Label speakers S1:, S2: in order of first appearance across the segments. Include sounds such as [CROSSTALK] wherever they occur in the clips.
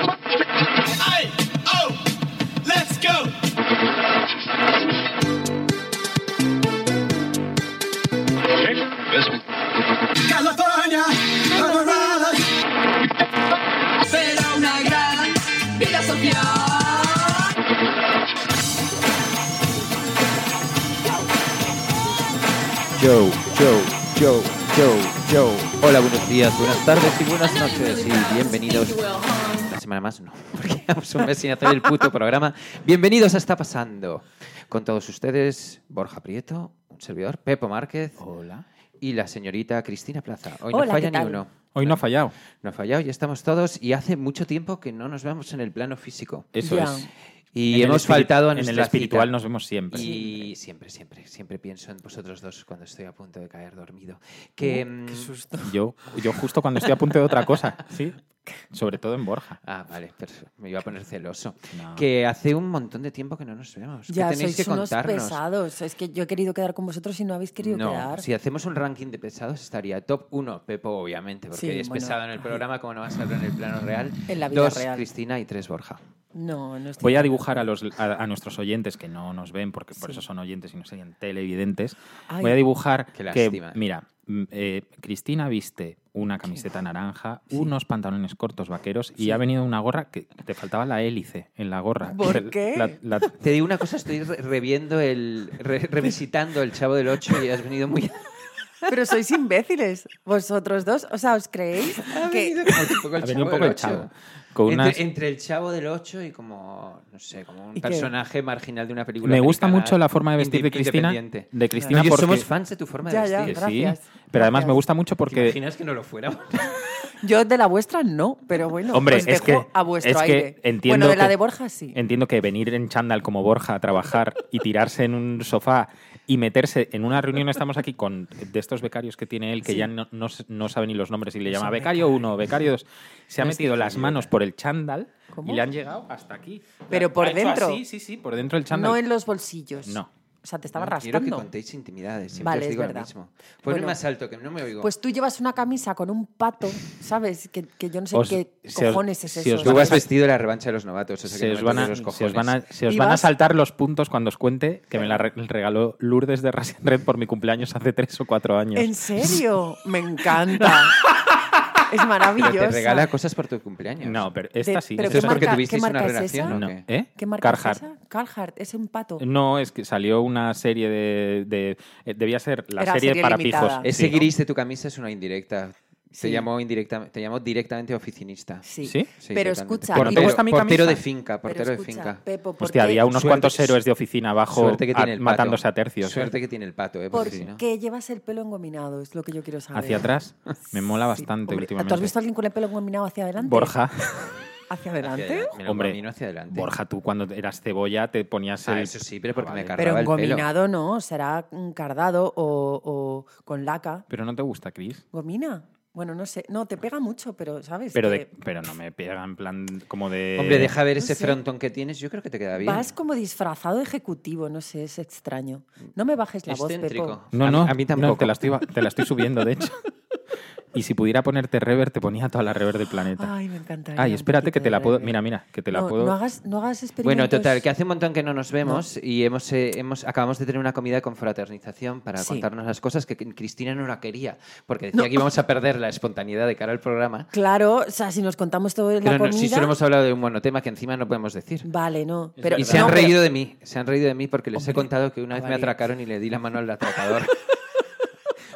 S1: Hey, oh, let's go. California, Colorado. Será una gran vida social.
S2: Joe, Joe, Joe, Joe, Joe. Hola, buenos días, buenas tardes y buenas noches. Y bienvenidos. Una semana más, no, [LAUGHS] porque llevamos un mes sin hacer el puto programa. Bienvenidos a Está Pasando. Con todos ustedes, Borja Prieto, un servidor, Pepo Márquez. Hola. Y la señorita Cristina Plaza. Hoy no
S3: Hola,
S2: falla
S3: ¿qué tal?
S2: ni uno.
S4: Hoy no ha fallado.
S2: No ha fallado, ya estamos todos. Y hace mucho tiempo que no nos vemos en el plano físico.
S4: Eso
S3: Ya.
S4: es.
S2: Y
S4: En el
S2: hemos
S4: espirit-
S2: faltado a
S4: en el
S2: nuestra
S4: espiritual.
S2: cita.
S4: Nos vemos siempre.
S2: Y siempre, siempre, siempre pienso en vosotros dos cuando estoy a punto de caer dormido.
S3: Oh,
S2: Que, mm,
S4: Yo, yo justo cuando estoy a punto de otra cosa,
S2: [LAUGHS]
S4: sí. Sobre todo en Borja.
S2: Ah, vale, perfecto. me iba a poner celoso.
S4: No.
S2: Que hace un montón de tiempo que no nos vemos. ¿Qué
S3: Ya
S2: tenéis
S3: sois
S2: que
S3: unos
S2: contarnos?
S3: pesados. Es que yo he querido quedar con vosotros y no habéis querido
S2: no,
S3: quedar.
S2: si hacemos un ranking de pesados estaría top 1 Pepo, obviamente, porque
S3: Sí,
S2: es
S3: bueno.
S2: pesado en el programa, como no vas a hablar en el plano real.
S3: [LAUGHS] En la vida
S2: Dos,
S3: real.
S2: Cristina y tres, Borja.
S3: No, no estoy.
S4: Voy a dibujar a, los, a, a nuestros oyentes que no nos ven, porque por
S3: Sí.
S4: eso son oyentes y no serían televidentes.
S3: Ay.
S4: Voy a dibujar
S2: Qué
S4: que,
S2: lástima.
S4: mira, mm, eh, Cristina viste una camiseta naranja, unos pantalones cortos vaqueros y ha venido una gorra que te faltaba la hélice en [LAUGHS] la gorra.
S3: ¿Por
S4: El-
S3: qué? [LAUGHS]
S4: la- la-
S2: Te digo una cosa, estoy re- reviendo el, re- revisitando el Chavo del 8 y has venido muy...
S3: [LAUGHS]
S2: [LAUGHS]
S3: Pero sois imbéciles, vosotros dos. O sea,
S4: [LAUGHS]
S3: ¿os creéis? que...
S2: como
S4: ha venido un poco
S2: del
S4: el chavo.
S2: Ocho.
S4: Con
S2: entre,
S4: unas-
S2: entre el Chavo del 8 y como, no sé, como un
S3: ¿Y qué?
S2: personaje marginal de una película
S4: Me gusta
S2: americana
S4: mucho la forma de vestir de
S2: inde-
S4: Cristina.
S2: independiente.
S4: De Cristina
S2: No, yo
S4: porque-
S2: somos fans de tu forma
S3: Ya,
S2: de
S3: ya,
S4: que
S2: vestir.
S3: gracias.
S4: sí. Pero además
S3: Gracias.
S4: me gusta mucho
S2: ¿Te
S4: porque
S2: imaginas que no lo
S3: [LAUGHS]
S2: fuéramos?
S3: Yo de la vuestra no, pero bueno,
S4: Hombre,
S3: os
S4: es
S3: dejo
S4: que-
S3: a vuestro
S4: es que
S3: aire.
S4: entiendo
S3: bueno, de la
S4: que-
S3: de Borja sí.
S4: entiendo que venir en chándal como Borja a trabajar y tirarse en un sofá y meterse en una reunión, estamos aquí con de estos becarios que tiene él, que ya no, no, s- no sabe ni los nombres y le llama becario 1, becario 2. Se ha metido las manos por el chándal
S3: ¿Cómo?
S4: y le han llegado hasta aquí.
S3: Pero por
S4: Ha hecho
S3: dentro.
S4: así, sí, sí, por dentro el chándal.
S3: No en los bolsillos.
S4: No.
S3: O sea, te estaba
S2: Quiero que
S3: rascando.
S2: contéis intimidades. Siempre
S3: Vale,
S2: os
S3: es
S2: digo lo
S3: verdad.
S2: mismo. Ponme
S3: Bueno.
S2: más alto, que no me oigo.
S3: Pues tú llevas una camisa con un pato, ¿sabes? Que, que yo no sé
S4: Os-
S3: qué
S4: se os-
S3: cojones es
S4: si os
S3: eso.
S2: Tú
S4: va-
S2: vas vestido de la revancha de los novatos. O sea que
S4: se
S2: no
S4: os,
S2: me
S4: van
S2: toques
S4: a,
S2: los
S4: se os van a-
S2: cojones.
S4: se os
S3: Y
S4: van a
S3: vas-
S4: saltar los puntos cuando os cuente que me la re- regaló Lourdes de Rasen Red por mi cumpleaños hace tres o cuatro años. [LAUGHS]
S3: ¿En serio? Me encanta. es
S2: Pero
S3: maravilloso.
S2: te regala cosas por tu cumpleaños.
S4: No, pero
S3: De-
S4: esta sí.
S3: pero
S4: esta
S2: ¿Esto
S3: ¿qué
S2: es porque
S3: marca-
S2: tuvisteis
S3: qué
S2: una
S3: marca es
S2: relación
S3: esa?
S2: o
S4: No.
S2: qué?
S4: ¿Eh?
S3: ¿Qué marca
S4: Carhartt. Mm,
S3: es esa? Carhartt, es un pato.
S4: No, es que salió una serie de. de- eh, debía ser la
S3: Era
S4: serie,
S3: serie
S4: para
S3: limitada.
S4: pijos.
S2: Ese
S4: Sí.
S2: gris de tu camisa es una indirecta.
S3: Sí.
S2: Te, llamó indirecta, te llamó directamente oficinista.
S3: Sí.
S4: ¿Sí?
S2: Sí,
S3: pero
S2: totalmente.
S3: escucha,
S4: Por-
S3: y-
S4: ¿Te
S2: Portero,
S4: gusta mi
S2: portero
S4: camisa?
S2: de finca,
S3: pero
S2: portero de
S3: escucha,
S2: finca.
S3: Pepo, ¿por
S4: Hostia,
S3: qué-
S4: había unos
S2: Suerte-
S4: cuantos héroes de oficina abajo
S2: Suerte que tiene
S4: a-
S2: el pato.
S4: matándose a tercios.
S2: Suerte que tiene el pato, ¿eh?
S3: ¿Por
S2: Porque si no-
S3: qué llevas el pelo engominado? Es lo que yo quiero saber.
S4: Hacia atrás me mola
S3: Sí,
S4: bastante
S3: hombre,
S4: últimamente.
S3: ¿Tú has visto a alguien con el pelo engominado hacia adelante?
S4: Borja,
S3: ¿Hacia
S2: Hacia
S3: adelante?
S2: adelante. Me lo
S4: hombre,
S2: camino hacia adelante.
S4: Borja, tú cuando eras cebolla te ponías
S2: Ah,
S4: el-
S2: eso sí, pero porque
S4: Ah,
S2: me
S4: vale.
S2: cargaba
S3: Pero
S2: el pelo.
S3: engominado no, será mm, cardado o, o con laca.
S4: Pero no te gusta, Chris.
S3: ¿Gomina? Bueno, no sé. No, te pega mucho, pero ¿sabes?
S4: Pero,
S3: Que
S4: de, pero no me pega en plan como de.
S2: Hombre, deja ver
S3: no
S2: ese
S3: sé.
S2: frontón que tienes. Yo creo que te queda bien.
S3: Vas como disfrazado de ejecutivo, no sé, es extraño. No me bajes la voz, Pepo.
S2: Excéntrico.
S4: No,
S2: A mí-
S4: no,
S2: a mí
S4: no,
S2: tampoco.
S4: te, la estoy, ba- te la estoy subiendo,
S2: [LAUGHS]
S4: de hecho. Y si pudiera ponerte rever, te ponía toda la rever del planeta.
S3: Ay, me encantaría.
S4: Ay,
S3: un
S4: espérate que
S3: poquito
S4: te
S3: de
S4: la puedo.
S3: rever.
S4: Mira, mira, que te la
S3: no,
S4: puedo.
S3: No hagas, no hagas experimentos.
S2: Bueno, total, que hace un montón que no nos vemos y hemos, eh, hemos, acabamos de tener una comida de confraternización para
S3: Sí.
S2: contarnos las cosas que que Cristina no la quería, porque decía que íbamos a perder la espontaneidad de cara al programa.
S3: Claro, o sea, si nos contamos todo en la
S2: Pero no-
S3: comida...
S2: si solo hemos hablado de un monotema que encima no podemos decir.
S3: Vale, no. Pero,
S2: y se han
S3: no, pero-
S2: reído de mí, se han reído de mí porque les he contado que una vez me
S3: valiente.
S2: atracaron y le di la mano al atracador. [LAUGHS]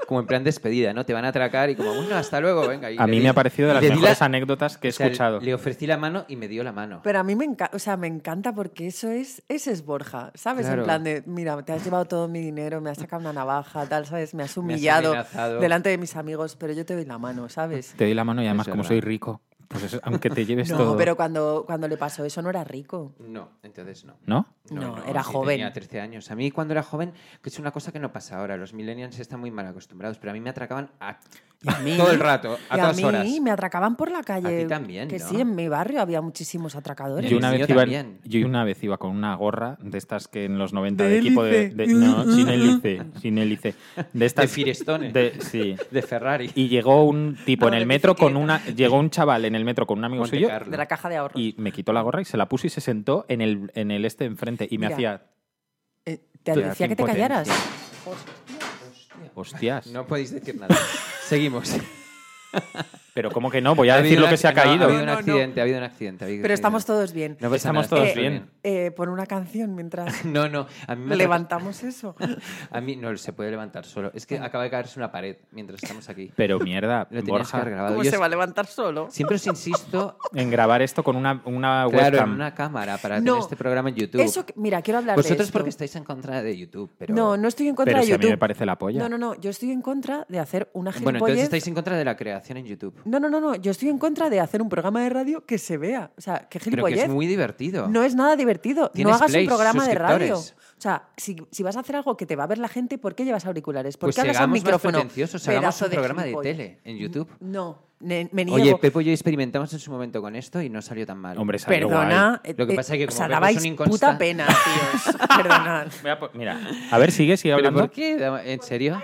S2: como en plan despedida, ¿no? Te van a atracar y como, bueno, hasta luego, venga. y
S4: A
S2: le
S4: mí
S2: di-
S4: me ha parecido de
S2: le
S4: las
S2: di la-
S4: mejores anécdotas que he
S2: o sea,
S4: escuchado.
S2: Le ofrecí la mano y me dio la mano.
S3: Pero a mí me, enca- o sea, me encanta porque eso es, ese es Borja, ¿sabes?
S2: Claro.
S3: En plan de, mira, te has llevado todo mi dinero, me has sacado una navaja, tal, ¿sabes? Me has
S2: Me has
S3: humillado
S2: amenazado.
S3: delante de mis amigos, pero yo te doy la mano, ¿sabes?
S4: Te doy la mano y además,
S2: Es
S4: como
S2: verdad.
S4: soy rico, pues eso, aunque te lleves
S3: No,
S4: todo.
S3: pero cuando, cuando le pasó eso no era rico.
S2: No, entonces no.
S4: ¿No?
S3: No, era
S2: sí,
S3: joven.
S2: Tenía 13 años. A mí cuando era joven, que es una cosa que no pasa ahora, los millennials están muy mal acostumbrados, pero a mí me atracaban a, todo el rato, a
S3: y
S2: todas
S3: a mí
S2: horas.
S3: me atracaban por la calle.
S2: A ti también,
S3: Que
S2: ¿no?
S3: sí, en mi barrio había muchísimos atracadores.
S2: el
S4: Yo una,
S2: mío
S4: vez iba,
S2: también.
S4: yo una vez iba con una gorra de estas que en los 90
S3: De
S4: de, equipo de,
S3: hélice.
S4: de- No, sin hélice, sin hélice. De estas.
S2: De Firestone.
S4: de- sí.
S2: De Ferrari.
S4: Y llegó un tipo
S3: No,
S4: en
S3: de
S4: el metro con
S3: bicicleta.
S4: una. Llegó un chaval en el metro con un amigo
S2: Monte
S4: suyo
S2: Carlo.
S3: De la caja de ahorros.
S4: y me quitó la gorra y se la puso y se sentó en el, en el este enfrente y me
S3: Mira.
S4: hacía.
S3: Eh, te
S4: te
S3: decía
S4: hacen
S3: que te
S4: potencia.
S3: callaras.
S4: Hostias.
S2: No podéis decir nada. Seguimos.
S4: Pero ¿cómo que no? Voy [LAUGHS] a
S2: Ha
S4: decir
S2: habido
S4: lo
S2: un
S4: que se ha
S2: ac- no,
S4: caído.
S2: Ha habido un
S3: No, no, no.
S2: accidente, ha habido un accidente. ha habido un
S3: Pero estamos
S2: accidente.
S3: todos bien.
S2: No pasa
S4: Estamos
S2: nada,
S4: todos
S2: estoy
S4: bien.
S3: Eh, pon una
S2: [LAUGHS]
S3: canción mientras [LAUGHS]
S2: No, no. A mí me
S3: levantamos eso.
S2: [LAUGHS] A mí no se puede levantar solo. Es
S3: Ah.
S2: que acaba de caerse una pared mientras estamos aquí.
S4: Pero mierda,
S2: Lo tenías que
S4: Borja.
S2: haber grabado.
S3: ¿Cómo
S2: Yo
S3: se
S2: es-
S3: va a levantar solo?
S2: Siempre os
S4: [LAUGHS]
S2: insisto,
S4: En grabar esto con una, una
S2: claro, en
S4: webcam.
S2: una cámara para
S3: No,
S2: tener este programa en YouTube.
S3: Eso que- mira, quiero hablar de
S2: Vosotros
S3: esto.
S2: porque estáis en contra de YouTube, pero...
S3: No, no estoy en contra
S4: Pero
S3: de
S4: si a mí
S3: YouTube.
S4: me parece la polla.
S3: No, no, no. Yo estoy en contra de hacer una
S2: Bueno, entonces
S3: gilipollez.
S2: estáis en contra de la creación en YouTube.
S3: No, no, no, no. Yo estoy en contra de hacer un programa de radio que se vea. O sea, qué
S2: Pero que
S3: gilipollez.
S2: es muy divertido.
S3: No es nada divertido. No
S2: Tienes
S3: hagas
S2: plays,
S3: un programa de radio.
S2: suscriptores.
S3: O sea, si, si vas a hacer algo que te va a ver la gente, ¿por qué llevas auriculares? ¿Por
S2: Pues
S3: qué hablas a un
S2: seamos más
S3: micrófono?
S2: pretenciosos, hagamos
S3: Pedazo
S2: un programa de
S3: gilipollas.
S2: tele en YouTube.
S3: No, ne- me niego.
S2: Oye, Pepo y yo experimentamos en su momento con esto y no salió tan mal.
S4: Hombre, salió
S3: Perdona.
S4: guay.
S3: eh,
S2: Lo que
S3: eh,
S2: pasa es que
S3: o
S2: como
S3: sea,
S2: Pepo es
S3: dabais
S2: un
S3: puta
S2: inconstante. [LAUGHS]
S3: pena, tíos. Perdonad.
S4: Voy a po- Mira, a ver, sigue, sigue
S2: ¿Pero
S4: hablando.
S2: por qué? ¿En serio?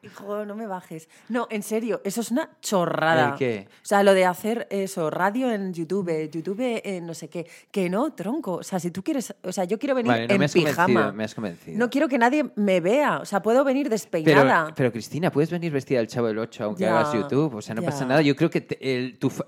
S3: Hijo, no me bajes. No, en serio, eso es una chorrada.
S2: ¿El qué?
S3: O sea, lo de hacer eso, radio en YouTube, YouTube en no sé qué. Que no, tronco. O sea, si tú quieres. O sea, yo quiero venir
S2: Vale, no
S3: en
S2: me has
S3: pijama.
S2: convencido, me has convencido.
S3: No quiero que nadie me vea. O sea, puedo venir despeinada.
S2: Pero, pero, Cristina, puedes venir vestida del Chavo del 8 aunque
S3: Ya,
S2: hagas YouTube. O sea, no
S3: ya.
S2: pasa nada. Yo creo que te- el- tu fa-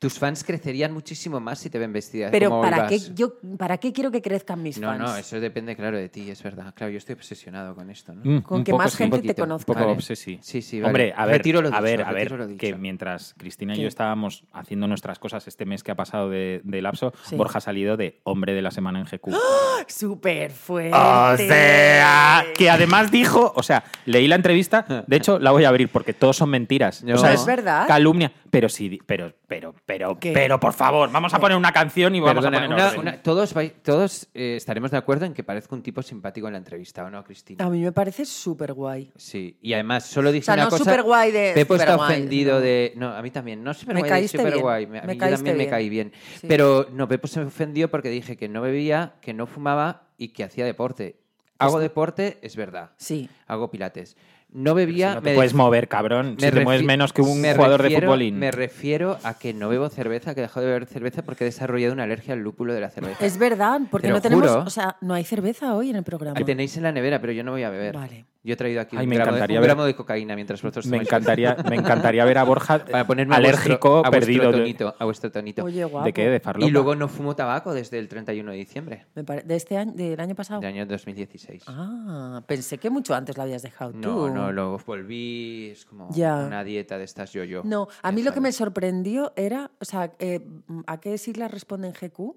S2: tus fans crecerían muchísimo más si te ven vestida
S3: Pero
S2: como
S3: ¿para
S2: ibas.
S3: qué, yo, ¿para qué quiero que crezcan mis
S2: No,
S3: fans?
S2: no,
S3: [LAUGHS]
S2: eso depende, claro, de ti, es verdad. Claro, yo estoy obsesionado con esto, ¿no?
S4: Mm,
S3: Con
S4: un
S3: que
S4: poco
S3: más
S4: sí.
S3: gente
S2: poquito,
S3: te
S4: Un
S3: conozca.
S4: poco
S2: Vale.
S4: obsesi.
S2: Sí, sí, vale.
S4: Hombre, a ver,
S2: Retiro lo
S4: a
S2: dicho,
S4: ver, a
S2: retiro lo
S4: ver,
S2: dicho.
S4: que mientras Cristina y
S3: ¿Qué?
S4: yo estábamos haciendo nuestras cosas este mes que ha pasado de, de lapso,
S3: Sí.
S4: Borja ha salido de hombre de la semana
S2: [GASPS]
S4: en ¡Ah! GQ.
S3: Súper fuerte.
S4: O sea, que además dijo, o sea, leí la entrevista, de hecho la voy a abrir porque todos son mentiras.
S2: No.
S4: O sea,
S2: Es
S3: verdad.
S4: Calumnia, pero sí, pero, pero, pero,
S3: ¿Qué?
S4: pero, por favor, vamos a poner una canción y vamos
S2: Perdona,
S4: a poner
S2: una-
S4: orden.
S2: una- todos, vai- todos eh, estaremos de acuerdo en que parezca un tipo simpático en la entrevista, ¿o no, Cristina?
S3: A mí me parece súper guay.
S2: Sí, y además solo dije
S3: O sea,
S2: una
S3: no
S2: cosa.
S3: superguay de
S2: Pepo está
S3: superguay,
S2: ofendido
S3: no.
S2: de. No, a mí también. No superguay
S3: Me
S2: de
S3: caíste bien,
S2: superguay. Me- A
S3: me
S2: mí yo
S3: caíste
S2: también
S3: bien.
S2: me caí bien.
S3: Sí.
S2: Pero no, Pepo se ofendió porque dije que no bebía, que no fumaba y que hacía deporte. Hago deporte, es verdad.
S3: Sí.
S2: Hago pilates. No
S4: Si
S2: bebía.
S4: no te
S2: me-
S4: puedes mover, cabrón. Si
S2: me
S4: te mueves
S2: refi-
S4: menos que un
S2: me
S4: jugador de
S2: refiero-
S4: futbolín.
S2: Me refiero a que no bebo cerveza, que he dejado de beber cerveza porque he desarrollado una alergia al lúpulo de la cerveza.
S3: Es verdad, porque
S2: Te lo
S3: no tenemos.
S2: juro.
S3: O sea, no hay cerveza hoy en el programa.
S2: Que tenéis en la nevera, pero yo no voy a beber.
S3: Vale.
S2: Yo he traído aquí
S4: Ay,
S2: un,
S4: me
S2: gramo de,
S4: encantaría
S2: un
S4: ver-
S2: gramo de cocaína mientras vosotros
S4: me
S2: tomáis-
S4: encantaría, me encantaría ver a Borja
S2: Para ponerme a
S4: Eh, alérgico,
S2: vuestro- a vuestro
S4: perdido. de-
S2: tonito, a vuestro tonito.
S3: Oye, guapo.
S4: ¿De qué? ¿De farlopa?
S2: y luego no fumo tabaco desde el 31 de diciembre
S3: Me pare- ¿De este año, del año pasado?
S2: del año 2016.
S3: Ah, pensé que mucho antes la habías dejado
S2: no,
S3: tú.
S2: no, lo volví, es como
S3: Ya.
S2: una dieta de estas yo-yo.
S3: No, a mí
S2: Ya
S3: lo que me
S2: sabes.
S3: sorprendió era, o sea, eh, ¿a qué siglas responden GQ?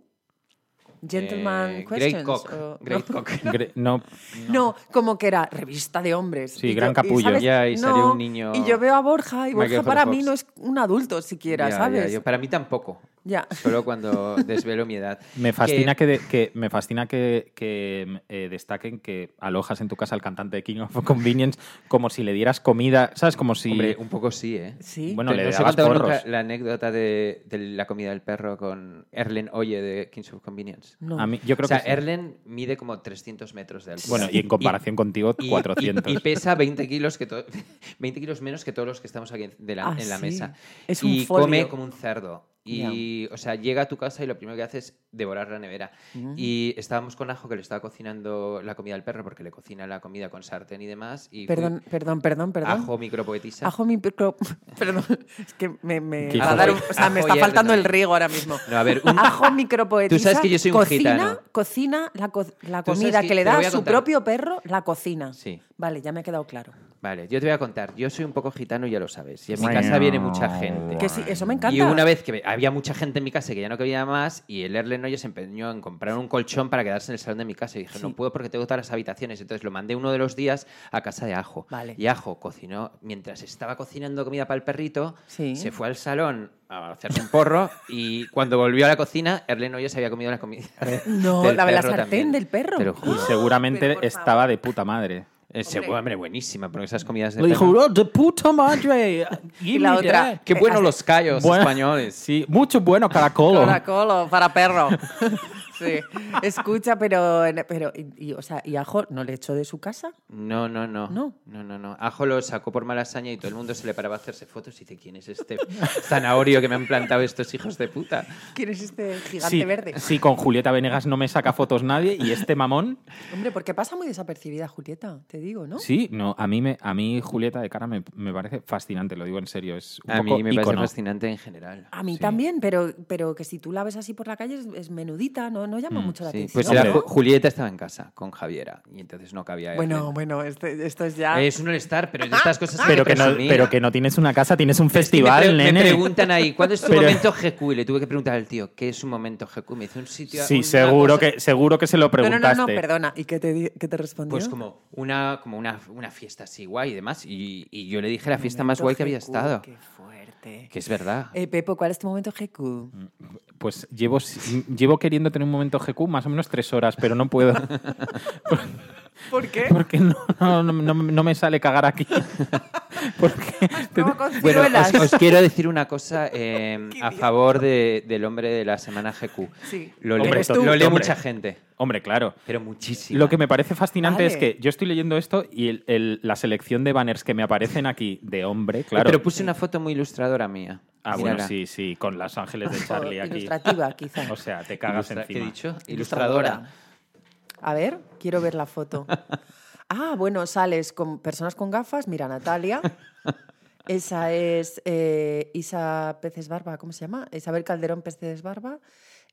S3: Gentleman
S2: Eh,
S3: Questions.
S2: Great Cock,
S3: o-
S2: Great
S3: [LAUGHS]
S2: Cock.
S4: Gre- No,
S3: No, como que era revista de hombres.
S4: Sí,
S3: Y yo-
S4: gran
S3: y,
S4: capullo.
S3: ¿sabes?
S2: Ya, y
S3: No,
S2: salió un niño-
S3: Y yo veo a Borja, y
S2: Michael
S3: Borja para
S2: Fox.
S3: mí no es un adulto siquiera,
S2: Ya, ya,
S3: ¿sabes?
S2: yo- para mí tampoco.
S3: Ya.
S2: Solo
S3: [LAUGHS]
S2: cuando desvelo mi edad.
S4: me fascina que, de- que- me fascina que, que, eh, destaquen que alojas en tu casa al cantante de King of Convenience como si le dieras comida, ¿sabes? Como si
S2: Hombre, un poco sí, ¿eh?
S3: Sí.
S4: Bueno,
S2: Pero
S4: le
S2: no os he
S4: dabas
S2: contado
S4: porros.
S2: nunca la anécdota de, de la comida del perro con Erlen Oye de Kings of Convenience.
S3: No.
S4: a mí yo creo
S2: o sea,
S4: que sí.
S2: Erlen mide como 300 metros de altura.
S4: Bueno, y en comparación contigo,
S2: y-
S4: 400.
S2: Y, y pesa 20 kilos, que to- [LAUGHS] 20 kilos menos que todos los que estamos aquí de la-
S3: Ah,
S2: en la
S3: sí.
S2: mesa.
S3: Es un
S2: y
S3: folio.
S2: come como un cerdo. Y, o sea, llega a tu casa y lo primero que hace es devorar la nevera. Y estábamos con Ajo, que le estaba cocinando la comida al perro, porque le cocina la comida con sartén y demás. Y
S3: Perdón, perdón, perdón, perdón.
S2: Ajo, micropoetisa.
S3: Ajo mi micro... [LAUGHS] Perdón, es que me, me,
S4: Qué
S3: va a dar un-
S2: joder.
S3: o sea, me
S2: Ajo
S3: está
S2: y
S3: faltando el
S2: Erlen.
S3: riego ahora mismo.
S2: No, a ver, un-
S3: Ajo micropoetisa.
S2: Tú sabes que yo soy un
S3: cocina,
S2: gitano.
S3: Cocina la, co- la
S2: Tú sabes
S3: comida
S2: que-
S3: que le
S2: te lo
S3: da
S2: voy
S3: a
S2: a
S3: su
S2: contar.
S3: propio perro, la cocina.
S2: Sí.
S3: Vale, ya me ha quedado claro.
S2: Vale, yo te voy a contar. Yo soy un poco gitano, ya lo sabes. Y en mi
S4: Bueno.
S2: casa viene mucha gente.
S3: Que sí, eso me encanta.
S2: Y una vez que había mucha gente en mi casa que ya no cabía más, y el Erlen Noyes se empeñó en comprar un colchón para quedarse en el salón de mi casa. Y dije,
S3: Sí.
S2: no puedo porque tengo todas las habitaciones. Entonces lo mandé uno de los días a casa de Ajo.
S3: Vale.
S2: Y Ajo cocinó, mientras estaba cocinando comida para el perrito,
S3: Sí.
S2: se fue al salón a hacerse un porro. [LAUGHS] y cuando volvió a la cocina, Erlen Noyes había comido la comida. de-
S3: [LAUGHS] No,
S2: del
S3: la de la
S2: perro
S3: sartén
S2: también.
S3: del perro. ¡Ah!
S2: Pero
S4: Y
S2: ju-
S3: Pero
S4: seguramente
S3: por
S4: estaba de puta madre.
S2: eh, se- hombre, buenísima, porque esas comidas de
S4: Le dijo,
S2: perro-
S4: "Oh, de puta madre.
S3: [LAUGHS] Y la otra.
S2: Qué buenos los callos
S4: Bueno,
S2: españoles.
S4: Sí, mucho bueno caracolo.
S3: Caracolo para
S2: [LAUGHS]
S3: perro. Sí. Escucha, pero, pero y, y, o sea, ¿y Ajo no le echó de su casa?
S2: No, no, no.
S3: No.
S2: No, no, no. Ajo lo sacó por malasaña y todo el mundo se le paraba a hacerse fotos y dice, ¿quién es este zanahorio que me han plantado estos hijos de puta?
S3: ¿Quién es este gigante
S4: Sí,
S3: verde?
S4: sí, con Julieta Venegas no me saca fotos nadie y este mamón.
S3: Hombre, porque pasa muy desapercibida Julieta, te digo, ¿no?
S4: Sí, no, a mí, me, a mí Julieta de cara me, me parece fascinante, lo digo en serio. Es un
S2: A
S4: poco
S2: mí me
S4: ícono.
S2: parece fascinante en general.
S3: A mí
S4: Sí.
S3: también, pero, pero que si tú la ves así por la calle es, es menudita, no, no llama mucho la
S2: Sí,
S3: atención.
S2: Pues era
S4: Hombre.
S2: Ju- Julieta estaba en casa con Javiera y entonces no cabía él.
S3: bueno, bueno, este- esto es ya...
S2: Es un all-star, pero de estas cosas hay
S4: Pero que, no,
S2: presumir.
S4: pero que no tienes una casa, tienes un
S2: Y me,
S4: festival,
S2: pre- me
S4: nene.
S2: preguntan ahí, ¿cuándo es tu
S4: Pero-
S2: momento GQ? Y le tuve que preguntar al tío, ¿qué es un momento GQ? Me dice un sitio...
S4: Sí,
S2: una
S4: seguro
S2: cosa-
S4: que, seguro que se lo
S3: no, no, no,
S4: preguntaste.
S3: no, perdona. ¿Y qué te, di- qué te respondió?
S2: Pues como una, como una, una fiesta así guay y demás. Y, y yo le dije la fiesta más
S3: Momento
S2: guay que había
S3: GQ,
S2: estado.
S3: Qué fuerte.
S2: Que es verdad.
S3: Eh, Pepo, ¿cuál es tu momento GQ?
S4: Pues llevo, llevo queriendo tener un momento GQ más o menos tres horas, pero no puedo. [LAUGHS]
S2: [LAUGHS]
S3: ¿Por qué?
S4: Porque no, no, no- no me sale cagar aquí. [LAUGHS] Porque
S2: Bueno, os, os quiero decir una
S3: [LAUGHS]
S2: cosa eh, a favor de- del hombre de la semana GQ.
S3: Sí.
S2: Lo,
S4: Hombre,
S2: lee,
S4: esto-
S2: lo lee
S4: hombre.
S2: mucha gente,
S4: Hombre, claro.
S2: pero muchísimo.
S4: Lo que me parece fascinante
S3: Vale.
S4: es que yo estoy leyendo esto y el- el- la selección de banners que me aparecen aquí de hombre, claro.
S2: Pero puse una foto muy ilustradora mía.
S4: ah, bueno,
S2: Mírala.
S4: sí, sí, con Los Ángeles de
S3: [LAUGHS]
S4: Charlie aquí.
S3: Ilustrativa, quizá.
S4: O sea, te cagas
S2: Ilustra- ¿Qué he
S4: encima.
S2: dicho? Ilustradora.
S3: A ver, quiero ver
S2: [LAUGHS]
S3: la foto. Ah, bueno, sales con personas con gafas. Mira, Natalia. Esa es eh, Isa Peces Barba, ¿cómo se llama? Isabel Calderón Peces Barba.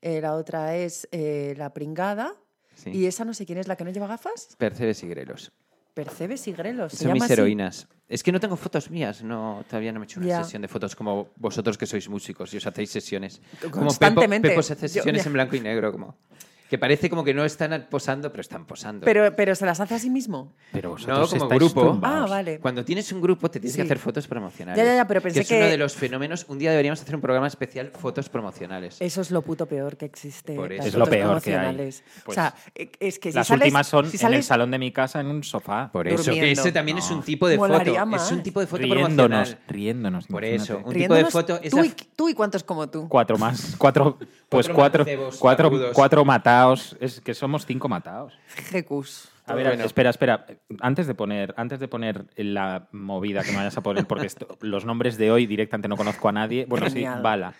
S3: Eh, la otra es eh, La Pringada.
S2: Sí.
S3: Y esa no sé quién es, la que no lleva gafas.
S2: Percebes y Grelos.
S3: Percebes y Grelos. se
S2: Son
S3: llama
S2: mis
S3: así.
S2: heroínas. Es que no tengo fotos mías, no, todavía no me he hecho una
S3: Ya.
S2: sesión de fotos como vosotros que sois músicos y os hacéis sesiones. Como Pepo,
S3: Constantemente.
S2: Pepo se hace
S3: Yo-
S2: sesiones
S3: ya.
S2: en blanco y negro, como que parece como que no están posando, pero están posando.
S3: Pero, pero se las hace a sí mismo.
S4: Pero
S2: No,
S4: vosotros
S2: como
S4: estáis
S2: grupo.
S4: tumbaos.
S3: Ah, vale.
S2: Cuando tienes un grupo te tienes que
S3: Sí.
S2: hacer fotos promocionales.
S3: Ya, ya, ya, pero pensé
S2: es uno
S3: que-
S2: de los fenómenos. Un día deberíamos hacer un programa especial fotos promocionales.
S3: Eso es lo puto peor que existe.
S2: Por
S3: las
S2: eso. Es
S4: lo
S3: fotos
S4: peor que hay.
S3: promocionales.
S4: Pues
S3: o sea, eh, es que si
S4: Las
S3: sales-
S4: últimas son
S3: si
S4: en el
S3: sales-
S4: salón de mi casa en un sofá.
S2: Por eso que
S3: durmiendo.
S2: ese también es
S4: No.
S2: un tipo de
S3: Molaría
S2: foto, es
S3: más.
S2: un tipo de foto
S4: riéndonos,
S2: promocional.
S4: riéndonos.
S2: Por
S4: imagínate.
S2: eso, un tipo de
S3: Riéndonos,
S2: foto es
S3: tú,
S2: la-
S3: y, tú y cuántos como tú.
S4: Cuatro más.
S2: [LAUGHS]
S4: Cuatro, pues cuatro,
S2: mancebos
S4: cuatro,
S2: barbudos.
S4: cuatro mataos. Es que somos cinco mataos.
S3: GQs.
S4: A ver,
S2: Bueno.
S4: espera, espera. Antes de poner, antes de poner la movida que me vayas a poner, porque
S3: [LAUGHS]
S4: esto- los nombres de hoy directamente no conozco a nadie. Bueno,
S3: Genial.
S4: sí, bala.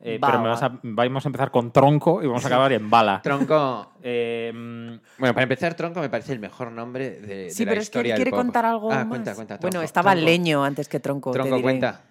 S4: Eh,
S3: Bala.
S4: Pero me vas a- vamos a empezar con tronco y vamos a acabar en bala.
S2: Tronco.
S4: Eh, mm,
S2: Bueno, para empezar, Tronco me parece el mejor nombre de,
S3: Sí,
S2: de la
S3: pero es que él
S2: historia del
S3: quiere
S2: pop.
S3: contar algo
S2: Ah,
S3: más.
S2: cuenta, cuenta.
S3: bueno,
S2: Tronco,
S3: estaba
S2: Tronco.
S3: leño antes que tronco. te
S2: Tronco,
S3: diré.
S2: cuenta.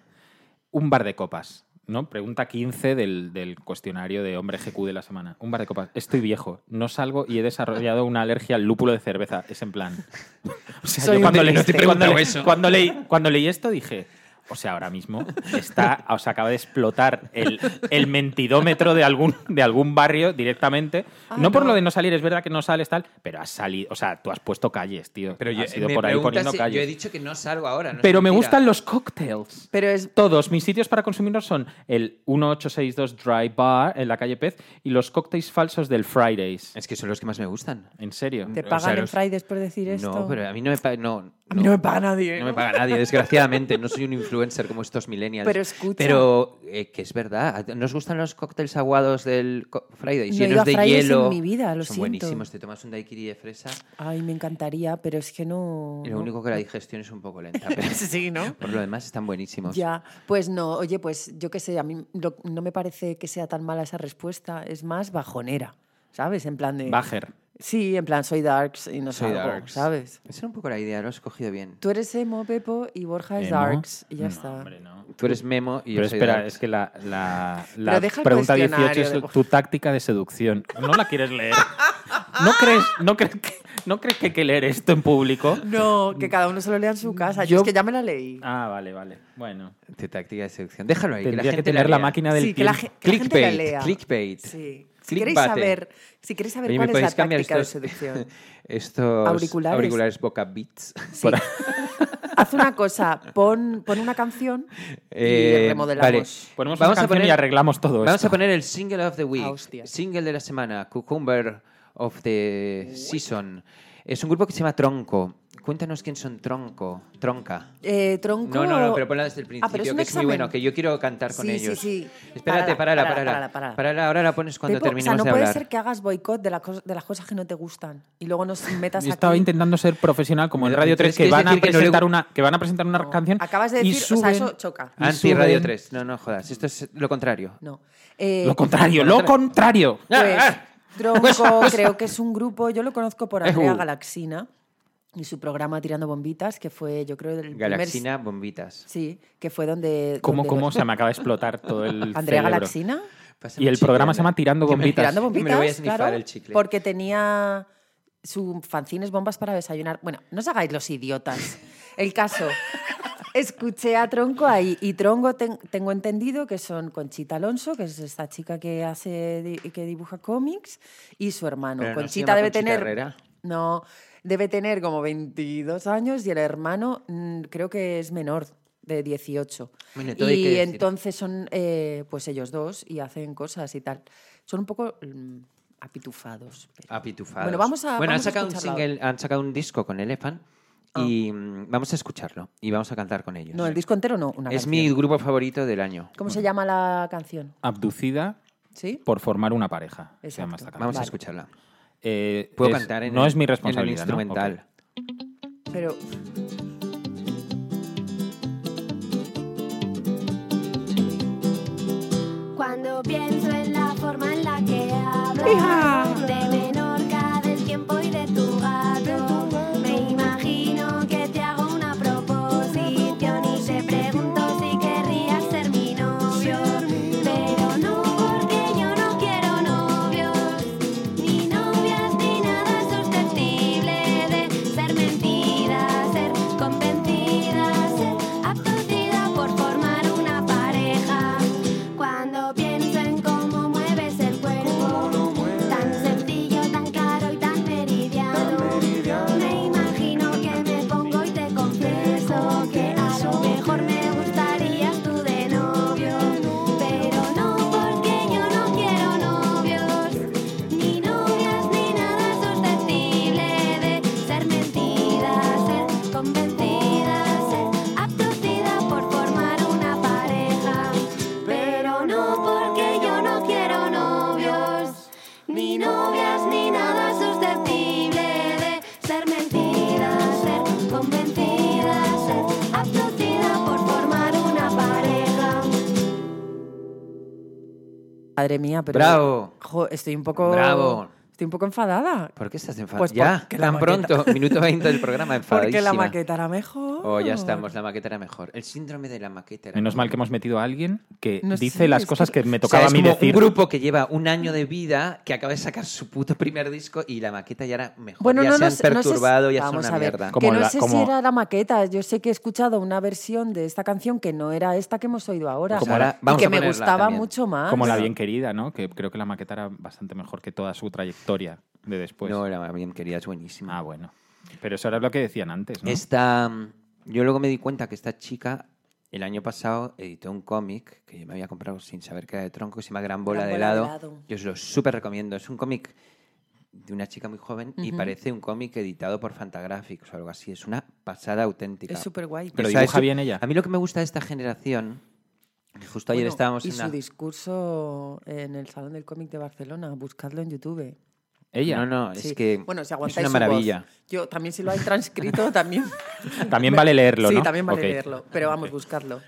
S4: un bar de copas, ¿no? Pregunta 15 del, del cuestionario de hombre GQ de la semana. Un bar de copas. Estoy viejo, no salgo y he desarrollado una alergia al lúpulo de cerveza. Es en plan. [LAUGHS] O sea,
S3: Soy un
S4: cuando, leí,
S3: triste. No te he
S4: cuando,
S2: preguntado
S4: le-
S2: eso.
S4: cuando leí, cuando leí esto dije. O sea, ahora mismo está, o sea, acaba de explotar el, el mentidómetro de algún, de algún barrio directamente.
S3: Ah,
S4: no por
S3: no.
S4: lo de no salir, es verdad que no sales tal, pero has salido, o sea, tú has puesto calles, tío.
S2: Pero yo,
S4: has ido
S2: Ah, me
S4: por ahí
S2: preguntas
S4: poniendo
S2: si-
S4: calles.
S2: yo he dicho que no salgo ahora. no es
S4: Pero me
S2: mentira.
S4: gustan los cócteles.
S3: Pero es.
S4: Todos mis sitios para consumirlos son el 1862 Dry Bar en la calle Pez y los cócteles falsos del Fridays.
S2: Es que son los que más me gustan.
S4: ¿En serio?
S3: ¿Te
S2: o
S3: pagan
S2: sea,
S3: en
S2: los-
S3: Fridays por decir esto?
S2: No, pero a mí no me paga. No,
S3: A mí no me paga nadie,
S2: No
S3: ¿no?
S2: me paga nadie, desgraciadamente. No soy un influencer como estos millennials.
S3: Pero escucha.
S2: Pero eh, que es verdad. ¿Nos gustan los cócteles aguados del co- Friday?
S3: No he
S2: Llenos
S3: ido a
S2: de
S3: Fridays
S2: hielo.
S3: en mi vida, lo
S2: Son
S3: siento.
S2: buenísimos. Te tomas un daiquiri de fresa
S3: Ay, me encantaría, pero es que no.
S2: y lo
S3: no. [LAUGHS]
S2: único que la digestión es un poco lenta. pero [LAUGHS]
S3: Sí, ¿no?
S2: por lo demás están buenísimos.
S3: Ya, pues no, oye, pues yo qué sé, a mí lo- no me parece que sea tan mala esa respuesta, es más bajonera, ¿sabes? En plan de...
S4: Bajer.
S3: Sí, en plan, soy darks y no
S2: Soy
S3: soy
S2: darks.
S3: ¿sabes?
S2: Esa era un poco la idea, lo has cogido bien.
S3: Tú eres emo, Pepo, y Borja es
S4: ¿Emo?
S3: darks, y
S4: ¿Eh,
S3: ya
S4: No,
S3: está.
S4: hombre, no.
S2: Tú eres Memo y yo
S4: Pero
S2: soy
S4: espera,
S2: Darks.
S4: es que la, la- la
S3: Pero deja el
S4: pregunta 18
S3: cuestionario
S4: es
S3: de-
S4: tu táctica de seducción. No la quieres leer. ¿No crees, no crees que, ¿No crees que hay que leer esto en público?
S3: No, que cada uno se lo lea en su casa. Mm, Yo,
S2: Yo-
S3: es que ya me la leí.
S4: Ah, vale, vale. Bueno.
S2: De táctica de seducción. Déjalo ahí.
S4: Tendría
S2: que la
S4: que
S2: gente
S4: tener la
S2: lea.
S4: máquina del
S3: sí, que la,
S4: tiempo.
S3: ge- que la gente la
S2: Clickbait,
S3: lea.
S2: clickbait.
S3: Sí. Si
S2: Clickbait.
S3: queréis saber, si queréis saber
S2: Oye, ¿me
S3: cuál es la
S2: podéis cambiar
S3: táctica de
S2: estos-
S3: seducción.
S2: [LAUGHS] Estos
S3: Auriculares.
S2: Boca Beats.
S3: Sí. [LAUGHS] Haz una cosa, pon, pon una canción
S2: Eh,
S3: y remodelamos.
S2: vale. Vamos
S4: Ponemos vamos
S2: a
S4: a poner
S2: poner-
S4: y arreglamos todo
S2: Vamos
S4: esto.
S2: a poner el single of the week.
S3: Ah, hostia.
S2: single de la semana, Cucumber of the Season. Es un grupo que se llama Tronco. Cuéntanos quién son Tronco. Tronca.
S3: Eh, tronco.
S2: No, no, no, pero ponla desde el
S3: Ah,
S2: principio,
S3: pero es un
S2: que es muy
S3: examen.
S2: bueno, que yo quiero cantar con
S3: Sí, sí,
S2: ellos.
S3: sí.
S2: Espérate,
S3: Párala,
S2: parala, parala.
S3: párala, párala.
S2: ahora la pones cuando
S3: Pepo,
S2: terminemos
S3: o sea, no
S2: de
S3: puede
S2: hablar.
S3: ser que hagas boicot de, la cos- de las cosas que no te gustan y
S2: [LAUGHS]
S3: luego nos metas
S4: Yo estaba
S3: aquí.
S4: intentando ser profesional como en
S2: Pero
S4: Radio 3
S2: entonces
S4: que
S2: quieres
S4: van, a
S2: decir que no le
S4: presentar
S2: gu-
S4: una, que van a presentar una
S3: No,
S4: canción.
S3: acabas de
S4: y
S3: decir, o sea,
S4: suben-
S3: eso choca.
S4: y
S2: Anti Ah, Radio
S4: suben-
S2: 3. No, no jodas. Esto es lo contrario.
S3: No. Eh,
S4: Lo contrario,
S2: [LAUGHS]
S4: lo contrario.
S3: [LAUGHS] Pues,
S2: Ah, ah. [LAUGHS]
S3: Tronco creo que es un grupo, yo lo conozco por Andrea
S2: Ejú.
S3: Galaxina y su programa Tirando Bombitas, que fue, yo creo, el primer...
S2: Galaxina, bombitas.
S3: Sí, que fue donde...
S4: ¿Cómo,
S3: donde-
S4: cómo se me acaba de explotar todo el
S3: [LAUGHS] Andrea
S4: cerebro.
S3: Galaxina.
S2: Pásame
S4: Y el
S2: chicle,
S4: programa se
S2: anda.
S4: llama Tirando
S2: Que me-
S4: Bombitas.
S3: Tirando
S2: que
S3: bombitas,
S2: me lo voy a snifar
S3: claro,
S2: el chicle.
S3: porque tenía su fanzines bombas para desayunar. Bueno, no os hagáis los idiotas.
S2: [LAUGHS]
S3: El caso, escuché a Tronco ahí y Tronco ten- tengo entendido que son Conchita Alonso, que es esta chica que hace di- que dibuja cómics, y su hermano.
S2: Pero no se
S3: Conchita
S2: llama
S3: debe
S2: Conchita
S3: tener
S2: Herrera.
S3: no, debe tener como 22 años y el hermano mm, creo que es menor de 18.
S2: Bueno, todo hay que
S3: y
S2: decir.
S3: entonces son eh, pues ellos dos y hacen cosas y tal. Son un poco mm, apitufados. pero-
S2: Apitufados.
S3: Bueno, vamos a-
S2: Bueno,
S3: vamos a
S2: han, sacado un
S3: escucharlo Ah.
S2: single, han sacado un disco con Elephant y mm, vamos a escucharlo y vamos a cantar con ellos.
S3: No, el disco entero no, una
S2: es
S3: canción.
S2: mi grupo favorito del año.
S3: ¿Cómo se llama la canción?
S4: Abducida
S3: ¿Sí?
S4: por formar una pareja. se llama
S3: Exacto.
S4: esta canción.
S2: Vamos a
S3: Ah, Vale.
S2: escucharla.
S4: Eh,
S2: Puedo
S4: es-
S2: cantar en
S4: No
S2: el-
S4: es mi
S2: en el
S4: responsabilidad. ¿no?
S2: instrumental.
S4: Ok.
S3: Pero
S5: Cuando pienso en la forma en la que hablas De Menorca, del tiempo y de tu gato Me imagino que te hago una proposición Y te pregunto si querrías ser mi novio Pero no, porque yo no quiero novios Ni novias, ni nada susceptible de ser mentida Ser convencida, ser abducida por formar una pareja cuando pienso en cómo mueves el cuerpo, tan sencillo, tan caro y tan meridiano, me imagino que me pongo y te confieso que a lo mejor me gustarías tú de novio, pero no porque yo no quiero novios, ni novias ni nada susceptible de ser mentida, ser convencida, ser abducida por formar una pareja. Pero no porque yo no quiero novios, ni novias, ni nada susceptible de ser mentida, ser convencida, ser abducida por formar una pareja.
S3: madre mía, pero
S2: Bravo.
S3: Jo, estoy un poco
S2: Bravo.
S3: Estoy un poco enfadada.
S2: ¿Por qué estás enfadado?
S3: Pues
S2: ya,
S3: porque la
S2: tan
S3: maqueta-
S2: pronto, [LAUGHS] minuto 20 del programa, enfadadísima.
S3: [LAUGHS] Porque la maqueta era mejor.
S2: Oh, ya estamos, la maqueta era mejor. El síndrome de la maqueta era
S4: Menos mal que hemos metido a alguien que
S3: No
S4: dice
S3: sé,
S4: las
S3: es
S4: cosas que, me
S2: O sea,
S4: tocaba
S2: es
S4: a mí
S2: como
S4: decir.
S2: un grupo que lleva un año de vida que acaba de sacar su puto primer disco y la maqueta ya era mejor.
S3: Bueno,
S2: ya
S3: no,
S2: se
S3: no
S2: han
S3: sé- no sé si-
S2: perturbado, ya son
S3: vamos
S2: una
S3: a ver,
S2: mierda.
S4: Como
S3: que no
S4: la-
S3: sé si
S4: como-
S3: era la maqueta. Yo sé que he escuchado una versión de esta canción que no era esta que hemos oído ahora.
S2: Como la- vamos
S3: y que
S2: a
S3: me
S2: ponerla
S3: gustaba
S2: también.
S3: mucho más.
S4: Pues Como la bien querida, ¿no? Que creo que la maqueta era bastante mejor que toda su trayectoria de después.
S2: No, la bien querida es buenísima.
S4: Ah, bueno. Pero eso era lo que decían antes, ¿no?
S2: Esta, mm, yo luego me di cuenta que esta chica el año pasado editó un cómic que yo me había comprado sin saber que era de tronco, que se llama Gran Bola,
S3: Gran
S2: de,
S3: Bola de
S2: helado.
S3: Helado.
S2: Yo os lo súper recomiendo. Es un cómic de una chica muy joven y parece un cómic editado por Fantagraphics o algo así. Es una pasada auténtica.
S3: Es súper guay.
S4: Pero
S2: O sea,
S4: dibuja
S2: es-
S4: bien ella.
S2: A mí lo que me gusta de esta generación, que justo ayer
S3: Bueno,
S2: estábamos
S3: y
S2: en
S3: su
S2: una-
S3: discurso en el Salón del Cómic de Barcelona. Buscadlo en YouTube.
S4: Ella.
S2: No, no, es
S3: Sí.
S2: que
S3: bueno, si
S2: es
S3: aguantáis
S2: una
S3: su
S2: maravilla.
S3: voz. Yo también si lo hay
S2: [LAUGHS]
S3: transcrito también.
S4: También vale leerlo,
S3: sí,
S4: ¿no?
S3: también vale
S4: Ok.
S3: leerlo. Pero vamos, buscadlo.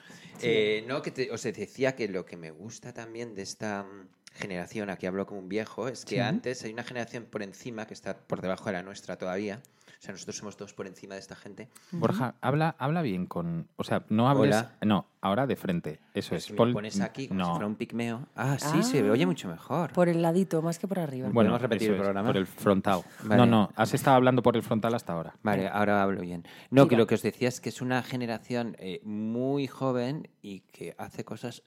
S2: Eh, no, que te- os decía que lo que me gusta también de esta mm, generación, aquí hablo como un viejo, es que antes hay una generación por encima que está por debajo de la nuestra todavía. O sea, nosotros somos todos por encima de esta gente.
S4: Borja, habla, habla bien con. O sea, no hables.
S2: Hola.
S4: No, ahora de frente. Eso
S2: Pues
S4: es.
S2: si me
S4: Pon-
S2: pones aquí como
S4: no.
S2: si fuera un pigmeo. Ah, sí,
S3: Ah.
S2: se me oye mucho mejor.
S3: Por el ladito, más que por arriba.
S2: Bueno, Podemos repetir
S4: eso
S2: el programa.
S4: Por el frontal.
S2: Vale.
S4: No, no, has estado hablando por el frontal hasta ahora.
S2: Vale, ahora hablo bien. No, que
S3: Mira.
S2: lo que os decía es que es una generación eh, muy joven y que hace cosas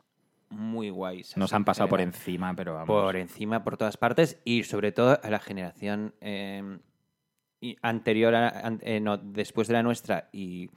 S2: muy guays.
S4: Nos
S2: así,
S4: han
S2: en
S4: pasado por
S2: general.
S4: encima, pero vamos.
S2: Por encima, por todas partes y sobre todo a la generación eh, y- anterior, a, an- eh, no, después de la nuestra y,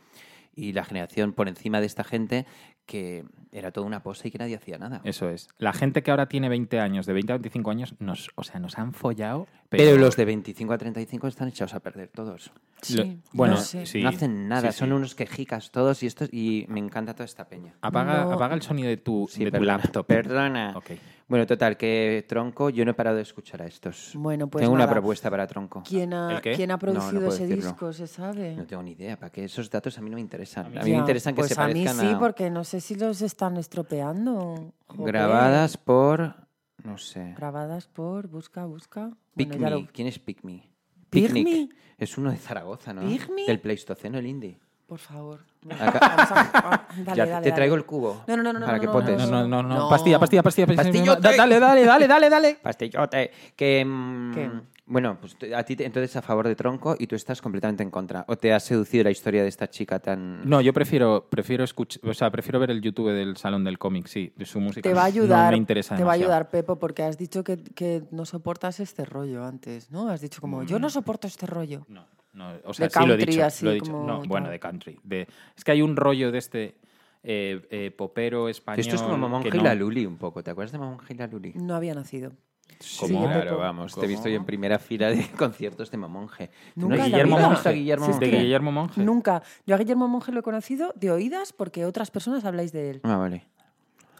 S2: y la generación por encima de esta gente que era toda una pose y que nadie hacía nada.
S4: Eso es. La gente que ahora tiene 20 años, de 20 a 25 años, nos, o sea, nos han follado.
S2: pero... los de 25 a 35 están echados a perder todos.
S4: lo-
S3: Sí,
S4: bueno,
S3: no sé.
S4: sí.
S2: No hacen nada,
S4: sí,
S2: son
S4: sí.
S2: unos quejicas todos y estos y me encanta toda esta peña.
S4: Apaga,
S3: No.
S4: apaga el sonido de tu,
S2: Sí,
S4: de tu
S2: perdona,
S4: laptop.
S2: Perdona.
S4: Ok.
S2: Bueno, total, que Tronco, yo no he parado de escuchar a estos.
S3: Bueno, pues
S2: Tengo una
S3: nada.
S2: propuesta para Tronco.
S3: ¿Quién ha,
S4: ¿El qué?
S3: ¿quién ha
S2: No, no
S3: producido
S2: puedo
S3: ese
S2: decirlo.
S3: disco? ¿Se sabe?
S2: No tengo ni idea, para que esos datos a mí no me interesan. A mí,
S3: Ya,
S2: me interesan que
S3: pues
S2: se parezcan
S3: a mí sí,
S2: a-
S3: porque no sé si los están estropeando. Joder.
S2: grabadas por no sé.
S3: Grabadas por Busca, Busca.
S2: Pick
S3: Bueno, ya
S2: Me.
S3: lo-
S2: ¿Quién es Pick Me?
S3: ¿Pick
S2: Picnic.
S3: Me?
S2: Es uno de Zaragoza, ¿no?
S3: ¿Pick Me?
S2: Del Pleistoceno, el indie.
S3: Por favor.
S2: Acá-
S3: Vamos a-
S2: [LAUGHS]
S3: ah, dale,
S2: Ya,
S3: dale,
S2: te
S3: dale.
S2: traigo el cubo.
S3: No, no, no, no,
S2: Para
S3: no,
S2: que
S3: no,
S2: potes.
S4: No, no, no, no.
S3: No.
S4: Pastilla, pastilla, pastilla. pastilla.
S2: Pastillote.
S4: Da- Dale, dale, dale, dale, dale.
S2: Pastillote. Que. mm,
S3: ¿Qué?
S2: Bueno, pues te- a ti te- entonces a favor de Tronco y tú estás completamente en contra. ¿O te ha seducido la historia de esta chica tan.?
S4: No, yo prefiero, prefiero escuch- o sea, prefiero ver el YouTube del Salón del Cómic, sí, de su música.
S3: Te va a
S4: no- no
S3: ayudar,
S4: me interesa
S3: te va a
S4: demasiado.
S3: ayudar Pepo, porque has dicho que, que no soportas este rollo antes, ¿no? Has dicho como,
S2: Mm.
S3: yo no soporto este rollo.
S4: No, no, o sea,
S3: De
S4: sí lo he
S3: country,
S4: dicho,
S3: así
S4: lo he dicho.
S3: como
S4: No,
S3: tal.
S4: bueno, de country. de- es que hay un rollo de este eh, eh, popero español.
S2: Esto es como Mamón
S4: que
S2: Gil
S4: no-
S2: la Luli un poco. ¿Te acuerdas de Mamón Gil la Luli?
S3: No había nacido.
S4: ¿Cómo?
S3: Sí,
S2: claro,
S3: Pepo.
S2: vamos. Te he
S4: ¿Cómo?
S2: visto yo en primera fila de [LAUGHS] conciertos de Mamonje. ¿Tú
S3: Nunca
S2: no
S3: en
S2: has
S3: la
S2: Guillermo
S3: vida.
S2: Monge, a Guillermo
S3: Sí, es
S4: de
S2: Monge?
S3: que-
S4: Guillermo Monge.
S3: Nunca. Yo a Guillermo Monge lo he conocido de oídas porque otras personas habláis de él.
S2: Ah, vale.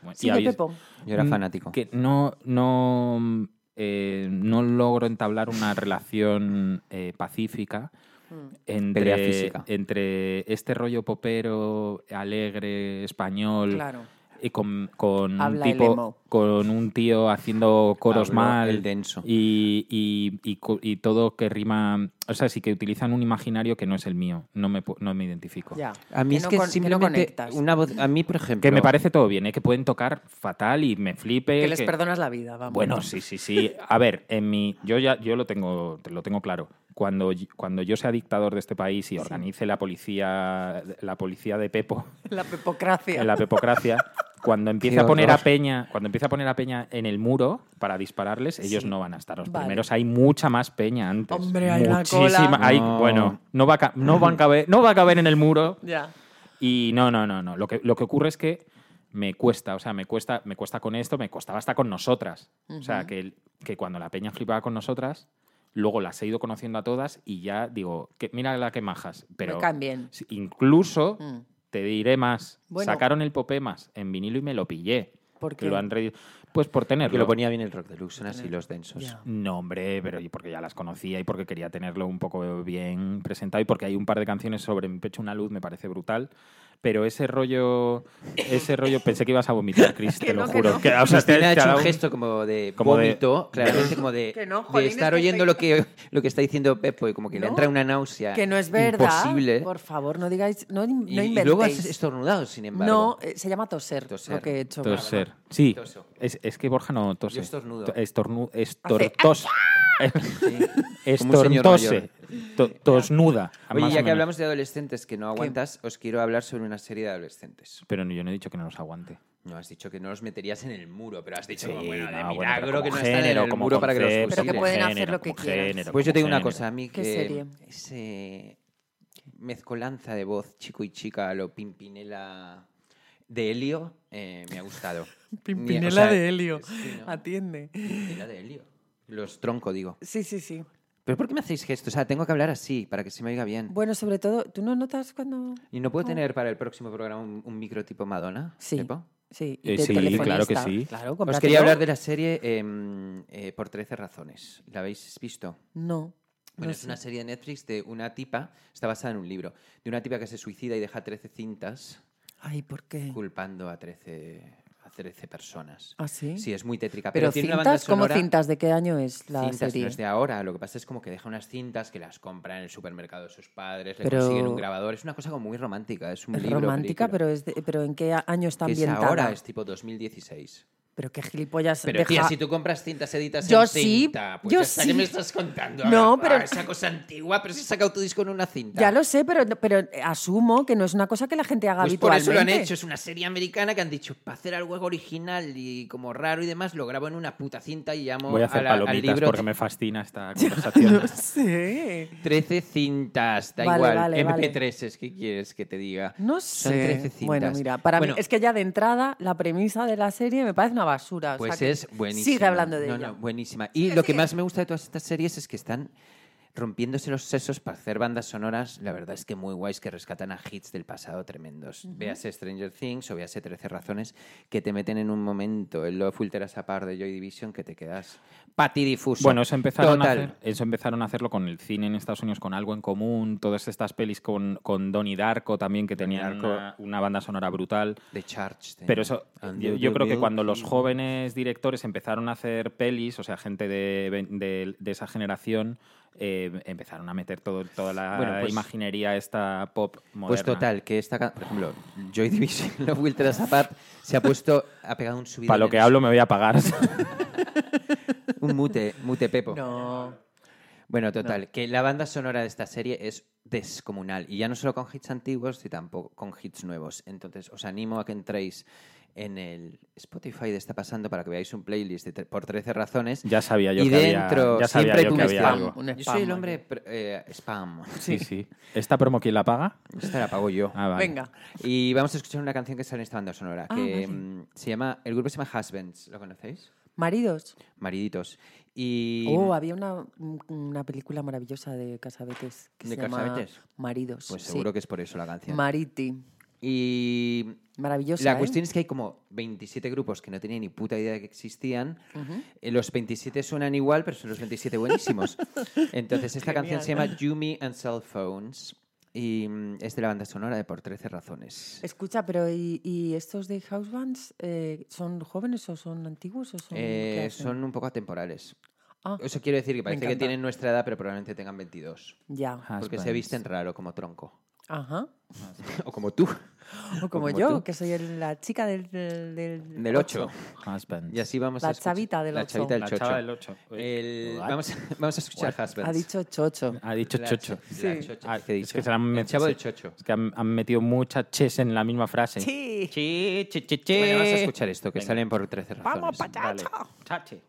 S4: Bueno, y
S3: Sigue,
S4: habéis-
S3: Pepo.
S2: Yo era
S4: Mm,
S2: fanático.
S4: Que no, no, eh, no logro entablar una relación eh, pacífica
S3: Mm.
S2: Pelea
S4: entre,
S2: física.
S4: entre este rollo popero, alegre, español.
S3: Claro.
S4: Y con, con un
S3: Habla el emo.
S4: tipo, con un tío haciendo coros
S2: Habló
S4: mal.
S2: el denso.
S4: Y, y- y co- y todo que rima. O sea, sí que utilizan un imaginario que no es el mío. No me, pu- no me identifico.
S3: Ya.
S2: A mí
S3: Que
S2: es
S3: no
S2: que
S3: con- no
S2: simplemente
S3: conectas.
S2: una voz... A mí, por ejemplo...
S4: Que me parece todo bien, ¿eh? que pueden tocar fatal y me flipe.
S3: Que les
S4: que-
S3: perdonas la vida, vamos. [LAUGHS]
S4: Bueno, sí, sí, sí. A ver, en mi, yo ya yo lo tengo, te lo tengo claro. Cuando, y- cuando yo sea dictador de este país y organice la policía, la policía de Pepo,
S3: La pepocracia.
S4: en la pepocracia, cuando empiece
S2: Qué
S4: a poner a
S2: horror.
S4: Peña, cuando empiece a poner a Peña en el muro para dispararles, ellos
S3: Sí.
S4: no van a estar los
S3: Vale.
S4: primeros. Hay mucha más Peña antes.
S3: Hombre, hay una
S4: Muchísima-
S3: cola.
S4: hay-
S2: No.
S4: bueno, no va, a, ca- no, van a caber, no va a caber en el muro.
S3: Ya.
S4: Y no, no, no, no. Lo que, lo que ocurre es que me cuesta, o sea, me cuesta, me cuesta con esto, me costaba hasta con nosotras. O sea, que, el- que cuando la peña flipaba con nosotras, luego las he ido conociendo a todas y ya digo, que, mira la que majas. Pero
S3: Me caen bien.
S4: si- Incluso
S3: Mm.
S4: te diré más.
S3: Bueno.
S4: Sacaron el Popemas en vinilo y me lo pillé.
S3: ¿Por
S4: Que
S3: qué?
S4: lo han re- Pues por tenerlo.
S2: Que lo ponía bien el rock deluxe, son así los densos.
S3: Ya.
S4: No, hombre, pero yo porque ya las conocía y porque quería tenerlo un poco bien presentado y porque hay un par de canciones sobre Mi pecho una luz, me parece brutal. Pero ese rollo, ese rollo, pensé que ibas a vomitar, Chris, te lo
S3: no, [LAUGHS] que
S4: juro.
S3: no.
S4: Que, o sea, te-
S2: Cristina ha
S4: te ha
S2: hecho
S4: dado
S2: un
S4: un-
S2: gesto como de
S4: como de- [LAUGHS]
S2: vómito, claramente como de,
S3: Que no,
S2: de
S3: jolín,
S2: estar
S3: es que
S2: oyendo
S3: estoy-
S2: lo que, lo que está diciendo Pepo y como que le
S3: No,
S2: entra una náusea.
S3: Que no es verdad.
S2: Imposible.
S3: Por favor, no digáis, no, in-
S2: y,
S3: no
S2: y
S3: inventéis.
S2: luego has estornudado, sin embargo.
S3: No, eh, se llama toser,
S2: Toser.
S3: lo que he hecho.
S4: Toser. Sí,
S2: Toso.
S4: es, es que Borja no tose.
S2: Yo estornudo.
S4: To- Estornu,
S3: Hace-
S4: estortos, [LAUGHS]
S2: Como un señor
S4: estortose.
S2: mayor.
S4: To- tosnuda. más
S2: Oye,
S4: o
S2: ya que
S4: menos.
S2: hablamos de adolescentes que no aguantas, os quiero hablar sobre una serie de adolescentes.
S4: Pero yo no he dicho que no los aguante.
S2: No, has dicho que no los meterías en el muro, pero has dicho,
S4: Sí,
S2: como, bueno, de
S4: no, bueno,
S2: milagro
S4: pero
S2: que no
S4: como
S2: están en
S4: género,
S2: el
S4: como
S2: muro para que los
S4: concepto,
S3: Pero que
S2: fusilen.
S4: como
S3: pueden hacer
S4: género,
S3: lo que
S4: como
S3: quieran.
S4: género,
S2: Pues yo
S4: como
S2: te digo una
S4: género.
S2: cosa, a mí
S3: ¿Qué
S2: que
S3: serie?
S2: ese mezcolanza de voz chico y chica a lo Pimpinela de Helio eh, me ha
S4: [LAUGHS]
S2: gustado.
S3: Pimpinela
S2: O sea,
S3: de Helio.
S2: sí, ¿no?
S3: Atiende.
S2: Pimpinela de Helio. Los tronco, digo.
S3: Sí, sí, sí.
S2: ¿Pero por qué me hacéis gestos? O sea, tengo que hablar así para que se me oiga bien.
S3: Bueno, sobre todo, ¿tú no notas cuando...?
S2: ¿Y no puedo tener para el próximo programa un, un micro tipo Madonna?
S3: Sí.
S2: Pepo?
S3: Sí,
S4: Eh,
S3: y de
S4: sí, claro que
S3: telefonista.
S4: sí.
S3: Claro,
S2: Os
S3: cómpratelo.
S2: quería hablar de la serie eh, eh, por 13 razones. ¿La habéis visto?
S3: No.
S2: Bueno,
S3: no
S2: es
S3: sé.
S2: una serie de Netflix de una tipa, está basada en un libro, de una tipa que se suicida y deja 13 cintas
S3: Ay, ¿por qué?
S2: culpando a 13 a 13 personas.
S3: ¿Ah, sí?
S2: Sí, es muy tétrica. Pero,
S3: Pero,
S2: tiene una banda
S3: cintas, ¿cómo
S2: sonora-
S3: cintas? ¿De qué año es la
S2: cintas
S3: serie?
S2: no es de ahora. Lo que pasa es como que deja unas cintas que las compra en el supermercado de sus padres, le
S3: Pero-
S2: consiguen un grabador. Es una cosa como muy romántica. Es un
S3: Es
S2: libro,
S3: romántica,
S2: película.
S3: pero, es de- pero ¿en qué a- año está
S2: Que es
S3: ambientada?
S2: ahora, es tipo 2016.
S3: Pero qué gilipollas
S2: Pero
S3: deja...
S2: tía, si tú compras cintas editas
S3: Yo
S2: en
S3: sí,
S2: cinta, pues
S3: yo
S2: ya está, ¿qué
S3: sí.
S2: me estás contando?
S3: No,
S2: Ah,
S3: pero-
S2: esa cosa antigua, pero si has sacado tu disco en una cinta.
S3: Ya lo sé, pero, pero asumo que no es una cosa que la gente haga
S2: Pues por
S3: habitualmente.
S2: eso lo han hecho. Es una serie americana que han dicho, para hacer algo original y como raro y demás, lo grabo en una puta cinta y llamo
S4: Voy a hacer
S2: la- al
S4: palomitas
S2: libro
S4: porque me
S2: [LAUGHS]
S4: fascina esta conversación.
S3: No [LAUGHS] sé.
S2: 13 cintas, da
S3: Vale,
S2: igual.
S3: vale, vale.
S2: MP3 es que quieres que te diga.
S3: No sé.
S2: Son 13 cintas.
S3: Bueno, mira, para
S2: Bueno,
S3: mí es que ya de entrada la premisa de la serie me parece una basura. o
S2: Pues
S3: sea que
S2: es buenísima.
S3: Sigue hablando de
S2: No,
S3: ella.
S2: no, buenísima. Y lo que más me gusta de todas estas series es que están rompiéndose los sesos para hacer bandas sonoras, la verdad es que muy guays, que rescatan a hits del pasado tremendos. Véase Stranger Things o véase 13 razones que te meten en un momento el Love Will Tear Us Apart de Joy Division que te quedas patidifuso.
S4: Bueno, eso empezaron, a
S2: Total.
S4: hacer- eso empezaron a hacerlo con el cine en Estados Unidos, con Algo en Común, todas estas pelis con, con Donnie Darko también, que tenían
S2: Darko.
S4: una, una banda sonora brutal.
S2: The Charge.
S4: Pero eso,
S2: And
S4: yo,
S2: the
S4: yo creo que
S2: devil
S4: cuando los
S2: is-
S4: jóvenes directores empezaron a hacer pelis, o sea, gente de, ve- de- de esa generación, eh, empezaron a meter todo, toda la
S2: Bueno, pues-
S4: imaginería esta pop moderna.
S2: Pues total, que esta, ca- por ejemplo, Joy Division, [LAUGHS] Love Will Tear Us Apart, se ha puesto, ha pegado un subido.
S4: Para lo que hablo me voy a pagar.
S2: Un mute, mute
S3: [LAUGHS]
S2: pepo.
S3: No.
S2: Bueno, total, que la banda sonora de esta serie es descomunal. Y ya no solo con hits antiguos, sino tampoco con hits nuevos. Entonces, os animo a que entréis en el Spotify de Está Pasando para que veáis un playlist de tre- por 13 razones.
S4: ya sabía yo
S2: y
S4: que
S2: dentro
S4: había, ya sabía
S2: siempre
S4: yo que
S2: tuve
S4: había
S2: spam.
S4: algo.
S3: Un
S2: Yo
S3: spam
S2: soy el
S3: aquí.
S2: hombre pr- eh,
S3: [LAUGHS]
S2: spam.
S4: Sí, sí. [LAUGHS] ¿Esta promo quién la paga?
S2: Esta la pago yo.
S4: Ah, vale.
S3: Venga.
S2: Y vamos a escuchar una canción que sale en esta banda sonora.
S3: Ah,
S2: que
S3: vale.
S2: mm, se llama. El grupo se llama Husbands. ¿Lo conocéis?
S3: Maridos.
S2: Mariditos. Y.
S3: Oh, había una, una película maravillosa de Casabetes que
S2: ¿De
S3: se llama
S2: Casabetes?
S3: Maridos.
S2: pues
S3: sí.
S2: seguro que es por eso la canción.
S3: Mariti.
S2: y
S3: Maravillosa.
S2: La
S3: ¿eh?
S2: cuestión es que hay como 27 grupos que no tenía ni puta idea de que existían. Eh, Los 27 suenan igual, pero son los 27
S3: [LAUGHS]
S2: buenísimos. Entonces, esta canción se llama Yumi and Cell Phones y mm, es de la banda sonora de Por 13 Razones.
S3: Escucha, pero ¿y, y estos de House Bands eh, son jóvenes o son antiguos? O son,
S2: Eh,
S3: Mm, qué hacen?
S2: son un poco atemporales.
S3: Ah,
S2: Eso quiero decir que parece que
S3: encanta.
S2: tienen nuestra edad, pero probablemente tengan 22.
S3: ya.
S2: Porque se
S4: Husbands.
S2: visten raro, como tronco. [LAUGHS]
S3: Ajá.
S2: o como tú,
S3: O como,
S2: como
S3: yo,
S2: tú.
S3: que soy el- la chica del, del, del
S2: del 8.
S4: Husbands.
S2: Y así vamos
S3: La
S2: a escuchar-
S3: chavita del
S2: La
S3: ocho.
S2: chavita del
S4: La
S2: chocho.
S4: chava del ocho.
S2: El-
S4: What?
S2: vamos, a- vamos a escuchar Husbands.
S3: Ha dicho chocho.
S4: Ha dicho
S2: La
S4: chocho.
S2: cho- la chocho.
S4: Ah,
S2: ¿Qué he
S4: es
S2: dicho?
S4: que se la han
S2: El
S4: met-
S2: chavo
S4: se-
S2: del chocho.
S4: Es que han, han metido muchas ches en la misma frase.
S3: Sí.
S4: Che, che, che, che.
S2: Bueno, vamos a escuchar esto, que
S4: Venga.
S2: salen por 13 razones.
S3: Vamos, pachacho.
S4: Vale. Chache.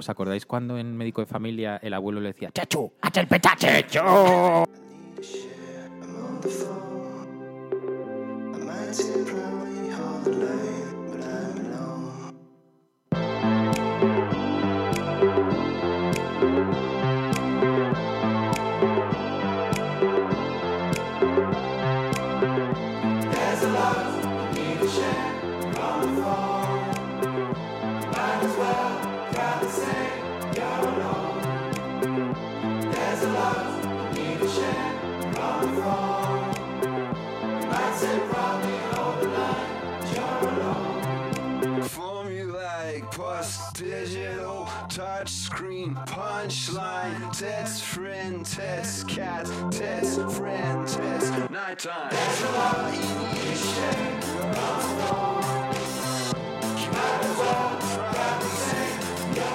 S4: ¿Os acordáis cuando en Médico de Familia el abuelo le decía ¡Chachu! ¡Hacha el petache!
S6: Formulaic, plus digital, touch screen, punchline, test friend, test cat, test friend, test nighttime. That's a lot you need to shake. You might as well try to say, "Yo."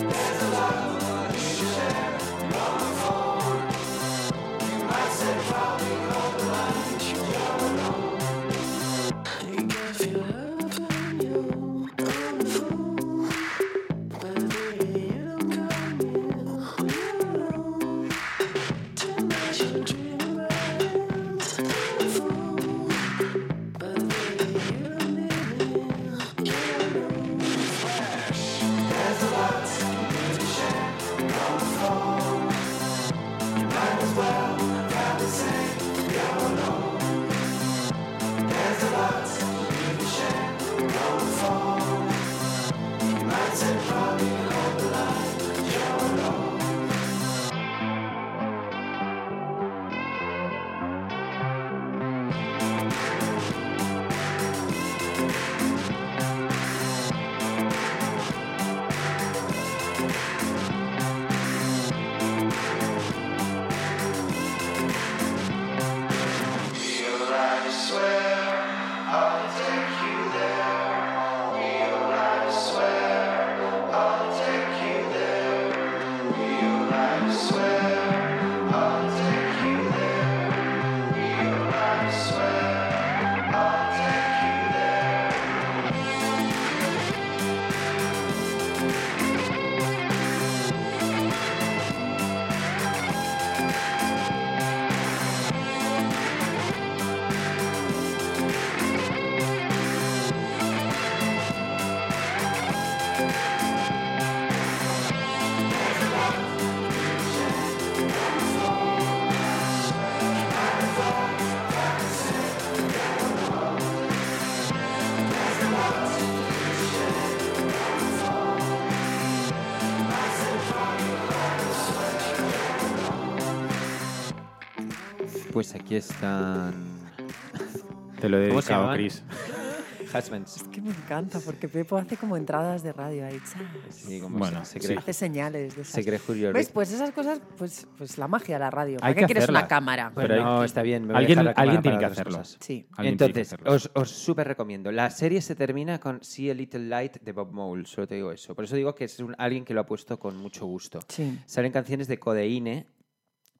S6: There's a lot to share. You're on the phone. You might say, "Probably hope lunch." You're alone.
S2: Pues aquí están.
S4: Te lo he
S2: ¿Cómo se
S4: dedicado,
S2: llaman?
S4: Chris.
S2: Husbands.
S3: Es que me encanta, porque Pepo hace como entradas de radio ahí. cha.
S2: Sí, como
S4: Bueno,
S2: se, se cree,
S3: Hace señales de esas.
S2: se cree Julio
S3: ¿Ves?
S2: Rick.
S3: Pues esas cosas, pues, pues la magia de la radio. ¿Para
S4: Hay
S3: qué
S4: que
S3: quieres una
S4: hacerla.
S3: cámara?
S4: Pero hay-
S2: no, está bien. me voy a
S4: alguien-
S2: dejar la cámara
S4: alguien tiene
S2: para
S4: que
S2: otras
S4: hacerlo.
S2: cosas.
S3: Sí.
S4: Alguien tiene que
S2: Entonces,
S4: hacerlo.
S2: os, os súper recomiendo. La serie se termina con See a Little Light de Bob Mole, solo te digo eso. Por eso digo que es un- alguien que lo ha puesto con mucho gusto.
S3: Sí.
S2: Salen canciones de Codeine,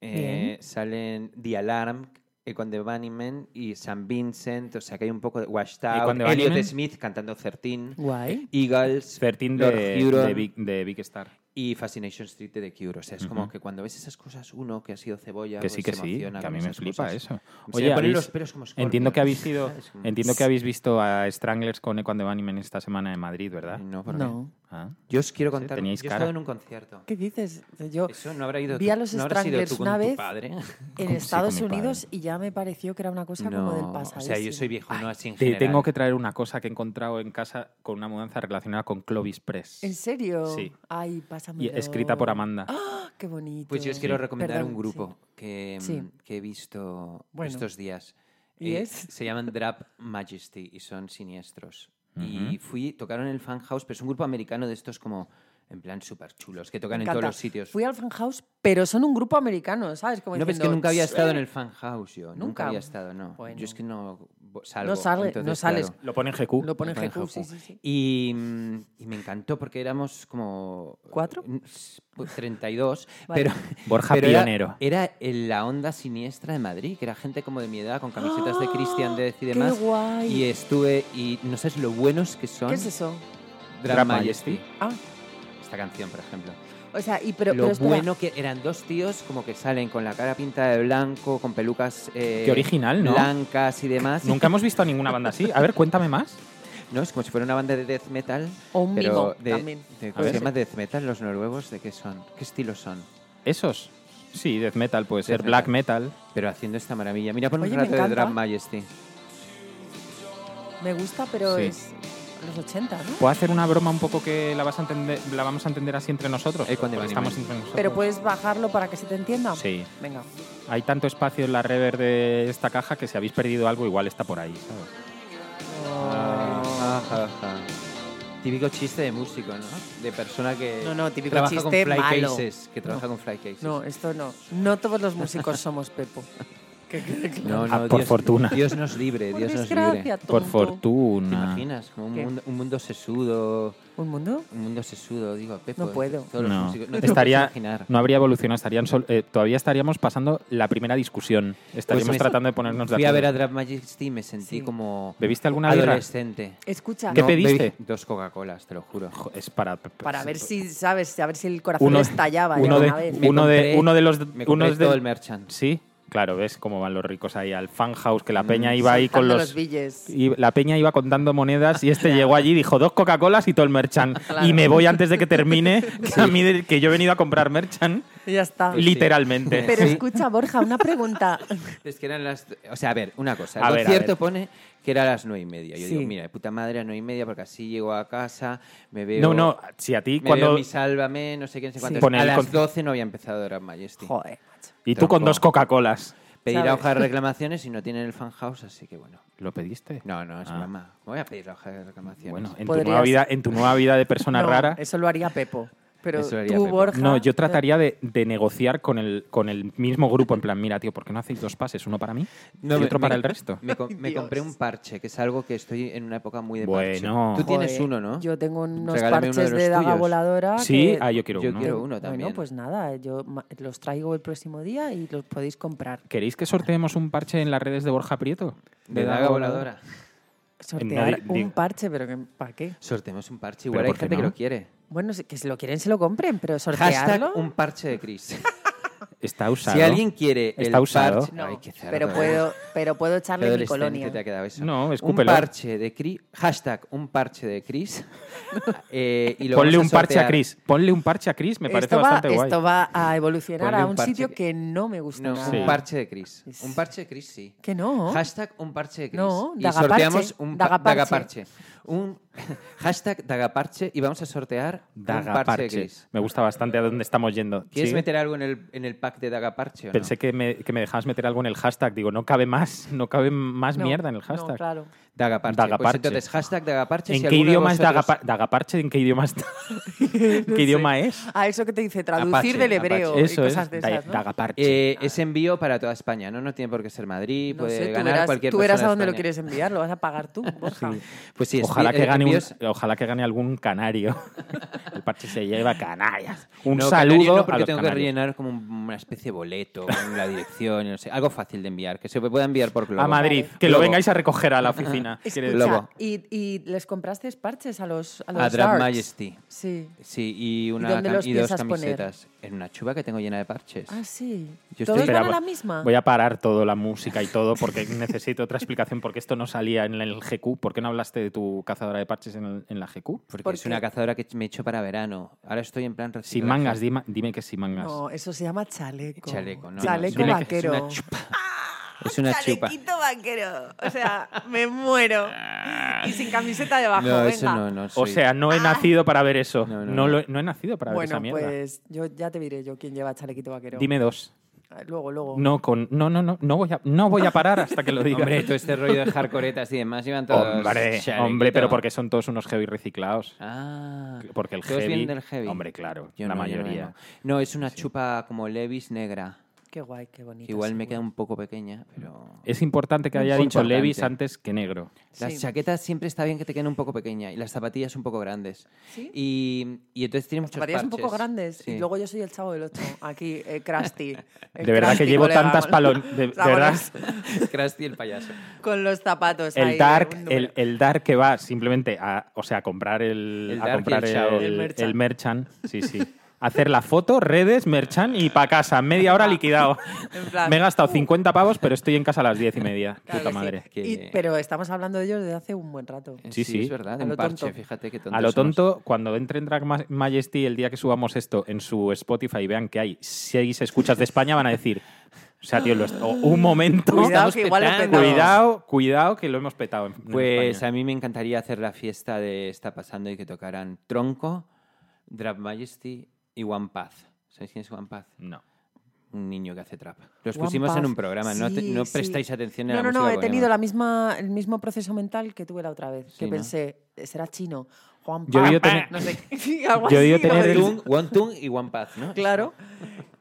S2: eh, salen The Alarm, Econ de Bunnymen y San Vincent, o sea que hay un poco de Washed
S4: Echo
S2: Out,
S4: and the Bunnymen.
S2: Elliot Smith cantando 13,
S3: Guay.
S2: Eagles,
S4: 13
S2: Lord
S4: de,
S2: Huron
S4: de Big, de Big Star.
S2: y Fascination Street de The Cure. O sea, es como que cuando ves esas cosas, uno que ha sido cebolla,
S4: Que sí,
S2: pues
S4: que
S2: se
S4: sí.
S2: emociona
S4: Que a
S2: con
S4: mí me
S2: esas
S4: flipa
S2: cosas.
S4: eso.
S2: Se me ponen
S4: habéis-
S2: los pelos como
S4: entiendo que
S2: escorpión, [LAUGHS]
S4: habéis ido,
S2: ¿sabes? Como-
S4: entiendo que habéis visto a Stranglers con Ecuan de Bunnymen esta semana en Madrid, ¿verdad?
S2: No, ¿por qué?
S3: No.
S4: Ah.
S2: Yo os quiero
S4: Sí,
S2: contar.
S4: teníais
S2: yo he
S4: cara.
S2: estado en un concierto.
S3: ¿Qué dices? Yo
S2: Eso no habrá ido.
S3: vi
S2: tú-
S3: a los
S2: no habrá sido
S3: Stranglers
S2: tú con
S3: una
S2: tu
S3: vez
S2: padre.
S3: en
S4: con mi
S3: Estados
S4: padre.
S3: Unidos y ya me pareció que era una cosa como del
S2: o
S3: pasado.
S2: sea, yo soy viejo, no así en
S4: Te
S2: general.
S4: tengo que traer una cosa que he encontrado en casa con una mudanza relacionada con Clovis Press.
S3: ¿En serio?
S4: Sí.
S3: Ay, pásame.
S4: Y escrita por Amanda.
S3: ¡Ah! ¡Qué bonito!
S2: Pues yo os quiero recomendar
S3: Perdón,
S2: un grupo que,
S3: Sí.
S2: mm, que he visto
S3: Bueno.
S2: estos días. Eh,
S3: ¿Y es?
S2: Se llaman Drap Majesty y son siniestros. Y fui, tocaron en el Fan House, pero es un grupo americano de estos como en plan súper chulos, que
S3: sí.
S2: tocan
S3: Me
S2: en todos
S3: encanta.
S2: los sitios.
S3: Fui al Fan House, pero son un grupo americano, ¿sabes? Como
S2: No, pero es que
S3: diciendo,
S2: nunca había
S3: "Tss".
S2: estado en el Fan House yo. Nunca,
S3: Nunca.
S2: había estado, no.
S3: Bueno.
S2: Yo es que no bo- salgo.
S3: No, sale, no
S2: entonces,
S3: sales.
S2: claro.
S4: Lo pone en GQ.
S3: Lo pone en
S2: Pone
S3: GQ,
S2: GQ.
S3: sí, sí, sí.
S2: Y, mm, y me encantó porque éramos como...
S3: ¿Cuatro?
S2: n- s- pues, 32,
S3: [LAUGHS] Vale.
S2: pero...
S4: Borja
S2: pero era-
S4: pionero.
S2: Era, en la onda siniestra de Madrid, que era gente como de mi edad, con camisetas de
S3: ¡Ah!
S2: Christian Death y
S3: ¡Qué
S2: demás.
S3: guay!
S2: Y estuve, y no sabes lo buenos que son
S3: ¿Qué es eso?
S2: Drag
S4: Drag
S2: Majesty.
S4: Majesty.
S3: Ah,
S2: Esta canción, por ejemplo.
S3: o sea, y pero.
S2: lo
S3: pero espera,
S2: bueno que eran dos tíos como que salen con la cara pintada de blanco, con pelucas... eh,
S4: Qué original, ¿no?
S2: Blancas y demás.
S4: Nunca hemos visto a ninguna banda así. A ver, cuéntame más.
S2: No, es como si fuera una banda de death metal.
S3: O un
S2: pero
S3: mimo,
S2: de,
S3: también.
S2: de-
S4: A
S2: ¿Cómo se
S4: ver.
S2: llama death metal? ¿Los noruegos de qué son? ¿Qué estilos son?
S4: Esos. Sí, death metal puede ser,
S2: Death
S4: black metal.
S2: Pero haciendo esta maravilla. Mira, pon un
S3: Oye, me
S2: rato de
S3: encanta.
S2: Drag Majesty.
S3: Me gusta, pero
S4: Sí.
S3: es los 80, ¿no?
S4: ¿Puedo hacer una broma un poco que la, vas a entender, la vamos a entender así entre nosotros?
S2: Eh, con
S4: Porque
S2: Devani
S4: estamos
S2: Man.
S4: entre nosotros.
S3: Pero puedes bajarlo para que se te entienda.
S4: Sí.
S3: Venga.
S4: Hay tanto espacio en la rever de esta caja que si habéis perdido algo, igual está por ahí. ¿sabes?
S2: Ah, ja, ja. Típico chiste de músico, ¿no? De persona que
S3: No, no, típico
S2: trabaja
S3: chiste
S2: con fly
S3: malo.
S2: cases, que trabaja con fly cases.
S3: No, esto no. No todos los músicos
S2: [LAUGHS]
S3: somos Pepo. Que quede claro.
S2: no,
S4: Ah, por fortuna. Ah.
S2: Dios nos libre,
S3: Por
S2: Dios nos
S3: desgracia,
S2: libre.
S3: tonto.
S4: Por
S2: ¿Te
S4: fortuna.
S2: imaginas? Como un
S3: ¿Qué?
S2: mundo, un mundo sesudo,
S3: ¿Un mundo?
S2: un mundo sesudo, digo, Pepo.
S3: No puedo.
S2: todos los
S4: No.
S2: músicos- no te
S4: estaría,
S2: puedes imaginar.
S4: no habría evolucionado, estarían sol- eh, todavía estaríamos pasando la primera discusión.
S2: Pues
S4: Estaríamos
S2: me-
S4: tratando de ponernos de
S2: Fui a ver
S4: acuerdo.
S2: a Draft Majesty y me sentí como
S4: ¿Bebiste alguna birra?
S2: adolescente.
S3: Escucha,
S4: ¿Qué
S2: No,
S4: pediste?
S2: bebí Dos Coca-Colas, te lo juro.
S4: Jo, Es para,
S3: para ver si, ¿sabes? A ver si el corazón
S4: Uno-
S3: estallaba
S4: uno
S3: ya
S4: de-
S3: una vez.
S2: Me
S4: uno de- uno de los-
S2: Me
S4: uno
S2: compré
S4: de-
S2: todo el merchant.
S4: Sí, claro, ves cómo van los ricos ahí al fan house, que la
S2: Mm,
S4: peña iba ahí con
S3: Dando
S4: los...
S3: los billes.
S4: y la peña iba contando monedas
S2: [LAUGHS]
S4: y este llegó allí y dijo dos Coca-Colas y todo el merchan.
S3: Claro.
S4: Y me voy antes de
S2: [LAUGHS]
S4: que termine, que a mí de- que yo he venido a comprar merchan,
S3: Y Ya está.
S2: Pues sí.
S4: literalmente.
S3: Pero
S2: Sí.
S3: escucha, Borja, una pregunta.
S2: [LAUGHS] Es que eran las... O sea, a ver, una cosa.
S4: A
S2: El
S4: ver, a
S2: concierto
S4: ver.
S2: pone que era a las nueve y media. Yo
S3: Sí.
S2: digo, mira, de puta madre, a nueve y media, porque así llego a casa, me veo...
S4: no, no, si a ti
S2: Me
S4: cuando...
S2: veo mi sálvame, no sé quién, no sé cuántos.
S4: Pone
S2: A
S4: el
S2: las
S4: con-
S2: 12 no había empezado Draft Majesty.
S3: Joder, macho.
S4: Y tú con
S2: Tronco.
S4: dos Coca-Colas.
S2: Pedir la
S4: [LAUGHS]
S3: ¿Sabes?
S2: hoja de reclamaciones y no tienen el fan house, así que bueno.
S4: ¿Lo pediste?
S2: No, no, es
S4: Ah.
S2: broma. ¿Cómo Voy a pedir la hoja de reclamaciones.
S4: Bueno, en tu,
S3: Podrías-
S4: nueva vida, en tu nueva vida de persona
S3: [LAUGHS] No,
S4: rara.
S3: Eso lo haría Pepo. Pero
S2: Eso lo haría
S3: tú,
S2: Pepo.
S3: Borja.
S4: No, yo trataría de, de negociar con el, con el mismo grupo. En plan, mira, tío, ¿por qué no hacéis dos pases? Uno para mí
S2: No,
S4: y
S2: me- me-
S4: otro para el resto.
S2: Me, com- me compré un parche, que es algo que estoy en una época muy de parche.
S4: Bueno.
S2: Tú tienes
S3: Joder,
S2: uno, ¿no?
S3: Yo tengo unos
S2: Regálame uno
S3: parches
S2: de
S3: de,
S2: los
S3: daga
S2: tuyos.
S3: voladora.
S4: Sí,
S3: que-
S4: ah, yo quiero
S2: yo
S4: uno.
S2: quiero uno también.
S3: Bueno, pues nada, yo ma- los traigo el próximo día y los podéis comprar.
S4: ¿Queréis que sorteemos un parche en las redes de Borja Prieto?
S2: De daga voladora.
S3: Sortear
S4: di-
S3: un
S4: digo-
S3: parche, pero ¿para qué?
S2: Sorteemos un parche.
S4: ¿Pero
S2: Igual hay
S4: por qué
S2: gente que
S4: no?
S2: lo quiere.
S3: Bueno, si- que si lo quieren se lo compren, pero sortearlo.
S2: Hashtag un parche de
S4: [LAUGHS]
S2: Chris.
S4: Está usado.
S2: Si alguien quiere el
S4: Está usado.
S2: parche...
S3: No,
S2: Ay, qué cerdo,
S3: pero
S2: eh.
S3: puedo, pero puedo
S2: Qué
S3: echarle mi
S2: adolescente
S3: colonia.
S2: te ha quedado eso.
S4: No,
S2: un
S4: escúpelo.
S2: parche de Chris. Hashtag un parche de
S3: [LAUGHS]
S2: Chris. eh, y lo
S4: Ponle
S2: vamos
S4: un parche a
S2: sortear.
S4: Chris. Ponle un parche a Chris, me parece
S3: esto, va,
S4: bastante guay.
S3: esto va a evolucionar
S2: Ponle
S3: a
S2: un
S3: un
S2: parche
S3: sitio
S2: que-
S3: que no me gusta
S2: No,
S3: nada.
S2: un parche de Chris.
S3: Es-
S2: Un parche de Chris, sí.
S3: Que no.
S2: Hashtag un parche de Chris.
S3: No,
S2: y
S3: dagaparche,
S2: sorteamos un pa-
S3: dagaparche.
S2: dagaparche. Un [LAUGHS] hashtag dagaparche y vamos a sortear un
S4: Daga
S2: parche de
S4: parche.
S2: Chris.
S4: Me gusta bastante a dónde estamos yendo.
S2: ¿Quieres
S4: Sí.
S2: meter algo en el, en el pack de Dagaparche. ¿o no?
S4: Pensé que me, que me dejabas meter algo en el hashtag. Digo, no cabe más, no cabe más
S3: No,
S4: mierda en el
S3: no,
S4: hashtag.
S3: claro.
S2: Dagaparche. Pues
S4: Dagaparche.
S2: entonces, hashtag Dagaparche.
S4: ¿En
S2: si
S4: qué
S2: alguno de
S4: idioma es
S2: vosotros-
S4: Dagapa- Dagaparche? ¿En qué idioma
S3: [LAUGHS]
S4: está? ¿En qué idioma es?
S3: A eso que te dice traducir
S2: Apache,
S3: del hebreo
S2: Apache.
S3: y
S4: Eso
S3: cosas
S4: es.
S3: de
S4: Da-
S3: esas, ¿no?
S4: Dagaparche.
S2: Eh, es envío para toda España, ¿no? No tiene por qué ser Madrid,
S3: No
S2: puede
S3: sé, tú
S2: ganar
S3: verás-
S2: cualquier
S3: Tú verás
S2: persona
S3: a
S2: de
S3: dónde lo
S2: España.
S3: quieres enviar, lo vas a pagar
S2: [LAUGHS]
S3: tú, Borja.
S2: Pues sí, es
S4: ojalá,
S2: vi-
S4: que
S2: eh,
S4: gane un-
S2: envíos-
S4: ojalá que gane algún canario. [LAUGHS] el parche se lleva a Canarias. Un
S2: No,
S4: saludo
S2: canario no,
S4: a
S2: porque
S4: los
S2: tengo que
S4: canarios.
S2: rellenar como un- una especie de boleto con la dirección, y no sé, algo fácil de enviar, que se pueda enviar por Globo.
S4: A Madrid, que lo
S2: Globo.
S4: vengáis a recoger a la
S3: [LAUGHS]
S4: oficina. Quiere decir-
S2: Lobo.
S3: Y, y les compraste parches a los a los
S2: A Drag
S3: darts.
S2: Majesty.
S3: Sí.
S2: Sí, y, una
S3: dónde
S2: cam-
S3: los
S2: dos
S3: piensas poner?
S2: camisetas. En una chuva que tengo llena de parches.
S3: Ah, sí.
S2: Yo estoy-
S3: ¿Todos
S2: Espera,
S3: van a la
S4: voy-
S3: misma?
S4: Voy a parar todo, la música y todo, porque necesito otra explicación, porque esto no salía en el GQ. ¿Por qué no hablaste de tu cazadora de parches en, el- en la Pues, GQ?
S2: Porque
S3: ¿Por
S2: es
S3: qué?
S2: una cazadora que me he hecho para verano. Ahora estoy en plan...
S4: Sin
S2: reciclaje.
S4: mangas, dime, dime que sin mangas.
S3: No, eso se llama chaleco.
S2: Chaleco, no, no,
S3: Chaleco
S4: dime que es
S3: vaquero.
S2: Es una chupa. Es
S3: Ah,
S2: una chupa.
S3: Chalequito vaquero. O sea, me muero. Y sin camiseta debajo,
S2: No,
S3: venga.
S2: eso no, no.
S4: O
S2: soy-
S4: sea, no he nacido para ver eso.
S2: No,
S4: No,
S2: no,
S4: lo- no he nacido para ver
S3: Ah. bueno,
S4: esa mierda.
S3: pues yo ya te diré yo quién lleva chalequito vaquero.
S4: Dime dos.
S3: Ah, Luego, luego.
S4: No, con, no, no, no, no voy a, no voy a parar hasta
S2: [LAUGHS]
S4: que lo diga.
S2: Hombre, todo este rollo de hardcoretas y demás iban todos...
S4: hombre,
S2: chalequito.
S4: hombre, pero porque son todos unos heavy reciclados.
S2: Ah,
S4: Porque el
S2: ¿todos
S4: heavy-
S2: vienen del heavy.
S4: Hombre, claro,
S2: Yo
S4: la
S2: no, yo no,
S4: mayoría.
S2: yo No, No, es una chupa como Levis negra.
S3: Qué guay, qué bonito.
S2: que igual me
S3: seguro.
S2: queda un poco pequeña, pero.
S4: Es importante que haya
S2: Muy
S4: dicho
S2: importante.
S4: Levis antes que negro.
S2: Las
S3: Sí.
S2: chaquetas siempre está bien que te queden un poco pequeña y las zapatillas un poco grandes.
S3: ¿Sí?
S2: Y, y entonces tiene muchos
S3: Zapatillas un
S2: parches.
S3: poco grandes.
S2: Sí.
S3: Y luego yo soy el chavo del 8, aquí, eh,
S4: [LAUGHS]
S3: Krusty. El
S4: De verdad que
S3: Krusty,
S4: llevo
S3: colega,
S4: tantas
S3: con-
S4: palon... De, de
S3: [LAUGHS] Vámonos.
S4: verdad,
S2: [LAUGHS] Krusty el payaso.
S3: Con los zapatos. Pues ahí,
S4: el dark,
S3: un número.
S4: el, el dark que va simplemente a, o sea, a comprar el,
S2: El
S4: a
S2: dark y
S4: comprar
S2: el
S4: el,
S2: chao.
S3: El merchan.
S4: el merchan, sí, sí. Hacer la foto, redes, merchan y para casa. Media hora liquidado.
S3: [LAUGHS] En plan, uh.
S4: Me he gastado 50 pavos, pero estoy en casa a las 10 y media.
S3: Claro
S4: Puta
S3: que sí.
S4: madre.
S2: que-
S3: Y- pero estamos hablando de ellos desde hace un buen rato.
S4: Sí, sí.
S2: Es verdad,
S3: A
S2: un
S3: lo
S2: parche,
S3: tonto.
S2: fíjate que tonto.
S4: A lo tonto, cuando entren Drag Ma- Majesty el día que subamos esto en su Spotify y vean que hay seis escuchas de España, van a decir, o sea, tío, lo est- o, un momento,
S3: Cuidado,
S2: estamos
S3: que igual lo
S2: petando.
S3: petamos.
S4: cuidado, cuidado, que lo hemos petado. en- en
S2: Pues
S4: España.
S2: a mí me encantaría hacer la fiesta de Está pasando y que tocaran Tronco, Drag Majesty y One Path. ¿Sabéis quién es One Path?
S4: No.
S2: Un niño que hace trap. Los
S3: One
S2: pusimos en
S3: Puff.
S2: un programa, no, te-
S3: Sí,
S2: no
S3: sí.
S2: prestáis atención a
S3: No,
S2: la
S3: no, no,
S2: música
S3: he
S2: porque
S3: tenido la misma, el mismo proceso mental que tuve la otra vez.
S2: Sí,
S3: que
S2: ¿no?
S3: pensé, será chino. Juan
S4: Yo he debido
S3: Pan,
S4: tener-
S3: no sé. [LAUGHS] algo
S4: yo he debido
S3: así,
S4: tener
S3: como
S4: el-
S3: dices,
S2: Tung, One Tung y One Path, ¿no?
S3: [LAUGHS] Claro.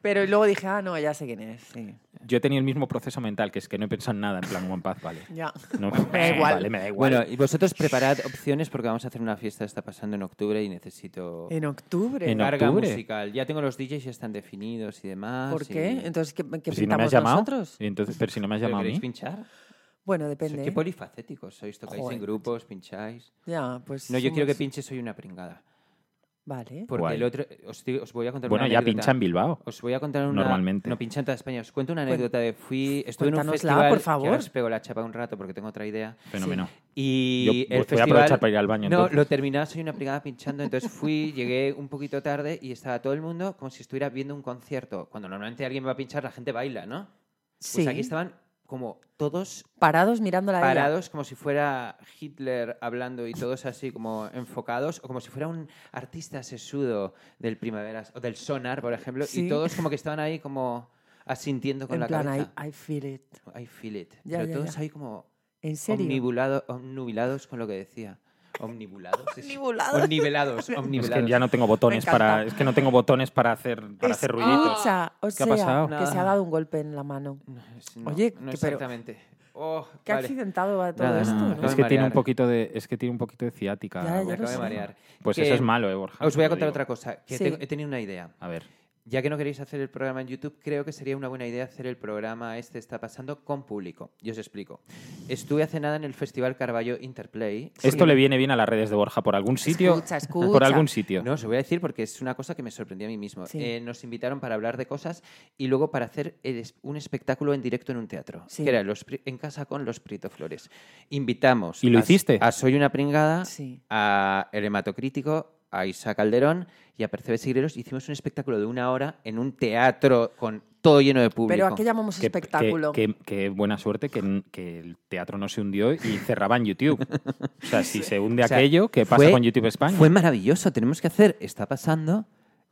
S3: Pero luego dije, ah, no, ya sé quién es. Sí,
S4: Yo he tenido el mismo proceso mental, que es que no he pensado en nada, en plan One Path, vale. [LAUGHS]
S3: ya.
S4: No,
S3: [LAUGHS] Me da igual.
S4: vale, me da igual.
S2: Bueno, y vosotros preparad opciones porque vamos a hacer una fiesta, está pasando en octubre y necesito
S3: En octubre.
S4: En
S2: carga
S4: octubre.
S2: musical. Ya tengo los DJs, ya están definidos y demás.
S3: ¿Por
S2: y-
S3: qué? Entonces, ¿qué, qué
S4: Pues si no me
S3: pintamos
S4: has llamado,
S3: nosotros?
S4: y entonces, pero si no me has
S2: ¿Pero
S4: llamado a
S2: queréis
S4: mí,
S2: pinchar?
S3: Bueno,
S2: Sois-
S3: depende.
S2: Qué
S3: ¿eh?
S2: polifacéticos sois, tocáis
S3: Joder.
S2: en grupos, pincháis.
S3: Ya, pues.
S2: No, yo quiero que pues,
S3: somos-
S2: pinche soy una pringada.
S3: Vale.
S2: Porque
S4: Guay.
S2: el otro. Os, digo- os voy a contar
S4: bueno,
S2: una
S4: ya
S2: anécdota.
S4: pincha en Bilbao.
S2: Os voy a contar una.
S4: Normalmente.
S2: No pincha en toda España. Os cuento una anécdota de. Fui. Estuve en un
S3: cuéntanosla,
S2: festival.
S3: por
S2: que
S3: favor.
S2: ahora os pego la chapa un rato porque tengo otra idea.
S4: Fenómeno. Yo
S2: Y
S4: voy-
S2: el
S4: voy a
S2: festival.
S4: aprovechar para ir al baño,
S2: No,
S4: entonces.
S2: lo terminaba, soy una pringada pinchando. Entonces fui, llegué un poquito tarde y estaba todo el mundo como si estuviera viendo un concierto. Cuando normalmente alguien va a pinchar, la gente baila, ¿no?
S3: Sí.
S2: Pues aquí estaban como todos
S3: Parados mirando la
S2: parados como si fuera Hitler hablando y todos así como enfocados o como si fuera un artista sesudo del primavera o del sonar por ejemplo
S3: Sí.
S2: y todos como que estaban ahí como asintiendo con
S3: En
S2: la
S3: plan, I-
S2: cabeza
S3: I, feel it.
S2: I, feel it
S3: Ya,
S2: pero
S3: ya,
S2: todos
S3: ya.
S2: ahí como
S3: ¿En serio?
S2: omnibulado- omnubulados con lo que decía omnibulados es-
S3: Omnibulados.
S2: omnibelados,
S4: Es
S2: omnibelados.
S4: que ya no tengo botones
S3: encanta.
S4: para, es que no tengo botones para hacer, para hacer ruiditos.
S3: Escucha, o
S4: ¿Qué ha
S3: sea,
S4: pasado?
S3: que se ha dado un golpe en la mano.
S2: No, es- no,
S3: Oye,
S2: no
S3: que pero-
S2: exactamente Oh,
S3: Qué
S2: vale.
S3: accidentado va todo
S2: Nada,
S3: esto,
S2: nada,
S3: ¿no?
S2: acabo de
S4: Es que tiene un
S2: marear.
S4: poquito de, es que tiene un poquito de ciática.
S3: ¡Oh! Ya, ya
S2: me
S4: Borja.
S3: lo
S2: acabo de
S3: sé.
S2: marear
S4: Pues
S2: Que-
S4: eso es malo, eh, Borja.
S2: os voy a
S4: te lo
S2: contar
S4: digo.
S2: otra cosa que
S3: Sí.
S2: tengo- he tenido una idea
S4: A ver.
S2: Ya que no queréis hacer el programa en YouTube, creo que sería una buena idea hacer el programa Este está pasando con público. Y os explico. Estuve hace nada en el Festival Carballo Interplay.
S4: Esto le viene bien a las redes de Borja por algún sitio.
S3: Escucha, escucha.
S4: Por algún sitio.
S2: No, os lo voy a decir porque es una cosa que me sorprendió a mí mismo.
S3: Sí.
S2: Eh, nos invitaron para hablar de cosas y luego para hacer el es- un espectáculo en directo en un teatro.
S3: Sí.
S2: Que era los Pri- en casa con los Prieto Flores. Invitamos.
S4: ¿Y lo
S2: a-
S4: hiciste?
S2: A Soy una pringada,
S3: Sí.
S2: a El hematocrítico, a Isa Calderón y a Percebes Sigreros. Hicimos un espectáculo de una hora en un teatro con todo lleno de público.
S3: Pero ¿a qué llamamos
S4: Qué-
S3: espectáculo?
S4: Qué, qué- qué buena suerte que, que el teatro no se hundió y cerraban YouTube. O sea, si se hunde
S3: [LAUGHS]
S2: O sea,
S4: aquello, ¿qué pasa
S2: fue-
S4: con YouTube España?
S2: Fue maravilloso. Tenemos que hacer Está pasando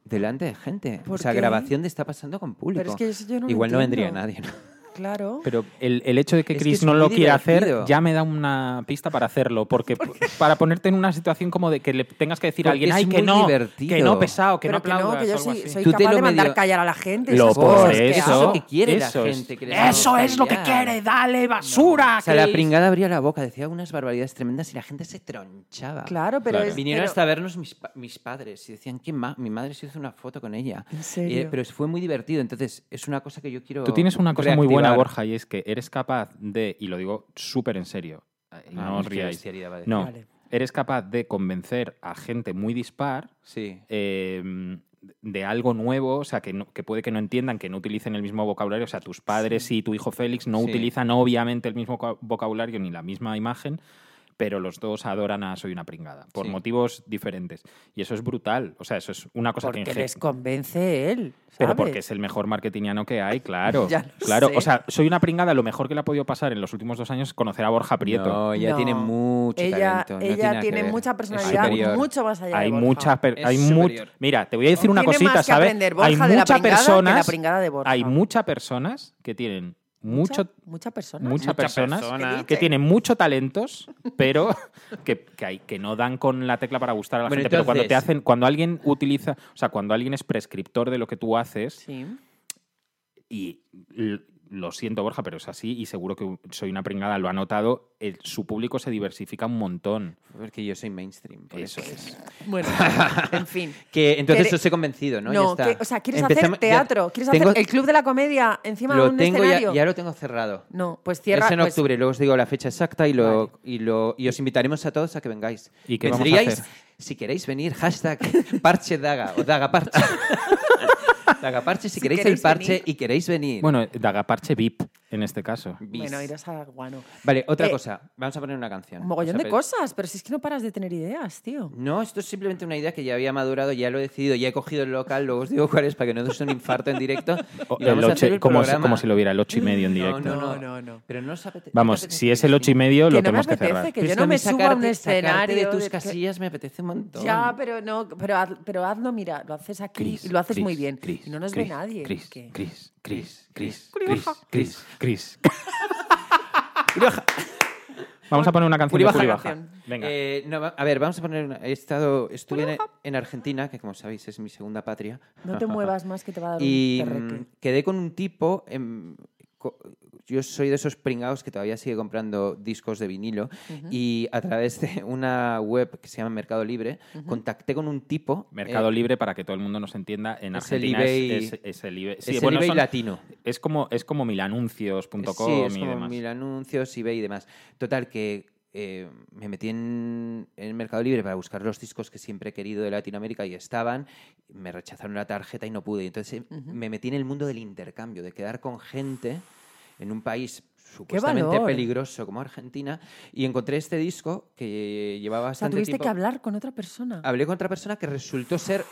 S2: delante de gente. O
S3: ¿Por
S2: sea,
S3: qué?
S2: grabación de está pasando con público.
S3: Pero es que eso yo no lo
S2: Igual no vendría
S3: entiendo. [LAUGHS]
S2: nadie. ¿no?
S3: Claro.
S4: Pero el, el hecho de que
S2: Es que
S4: Chris
S2: es
S4: no
S2: muy
S4: lo quiera
S2: divertido.
S4: hacer ya me da una pista para
S2: [LAUGHS]
S4: hacerlo. Porque para ponerte en una situación como de que le tengas que decir a
S2: Porque
S4: alguien,
S2: es
S4: ay, que
S2: muy
S4: no,
S2: divertido".
S4: que no pesado, que
S3: Pero
S4: no aplaudas
S3: que
S4: o
S3: yo
S4: algo
S3: sí-
S4: así.
S3: soy
S2: Tú te
S3: capaz
S2: lo
S3: de mandar
S2: medio-
S3: callar a la gente. y
S4: Lo
S3: esas cosas
S4: por
S3: que
S4: eso.
S3: hago.
S2: que quiere la
S4: eso es.
S2: gente. que le da
S4: Eso es lo que
S2: hostilidad.
S4: quiere, dale basura.
S2: O sea, la
S4: Chris.
S2: pringada abría la boca, decía unas barbaridades tremendas y la gente se tronchaba.
S3: Claro, pero
S4: Claro.
S3: es-
S2: Vinieron
S3: pero-
S2: hasta a vernos mis, pa- mis padres y decían que ma- mi madre se hizo una foto con ella.
S3: ¿En serio?
S2: Eh, pero fue muy divertido, entonces es una cosa que yo quiero.
S4: Tú tienes una cosa muy buena,
S2: reactivar.
S4: Borja, y es que eres capaz de, y lo digo súper en serio, eh, y
S2: Ah,
S4: no os
S2: qué
S4: ríais.
S2: bestialidad va a decir.
S4: No,
S3: Vale.
S4: eres capaz de convencer a gente muy dispar
S2: Sí.
S4: eh, de algo nuevo, o sea, que, no- que puede que no entiendan, que no utilicen el mismo vocabulario. O sea, tus padres y tu hijo Félix no
S2: Sí.
S4: utilizan obviamente el mismo ca- vocabulario ni la misma imagen, pero los dos adoran a Soy una pringada, por
S2: Sí.
S4: motivos diferentes. Y eso es brutal. O sea, eso es una cosa que
S3: Porque
S4: en gen-
S3: les convence él.
S4: Pero
S3: ¿sabes?
S4: porque es el mejor marketingiano que hay, claro.
S3: [LAUGHS] Ya lo
S4: claro,
S3: sé.
S4: o sea, soy una pringada. Lo mejor que le ha podido pasar en los últimos dos años es conocer a Borja Prieto.
S2: No, ella
S3: No.
S2: tiene mucho
S3: Ella-
S2: talento. no
S3: ella
S2: tiene, nada que
S3: tiene
S2: ver.
S3: mucha
S2: Es
S3: personalidad,
S2: superior.
S3: mucho más allá de
S4: hay
S3: Borja.
S4: muchas per-
S2: Es
S4: hay much-
S2: superior.
S4: mira te voy a decir una
S3: Tiene más
S4: cosita
S3: que
S4: sabes
S3: aprender Borja
S4: hay
S3: de la
S4: muchas
S3: pringada que la
S4: personas
S3: pringada de Borja.
S4: hay muchas personas que tienen mucho
S3: mucha persona.
S4: muchas
S2: Mucha
S4: personas
S2: persona.
S4: que tienen mucho talentos pero [LAUGHS] que, que, hay, que no dan con la tecla para gustar a la
S2: Bueno,
S4: gente pero cuando te
S2: entonces-
S4: hacen cuando alguien utiliza o sea cuando alguien es prescriptor de lo que tú haces
S3: Sí.
S4: y l- lo siento, Borja, pero es así y seguro que soy una pringada, lo ha notado. el- su público se diversifica un montón.
S2: Porque yo soy mainstream. por
S4: Eso
S2: eso.
S4: es.
S3: Bueno, [LAUGHS] en fin.
S2: Que entonces
S3: Pero-
S2: os he convencido, ¿no? Ya está.
S3: que- o sea, ¿quieres
S2: Empezamos-
S3: hacer
S2: ya-
S3: teatro? ¿Quieres
S2: tengo-
S3: hacer el club de la comedia encima de
S2: Lo
S3: un
S2: tengo ya,
S3: escenario?
S2: ya lo tengo cerrado.
S3: No, pues cierra.
S2: es en
S3: pues-
S2: octubre, luego os digo la fecha exacta y, lo, y, lo, y os invitaremos a todos a que vengáis.
S4: ¿Y qué vamos a
S2: ¿Vendríais?
S4: hacer?
S2: Si queréis venir, hashtag parche daga o daga
S3: [LAUGHS]
S2: parche. daga parche, si, queréis,
S3: queréis
S2: el parche
S3: venir.
S2: y queréis venir.
S4: Bueno, Dagaparche VIP en este caso.
S2: Bis.
S3: bueno, irás a guano.
S2: Vale, otra
S3: Eh,
S2: cosa. Vamos a poner una canción.
S3: Un mogollón
S2: O sea,
S3: de
S2: pero-
S3: cosas, pero si es que no paras de tener ideas, tío.
S2: No, esto es simplemente una idea que ya había madurado, ya lo he decidido, ya he cogido el local, luego os digo cuál es para que no os dé un infarto en directo.
S4: [LAUGHS] O-
S2: y vamos
S4: el
S2: a hacer
S4: ocho-
S2: el
S4: como, si,
S2: programa.
S4: como si lo viera el 8 y medio en directo.
S2: No, no,
S3: No, no,
S2: no.
S3: no.
S2: Pero no os apete-
S4: Vamos,
S2: no te
S4: si
S2: apetece,
S4: es el
S2: sí.
S4: 8 y medio,
S3: Que
S4: lo
S3: no me
S4: tenemos que
S3: apetece,
S4: cerrar.
S3: que- yo
S2: Pero
S3: no
S2: a mí
S3: me subo a
S2: sacarte-
S3: un
S2: sacarte
S3: escenario
S2: de tus
S3: de-
S2: casillas me apetece un montón.
S3: Ya, pero no, pero, haz- pero hazlo, mira, lo haces aquí
S4: Cris,
S3: y lo haces
S4: Cris,
S3: muy bien.
S4: Cris,
S3: Y no nos
S4: Cris,
S3: ve nadie.
S4: Cris,
S3: ¿qué?
S4: Cris, Cris, Cris, Cris,
S3: Curioja.
S4: Cris, Cris.
S2: [LAUGHS]
S4: Vamos a poner una canción
S2: Curioja
S4: de
S3: canción.
S4: Curioja. Venga.
S2: Eh, no, va- a ver, vamos a poner. una- He estado, estuve en, en Argentina, que como sabéis es mi segunda patria. [LAUGHS]
S3: No te muevas más que te va a dar
S2: Y
S3: un
S2: mm,
S3: terreque.
S2: quedé con un tipo. em, co- yo soy de esos pringados que todavía sigue comprando discos de vinilo. Y a través de una web que se llama Mercado Libre, contacté con un tipo.
S4: Mercado
S2: eh,
S4: Libre, para que todo el mundo nos entienda, en
S2: es el
S4: Argentina es-
S2: eBay-
S4: es, es el eBay. Sí,
S2: es el
S4: bueno,
S2: eBay
S4: son-
S2: latino.
S4: Es como, es como milanuncios.com
S2: Sí, es
S4: y
S2: como
S4: demás.
S2: mil anuncios, eBay y demás. Total, que eh, me metí en, en Mercado Libre para buscar los discos que siempre he querido de Latinoamérica y estaban. Me rechazaron la tarjeta y no pude. Entonces eh, me metí en el mundo del intercambio, de quedar con gente en un país supuestamente
S3: valor!
S2: peligroso como Argentina y encontré este disco que llevaba
S3: O sea,
S2: bastante
S3: tuviste
S2: tiempo.
S3: que hablar con otra persona.
S2: Hablé con otra persona que resultó ser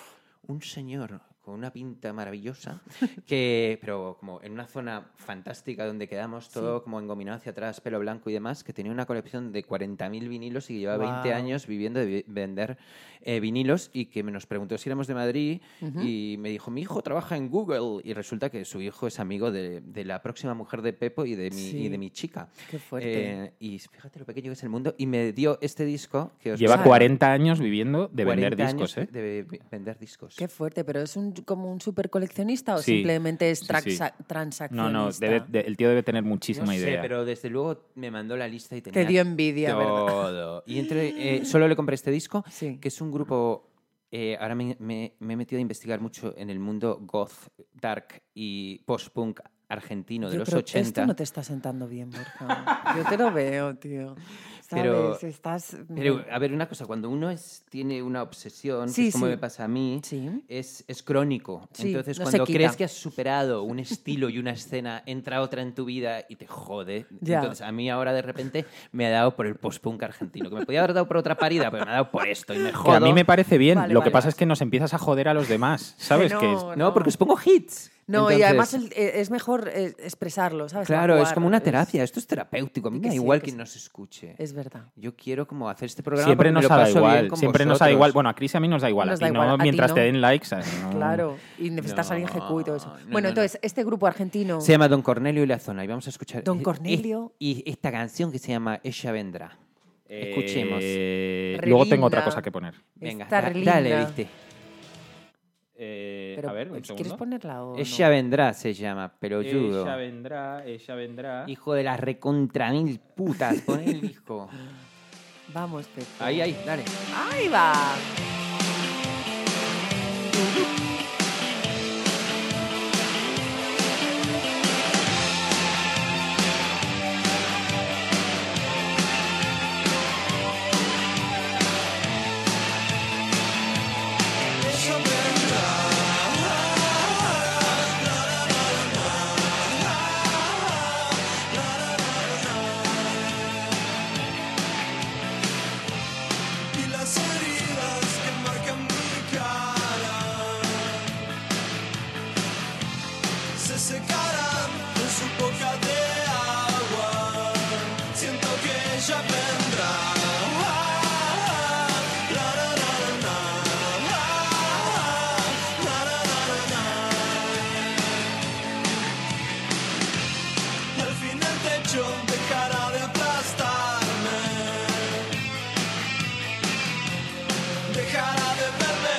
S2: un señor con una pinta
S3: [LAUGHS]
S2: maravillosa, que, pero como en una zona fantástica donde quedamos todo como engominado hacia atrás, pelo blanco y demás, que tenía una colección de 40.000 vinilos y que llevaba 20
S3: Guau.
S2: años viviendo de vi- vender eh, vinilos y que me nos preguntó si éramos de Madrid y me dijo, mi hijo trabaja en Google y resulta que su hijo es amigo de, de la próxima mujer de Pepo y de mi, y
S3: Sí.
S2: de mi chica.
S3: Qué fuerte.
S2: Eh, y fíjate lo pequeño que es el mundo y me dio este disco que os
S4: Lleva
S2: Ah.
S4: 40 años viviendo de vender
S2: 40 años
S4: discos, ¿eh?
S2: De vi- vender discos.
S3: Qué fuerte, pero ¿es un, como un super coleccionista o
S4: Sí,
S3: simplemente es
S4: sí,
S3: transa-
S4: No,
S3: transaccionista?
S4: no, debe- de- el tío debe tener muchísima
S2: no sé,
S4: idea.
S2: pero desde luego me mandó la lista y tenía
S3: Te dio envidia, ¿verdad?
S2: todo. Y entre, eh, solo le compré este disco,
S3: Sí.
S2: que es un grupo... eh, ahora me, me- me he metido a investigar mucho en el mundo goth, dark y post-punk argentino de
S3: Yo
S2: los
S3: creo que
S2: 80.
S3: Esto no te está sentando bien, Borja. Yo te lo veo, tío. ¿Sabes?
S2: Pero-
S3: Estás...
S2: Pero, a ver, una cosa, cuando uno es, tiene una obsesión, que
S3: Sí,
S2: es como
S3: sí.
S2: me pasa a mí,
S3: Sí.
S2: es, es crónico.
S3: Sí,
S2: Entonces,
S3: no se
S2: cuando
S3: quita.
S2: crees que has superado un estilo y una escena, entra otra en tu vida y te jode.
S3: Ya.
S2: Entonces, a mí ahora de repente me ha dado por el post-punk argentino, que me podía haber dado por otra parida, pero me ha dado por esto y me
S4: Que
S2: jodo.
S4: a mí me parece bien.
S3: Vale,
S4: Lo que
S3: vale.
S2: [LAUGHS]
S4: pasa es que nos empiezas a joder a los demás. ¿Sabes?
S3: no,
S4: Que es-
S2: No, porque os pongo hits.
S3: No, y
S2: Entonces-
S3: además el- eh, es mejor eh, expresarlo, ¿sabes?
S2: Claro, es
S3: Evacuar,
S2: como una
S3: es-
S2: terapia. Esto es terapéutico. A mí
S3: Y
S2: me
S3: que
S2: da
S3: sí,
S2: igual
S3: que
S2: quien
S3: sí.
S2: nos escuche.
S3: Es verdad.
S2: Yo quiero como hacer este programa. porque
S4: Siempre
S2: me
S4: nos
S2: lo
S4: da
S2: paso bien
S4: igual,
S2: con
S4: siempre nos da
S2: vosotros.
S4: igual. Bueno, a Chris y a mí nos da igual,
S3: Nos
S4: a
S3: da
S4: ti
S3: igual,
S4: no,
S3: a ti
S4: mientras
S3: no.
S4: te den likes. ¿sabes? No.
S3: Claro, y necesitas salir GQ y todo eso.
S2: Mm. no, no,
S3: bueno,
S2: no.
S3: entonces, este grupo argentino.
S2: Se llama Don Cornelio y la zona y vamos a escuchar.
S3: Don
S2: e- e-
S3: Cornelio.
S2: Y esta canción que se llama Ella vendrá.
S4: Eh,
S2: Escuchemos.
S4: luego tengo
S3: Relinda.
S4: otra cosa que poner.
S2: Venga,
S3: está
S2: da-
S3: re
S2: dale,
S3: linda.
S2: viste.
S4: Eh,
S3: Pero,
S4: a ver, un
S3: ¿Quieres
S4: segundo.
S3: ponerla o no?
S2: Ella vendrá se llama, pero judo.
S4: Ella vendrá, ella vendrá.
S2: Hijo de las recontra mil putas, pon el
S4: [LAUGHS]
S2: hijo.
S3: Vamos, Pepe.
S2: Ahí, ahí, dale.
S3: ¡Ahí va!
S7: y las heridas que marcan mi cara se secarán en su boca de agua. Siento que ella vendrá. La, la, la, la, la. La, la, la, la, la. Al fin el techo dejará de aplastarme dejará de verme.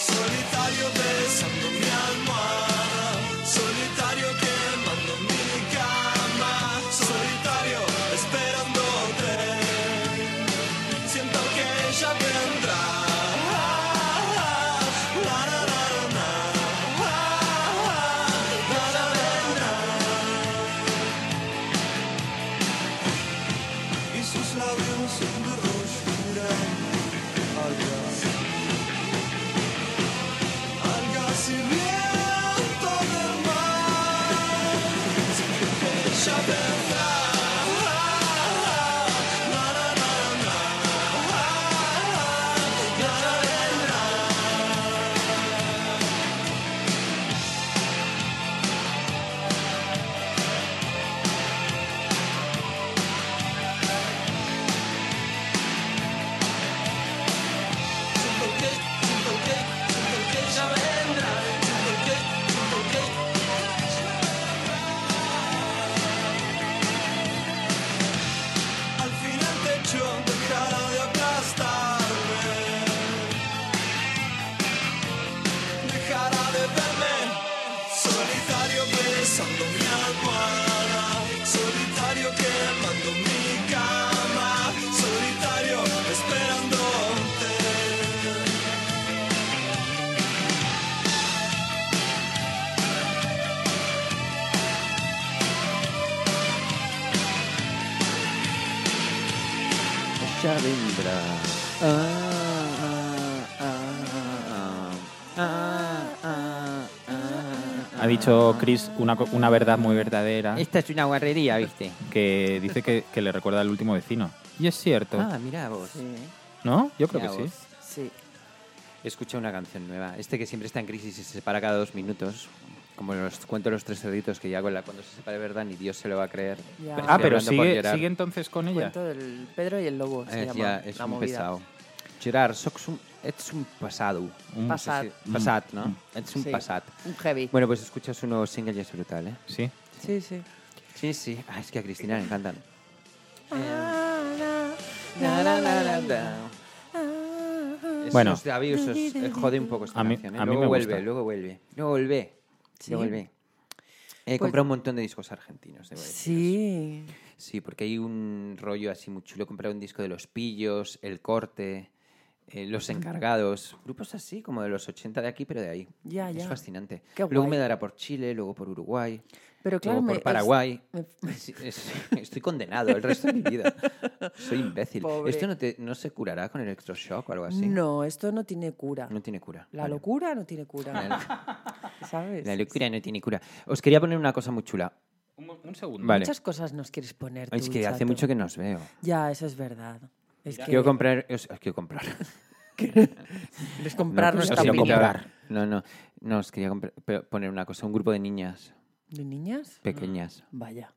S7: Solitario besando mi almohada, solitario quemando mi cama, solitario esperándote. Siento que ella vendrá. La, la, la, la, la. La, la, la, la. Y sus labios en derrochura algas y viento del mar. Ella vendrá. La, la, la, la. La, la, la, la. Siento que, siento que, siento que ella vendrá. Siento que, siento que. Al fin el techo dejará de aplastarme. Dejará de verme. Solitario besando mi almohada. Solitario quemando mi cama. Solitario esperándote.
S2: Ella vendrá. Ah, ah, ah, ah, ah, ah,
S4: Ha dicho Chris una, co- una verdad muy verdadera
S2: ah. Esta es una guarrería, viste.
S4: que dice que, que le recuerda al último vecino. Y es cierto,
S2: Ah, mira vos.
S3: Sí,
S4: ¿no? Yo creo que
S2: Mirá
S4: sí. Ah,
S2: vos.
S3: sí.
S2: Escucha una canción nueva. Este que siempre está en crisis y se separa cada dos minutos. Como los cuento los tres cerditos que ya con la cuando se separe verdad ni Dios se lo va a creer.
S3: Ya.
S2: Estoy
S4: Ah, pero
S2: hablando por
S4: sigue,
S2: Gerard.
S4: sigue entonces con ella.
S3: Cuento del Pedro y el Lobo. se
S2: Eh,
S3: llama
S2: ya, es
S3: la
S2: un
S3: movida.
S2: pesado. Gerard, sos un, ets un pasado.
S4: Un-
S3: Passat. Mm.
S2: Pasat, ¿no? Ets un
S3: Sí.
S2: pasat.
S3: Un heavy.
S2: Bueno, pues escucha su nuevo single y es brutal, ¿eh?
S4: Sí.
S3: Sí, sí. Eh.
S2: Sí, sí. Ah, es que a Cristina le encantan.
S4: Bueno.
S2: Esos David, esos- eh, jode un poco esta
S4: A mí-
S2: canción. ¿eh?
S4: a mí
S2: luego
S4: me
S2: vuelve,
S4: gusta.
S2: luego vuelve. Luego vuelve.
S3: Sí. Pues
S2: Luego vuelve. He comprado un montón de discos argentinos, debo decir.
S3: Sí.
S2: Sí, porque hay un rollo así muy chulo. Compré un disco de Los Pillos, El Corte, eh, Los Encargados. Grupos así, como de los 80 de aquí, pero de ahí.
S3: Ya,
S2: Es
S3: ya.
S2: fascinante.
S3: Qué
S2: luego
S3: guay.
S2: me dará por Chile, luego por Uruguay,
S3: Pero claro,
S2: luego
S3: me-
S2: por
S3: es-
S2: Paraguay.
S3: me-
S2: Sí, es- [LAUGHS] estoy condenado el resto de mi vida. Soy imbécil.
S3: Pobre.
S2: ¿Esto no, te- no se curará con electroshock o algo así?
S3: No, esto no tiene cura.
S2: No tiene cura.
S3: La
S2: Vale.
S3: locura no tiene
S2: La,
S3: cura, [LAUGHS] ¿sabes?
S2: la locura no tiene cura. Os quería poner una cosa muy chula.
S4: Un, un segundo.
S2: Vale.
S3: Muchas cosas nos quieres poner tú,
S2: Es que hace
S3: chato.
S2: mucho que no os veo.
S3: Ya, eso es verdad. Es que
S2: Quiero comprar... Os, os quiero comprar.
S3: es comprar
S2: No,
S3: nuestra
S2: os quiero
S3: opinión.
S2: comprar. No, no, no, os quería compre- pe- poner una cosa, un grupo de niñas
S3: ¿De niñas?
S2: pequeñas.
S3: Vaya,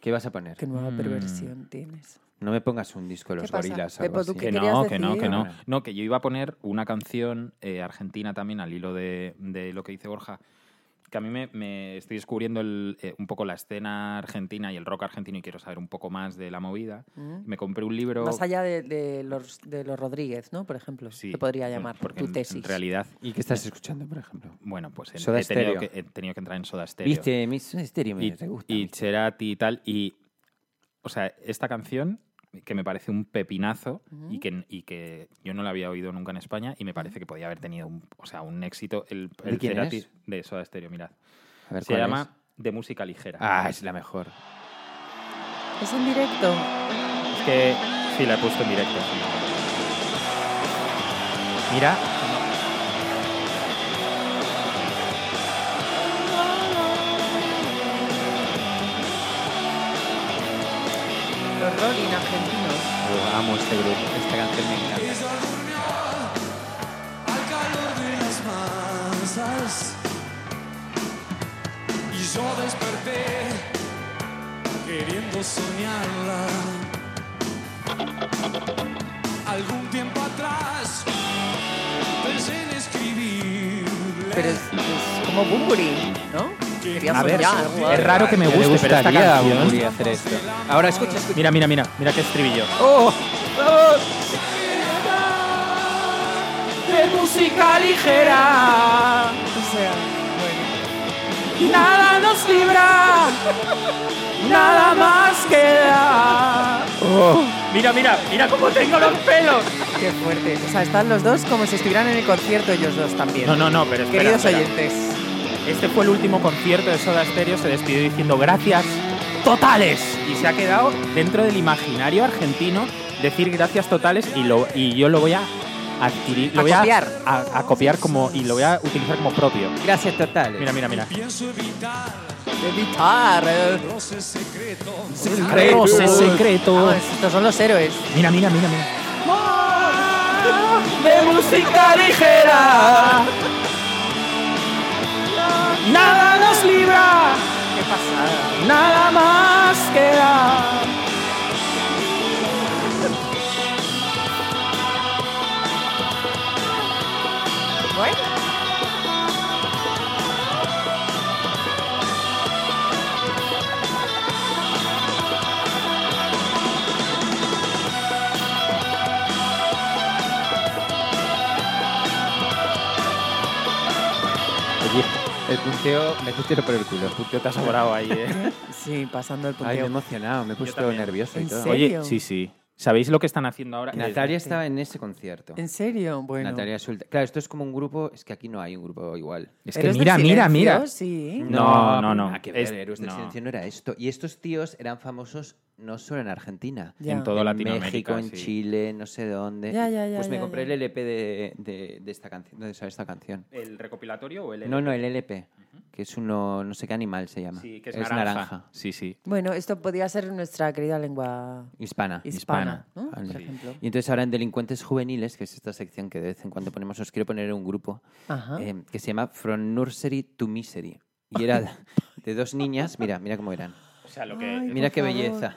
S2: ¿Qué vas a poner?
S3: Ah. qué
S4: Mm.
S3: nueva perversión tienes.
S2: No me pongas un disco de los
S3: ¿Qué pasa?
S2: gorilas.
S3: Pepo,
S2: algo así.
S3: ¿tú
S4: Que
S3: ¿Qué querías
S4: no, que no,
S3: decir?
S4: que no.
S2: Bueno.
S4: No, que yo iba a poner una canción eh, argentina también al hilo de, de lo que dice Borja. Que a mí me, me estoy descubriendo el, eh, un poco la escena argentina y el rock argentino y quiero saber un poco más de la movida. Me compré un libro.
S3: Más allá de, de los, de los Rodríguez, ¿no? Por ejemplo,
S4: Sí,
S3: te podría llamar
S4: porque
S3: tu
S4: en-
S3: tesis.
S4: En realidad,
S2: ¿Y qué estás escuchando, por ejemplo?
S4: bueno, pues en-
S2: Soda
S4: he, tenido que,
S2: Stereo.
S4: he tenido que entrar en Soda Stereo.
S2: ¿Viste? Mis Stereo me
S4: y,
S2: Pues, te gusta.
S4: y Cerati y tal. Y, o sea, esta canción que me parece un pepinazo y, que, y que yo no la había oído nunca en España y me parece que podía haber tenido un, o sea, un éxito el,
S2: ¿De
S4: el
S2: quién
S4: Cerati
S2: es?
S4: de Soda Stereo, mirad.
S2: A ver,
S4: Se
S2: ¿cuál
S4: llama
S2: es?
S4: De Música Ligera.
S2: Ah, es la mejor.
S3: Es en directo.
S4: Es que sí, la he puesto en directo. sí. Mira.
S3: Los Rolling argentinos.
S4: Yo amo este grupo.
S2: Esta canción me encanta.
S7: al calor de las masas. Y yo desperté queriendo soñarla. Algún tiempo atrás pensé en escribirle.
S3: Pero es, es como Bumburi, ¿no? Quería
S4: A
S2: Pues
S4: ver,
S3: soñar, guau.
S4: es raro que me
S2: Ya le
S4: guste, pero esta
S2: gustaría a
S4: canción...
S2: Bumburi hacer esto. Ahora escucha, escucha.
S4: Mira, mira, mira, mira qué estribillo.
S3: de música ligera. O sea, bueno. Nada nos libra, nada más queda.
S4: Oh. Mira, mira, mira cómo tengo los pelos.
S3: Qué fuerte. O sea, están los dos como si estuvieran en el concierto ellos dos también.
S4: No, no, no, pero espera,
S3: Queridos
S4: espera.
S3: oyentes.
S4: Este fue el último concierto de Soda Stereo, se despidió diciendo gracias totales y se ha quedado dentro del imaginario argentino decir gracias totales y lo y yo lo voy a adquirir, lo
S3: A
S4: voy
S3: copiar.
S4: A, a copiar como y lo voy a utilizar como propio.
S2: Gracias totales.
S4: Mira, mira, mira.
S7: Pienso evitar
S3: Evitar.
S4: Uh.
S7: roces secretos.
S4: Roce secreto.
S3: Ah, estos son los héroes.
S4: Mira, mira, mira, mira.
S3: De música ligera.
S4: Nada nos libra,
S3: Qué pasada.
S4: nada más queda.
S3: Bueno.
S2: Oye, el punteo, me tiro por el culo. El punteo te ha sobrado.
S4: Bravo ahí, [LAUGHS] eh.
S3: Sí, pasando el
S2: Ay, me he
S3: punteo.
S2: emocionado, me he puesto
S4: también.
S2: nervioso y
S3: ¿En
S2: todo.
S3: serio?
S4: Oye, sí, sí. ¿Sabéis lo que están haciendo ahora?
S2: Natalia estaba en ese concierto.
S3: ¿En serio? Bueno.
S2: Natalia Sulta. Claro, esto es como un grupo. Es que aquí no hay un grupo igual.
S4: Es que
S3: ¿Héroes del
S4: mira, mira,
S3: silencio?
S4: mira.
S3: Sí.
S4: No, no,
S2: pero
S4: no.
S2: nada que ver,
S4: Es-
S2: Héroes del
S4: no.
S2: Silencio no era esto. Y estos tíos eran famosos no solo en Argentina.
S3: Ya.
S4: En todo
S2: en
S4: Latinoamérica.
S2: México, en
S4: sí.
S2: Chile, no sé dónde.
S3: Ya, ya, ya,
S2: pues me
S3: ya,
S2: compré
S3: ya.
S2: el LP de, de- de esta canción. De esa- esta canción.
S4: ¿El recopilatorio o el
S2: No, no, el LP. Que es uno, no sé qué animal se llama.
S4: Sí, que es, naranja. Sí, sí.
S3: Bueno, esto podría ser nuestra querida lengua
S2: Hispana.
S3: hispana,
S4: Hispana.
S3: ¿no?
S2: Vale.
S3: Por ejemplo.
S2: Y entonces ahora en Delincuentes Juveniles, que es esta sección que de vez en cuando ponemos, os quiero poner un grupo
S4: Ah.
S3: Ajá.
S2: eh, que se llama From Nursery to Misery. Y
S4: [LAUGHS]
S2: era de dos niñas, mira, mira cómo eran.
S4: O sea, lo
S3: Ay,
S4: que.
S2: Mira
S3: por
S2: qué
S3: favor.
S2: belleza.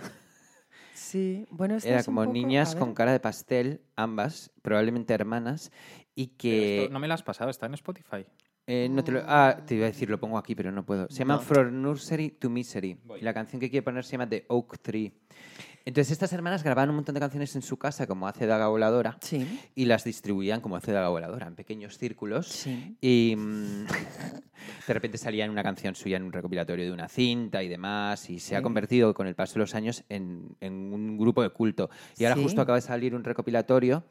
S3: Sí, bueno, esto
S2: Era
S3: es un
S2: como
S3: poco-
S2: niñas
S3: a
S2: con
S3: ver.
S2: cara de pastel, ambas, probablemente hermanas, y
S4: Pero
S2: que...
S4: esto no me lo has pasado, está en Spotify.
S2: eh, no te
S3: Mm.
S2: lo- ah, te iba a decir, lo pongo aquí, pero no puedo. Se llama
S3: No.
S2: From Nursery to Misery.
S4: Voy.
S2: Y la canción que quiero poner se llama The Oak Tree. Entonces estas hermanas grababan un montón de canciones en su casa, como hace Daga Voladora.
S3: Sí.
S2: y las distribuían como hace la voladora, en pequeños círculos.
S3: Sí.
S2: Y mm, [LAUGHS] de repente salía en una canción suya en un recopilatorio de una cinta y demás, y se ha convertido con el paso de los años en, en un grupo de culto. Y ahora
S3: Sí.
S2: justo acaba de salir un recopilatorio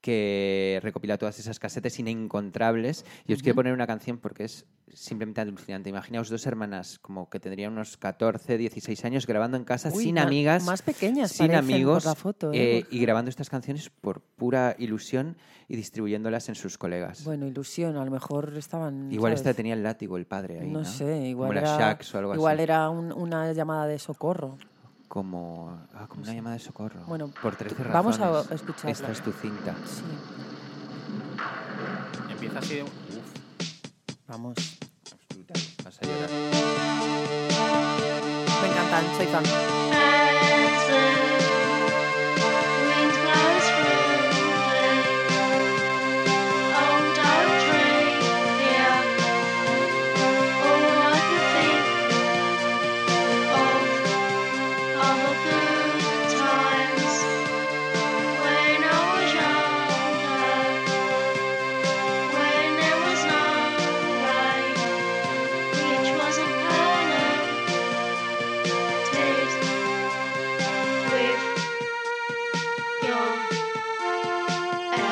S2: que recopila todas esas casetes inencontrables. Y os quiero poner una canción porque es simplemente alucinante. Imaginaos dos hermanas como que tendrían unos 14, 16 años grabando en casa
S3: Uy,
S2: sin
S3: ma-
S2: amigas.
S3: más pequeñas
S2: Sin
S3: parecen por
S2: amigos.
S3: la foto, ¿eh?
S2: eh, y grabando estas canciones por pura ilusión y distribuyéndolas en sus colegas.
S3: Bueno, ilusión, a lo mejor estaban.
S2: Igual
S3: ¿sabes?
S2: esta tenía el látigo el padre ahí. No,
S3: No sé, igual
S2: Como
S3: era,
S2: las Shax o algo
S3: igual
S2: así.
S3: era un- una llamada de socorro.
S2: Como, ah, como una llamada de socorro.
S3: Bueno,
S2: por 13 razones.
S3: vamos a escucharla.
S2: Esta es tu cinta.
S3: Sí.
S4: Empieza así de. Uf.
S3: Vamos.
S2: Vas a llorar.
S3: Me encantan, soy fan.
S8: Wasn't perfect. Taste with your L.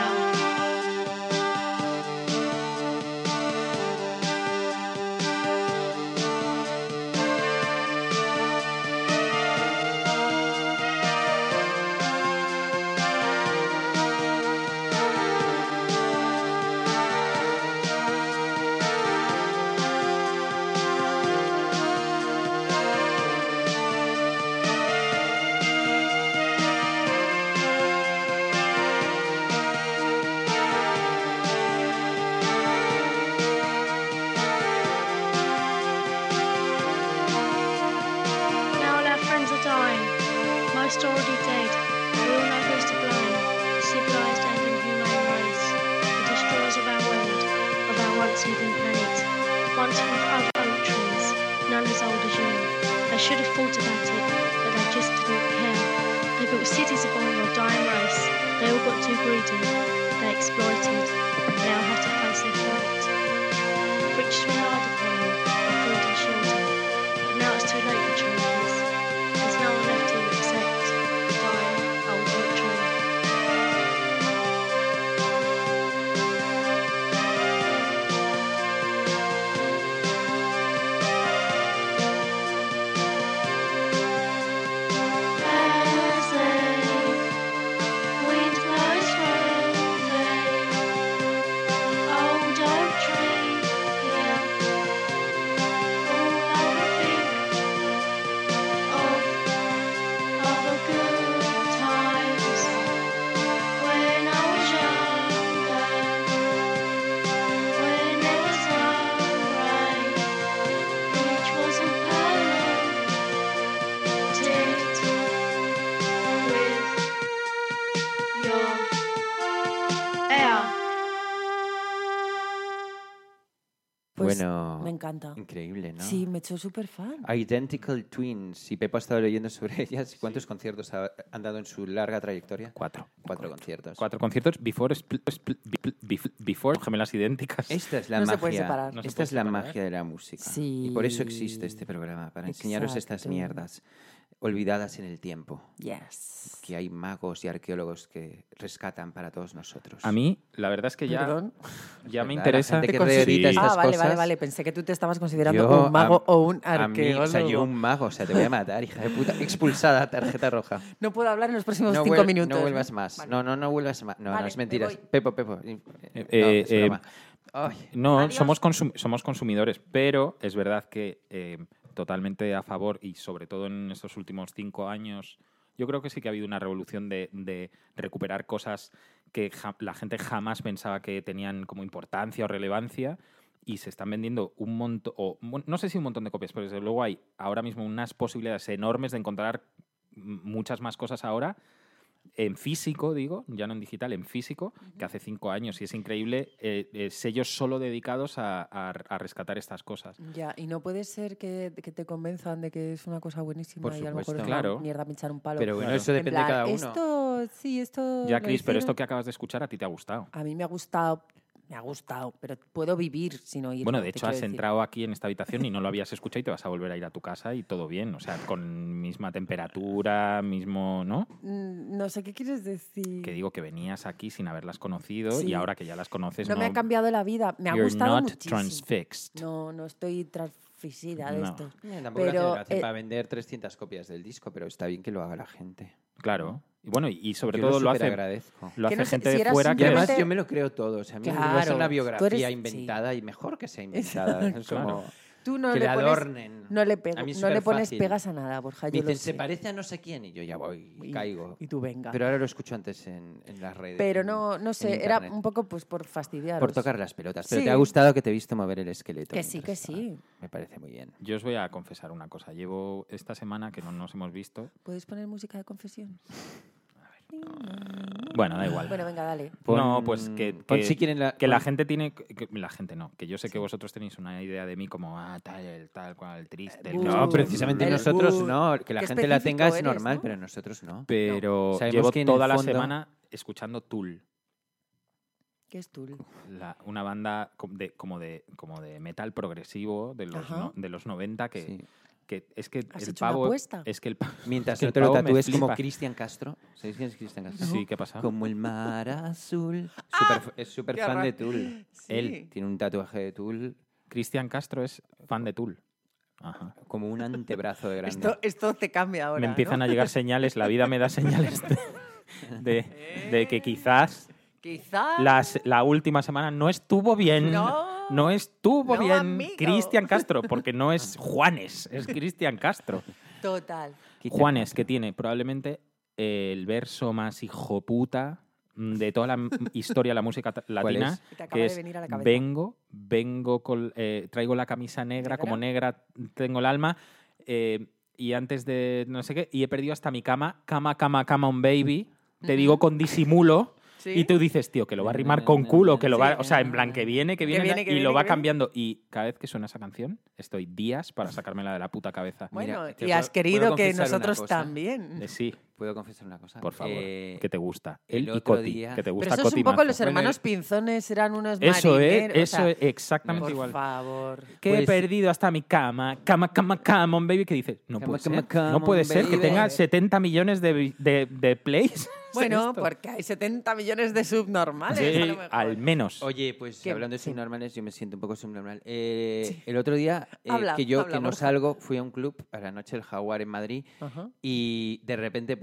S8: Now that friends are dying, my story dead. We all know who's to blame. The civilized and inhumane race, the destroyers of our world, of our once heathen planet. Once with other oak trees, none as old as you. They should have thought about it, but they just didn't care. They built cities upon your dying race. They all got too greedy. They exploited. They all have to face their fate. Bricks were hard upon you, food and shelter. But now it's too late for changes. There's no one left to accept dying old tree. Wind blows from the old oak tree here.
S3: Pues,
S2: bueno.
S3: me encanta.
S2: Increíble, ¿no?
S3: Sí, me he hecho súper fan.
S2: Identical Twins. Y Pepa ha estado leyendo sobre ellas. ¿Y ¿Cuántos conciertos ha- han dado en su larga trayectoria?
S4: Cuatro.
S2: Cuatro conciertos.
S4: Cuatro conciertos. Before, spl- spl- befl- befl- before gemelas idénticas.
S2: Esta es la
S3: No
S2: magia.
S3: se puede separar.
S4: No se
S2: Esta
S4: puede
S2: es la
S4: separar.
S2: magia de la música.
S3: Sí.
S2: Y por eso existe este programa, para enseñaros estas
S3: Exacto.
S2: mierdas olvidadas en el tiempo,
S3: Yes.
S2: que hay magos y arqueólogos que rescatan para todos nosotros.
S4: A mí, la verdad es que ya,
S3: Perdón.
S4: ya
S2: ¿Verdad?
S4: me
S2: La
S4: interesa.
S2: gente que
S4: Sí.
S2: reedita estas
S3: Ah, vale, vale,
S2: cosas-
S3: vale. Pensé que tú te estabas considerando
S2: Yo,
S3: un mago
S2: a-
S3: o un
S2: a mí,
S3: arqueólogo.
S2: o sea, yo un mago, o sea, te voy a matar, hija de puta. Expulsada, tarjeta
S3: [LAUGHS]
S2: roja.
S3: No puedo hablar en los próximos
S2: No,
S3: cinco
S2: vuel-
S3: minutos.
S2: no vuelvas más.
S3: Vale.
S2: No, no, no vuelvas más. No, no,
S3: Vale,
S2: es
S3: me
S2: mentiras.
S3: voy.
S2: Pepo, Pepo. Eh, no,
S4: eh,
S2: es
S4: eh,
S2: broma. Ay,
S4: No, somos, consum- somos consumidores, pero es verdad que eh, totalmente a favor y sobre todo en estos últimos cinco años, yo creo que sí que ha habido una revolución de, de recuperar cosas que ja- la gente jamás pensaba que tenían como importancia o relevancia y se están vendiendo un montón, o bueno, no sé si un montón de copias, pero desde luego hay ahora mismo unas posibilidades enormes de encontrar m- muchas más cosas ahora en físico, digo, ya no en digital, en físico, que hace cinco años y es increíble, eh, eh, sellos solo dedicados a, a- a rescatar estas cosas.
S3: Ya, y no puede ser que, que te convenzan de que es una cosa buenísima
S2: Por
S3: y a lo mejor
S2: supuesto.
S3: es una
S4: Claro.
S3: mierda pinchar un palo.
S2: Pero bueno, eso
S3: En
S2: depende
S3: plan,
S2: de cada uno.
S3: Esto, sí, esto.
S4: Ya,
S3: lo
S4: Cris, pero
S3: hicieron-
S4: esto que acabas de escuchar a ti te ha gustado.
S3: A mí me ha gustado, me ha gustado, pero puedo vivir sin oír.
S4: Bueno, de hecho has entrado aquí en esta habitación y no lo habías escuchado y te vas a volver a ir a tu casa y todo bien, o sea, con misma temperatura, mismo, ¿no?
S3: Mm, No sé qué quieres decir.
S4: Que digo que venías aquí sin haberlas conocido
S3: Sí.
S4: y ahora que ya las conoces
S3: no, me ha cambiado la vida, me ha
S4: you're
S3: gustado
S4: not
S3: muchísimo.
S4: transfixed.
S3: No, no estoy transfixida de
S4: No.
S3: esto.
S2: eh, tampoco
S3: Pero,
S2: hace gracia
S3: eh,
S2: para vender 300 copias del disco, pero está bien que lo haga la gente.
S4: Claro. Y bueno, y y sobre
S2: Yo
S4: todo lo hace,
S2: agradezco.
S4: lo
S3: Que
S4: hace
S3: no sé,
S4: gente
S3: si
S4: de
S3: eras
S4: fuera
S2: Y
S4: que
S2: además
S3: Simplemente-
S2: yo me lo creo todo. O sea, a mí me
S3: Claro,
S2: vas a una
S3: tú
S2: biografía
S3: eres- sí. [LAUGHS]
S2: inventada y mejor que sea inventada. Es como-
S4: Claro.
S3: Tú no
S2: que
S3: le
S2: le
S3: pones-
S2: adornen.
S3: No le,
S2: A
S3: pego,
S2: mí es
S3: no le pones
S2: superfácil.
S3: pegas a nada, Borja.
S2: Me
S3: Yo lo
S2: dicen,
S3: sé.
S2: se parece a no sé quién, y yo ya voy,
S3: Y-
S2: caigo.
S3: Y tú venga.
S2: Pero ahora lo escucho antes en, en las redes.
S3: Pero
S2: en-
S3: no, no
S2: en
S3: sé, era
S2: internet.
S3: un poco pues por fastidiaros.
S2: Por tocar las pelotas. Pero
S3: Sí.
S2: te ha gustado que te he visto mover el esqueleto.
S3: Que sí,
S2: mientras
S3: que
S2: estaba.
S3: sí.
S2: Me parece muy bien.
S4: Yo os voy a confesar una cosa. Llevo esta semana que no nos hemos visto.
S3: ¿Puedes poner música de confesión?
S4: Bueno, da igual.
S3: Bueno, venga, dale.
S4: no,
S2: Pon-
S4: pues que,
S2: pon
S4: que-
S2: si quieren la-
S4: que la
S2: pon-
S4: gente tiene... que- la gente no. Que yo sé que vosotros tenéis una idea de mí como, ah, tal, el tal, cual, el triste. el
S3: Uh,
S2: No,
S4: chungo".
S2: precisamente
S3: el
S2: nosotros
S3: good.
S2: no. Que la
S3: Qué
S2: gente la tenga es
S3: específico eres,
S2: normal,
S3: ¿no?
S2: pero nosotros no.
S4: Pero
S2: Sabemos
S4: llevo
S2: que en el
S4: toda la
S2: fondo-
S4: semana escuchando Tool.
S3: ¿Qué es tú?
S4: la- una banda com- de- como, de, como de metal progresivo de los,
S3: Ajá.
S4: no- de los 90 que,
S2: Sí.
S4: que es que
S3: ¿Has
S4: el
S3: hecho una
S4: pavo
S3: apuesta?
S4: es que el pa-
S2: Mientras
S4: es que
S2: no
S4: el
S2: te lo
S4: pavo me
S2: tatúes como
S4: flipa.
S2: Cristian Castro. ¿Sabéis quién es Cristian Castro?
S4: Sí, ¿qué pasa?
S2: Como el
S3: [LAUGHS]
S2: mar azul. Súper- es súper
S3: Ah, qué
S2: fan de
S3: horror.
S2: Tool.
S3: Sí.
S2: Él tiene un tatuaje de Tool
S4: Cristian Castro es fan de Tool. Ajá.
S2: como un antebrazo de grande.
S3: Esto, esto te cambia ahora.
S4: me empiezan a llegar señales, la vida me da señales de, de- de que quizás
S3: Quizás.
S4: las- la última semana no estuvo bien.
S3: No.
S4: No estuvo
S3: No,
S4: bien
S3: amigo.
S4: Cristian Castro, porque no es Juanes, es Cristian Castro.
S3: Total.
S2: Quita-
S4: Juanes, que tiene probablemente eh, el verso más hijoputa de toda la m- historia de la música ta- latina,
S3: Y te acaba
S4: que
S3: de
S4: es
S3: venir a la cabeza.
S4: vengo, vengo, col- eh, traigo la camisa negra,
S3: ¿Negra?
S4: como negra tengo el alma, eh, y antes de no sé qué, y he perdido hasta mi cama, cama, cama, cama, un baby, te digo con disimulo,
S3: Sí.
S4: y tú dices, tío, que lo va a rimar con culo, que lo va, o sea, en plan, que viene, que viene,
S3: viene, que
S4: y
S3: viene,
S4: lo
S3: que
S4: va
S3: viene.
S4: cambiando, y cada vez que suena esa canción, estoy días para sacármela de la puta cabeza.
S3: Bueno,
S2: Mira, te
S3: y has
S2: puedo-
S3: querido
S2: puedo
S3: que
S2: confesar una
S3: nosotros
S2: cosa.
S3: también.
S4: Eh, sí,
S2: Puedo confesar una cosa.
S4: por favor,
S2: Eh,
S4: que te gusta.
S2: el
S4: Él y
S2: otro
S4: Coti,
S2: día-
S4: que te
S3: Pero
S4: gusta
S3: eso es
S4: Coti
S3: un poco
S4: Mazo.
S3: los
S2: Bueno,
S3: hermanos
S2: es-
S3: pinzones, eran unos
S4: Eso es,
S3: marineros, o
S4: eso
S3: sea,
S4: es exactamente
S3: Por
S4: igual.
S3: favor.
S4: Que he
S2: Pues-
S4: perdido hasta mi cama, cama, cama, cama, on baby, que dices, no
S2: Cama,
S4: puede
S2: cama,
S4: ser,
S2: come
S4: no puede
S2: on,
S4: ser que
S2: baby.
S4: tenga 70 millones de, vi- de, de plays. [LAUGHS]
S3: Bueno,
S4: Esto.
S3: porque hay 70 millones de subnormales.
S4: Sí,
S3: a lo mejor.
S4: al menos.
S2: Oye, pues
S3: ¿Qué?
S2: hablando de
S3: Sí.
S2: subnormales, yo me siento un poco subnormal. Eh, El otro día, eh,
S3: Habla,
S2: que yo
S3: habla,
S2: que no
S3: Borja.
S2: salgo, fui a un club a la noche del Jaguar en Madrid
S3: Ajá.
S2: y de repente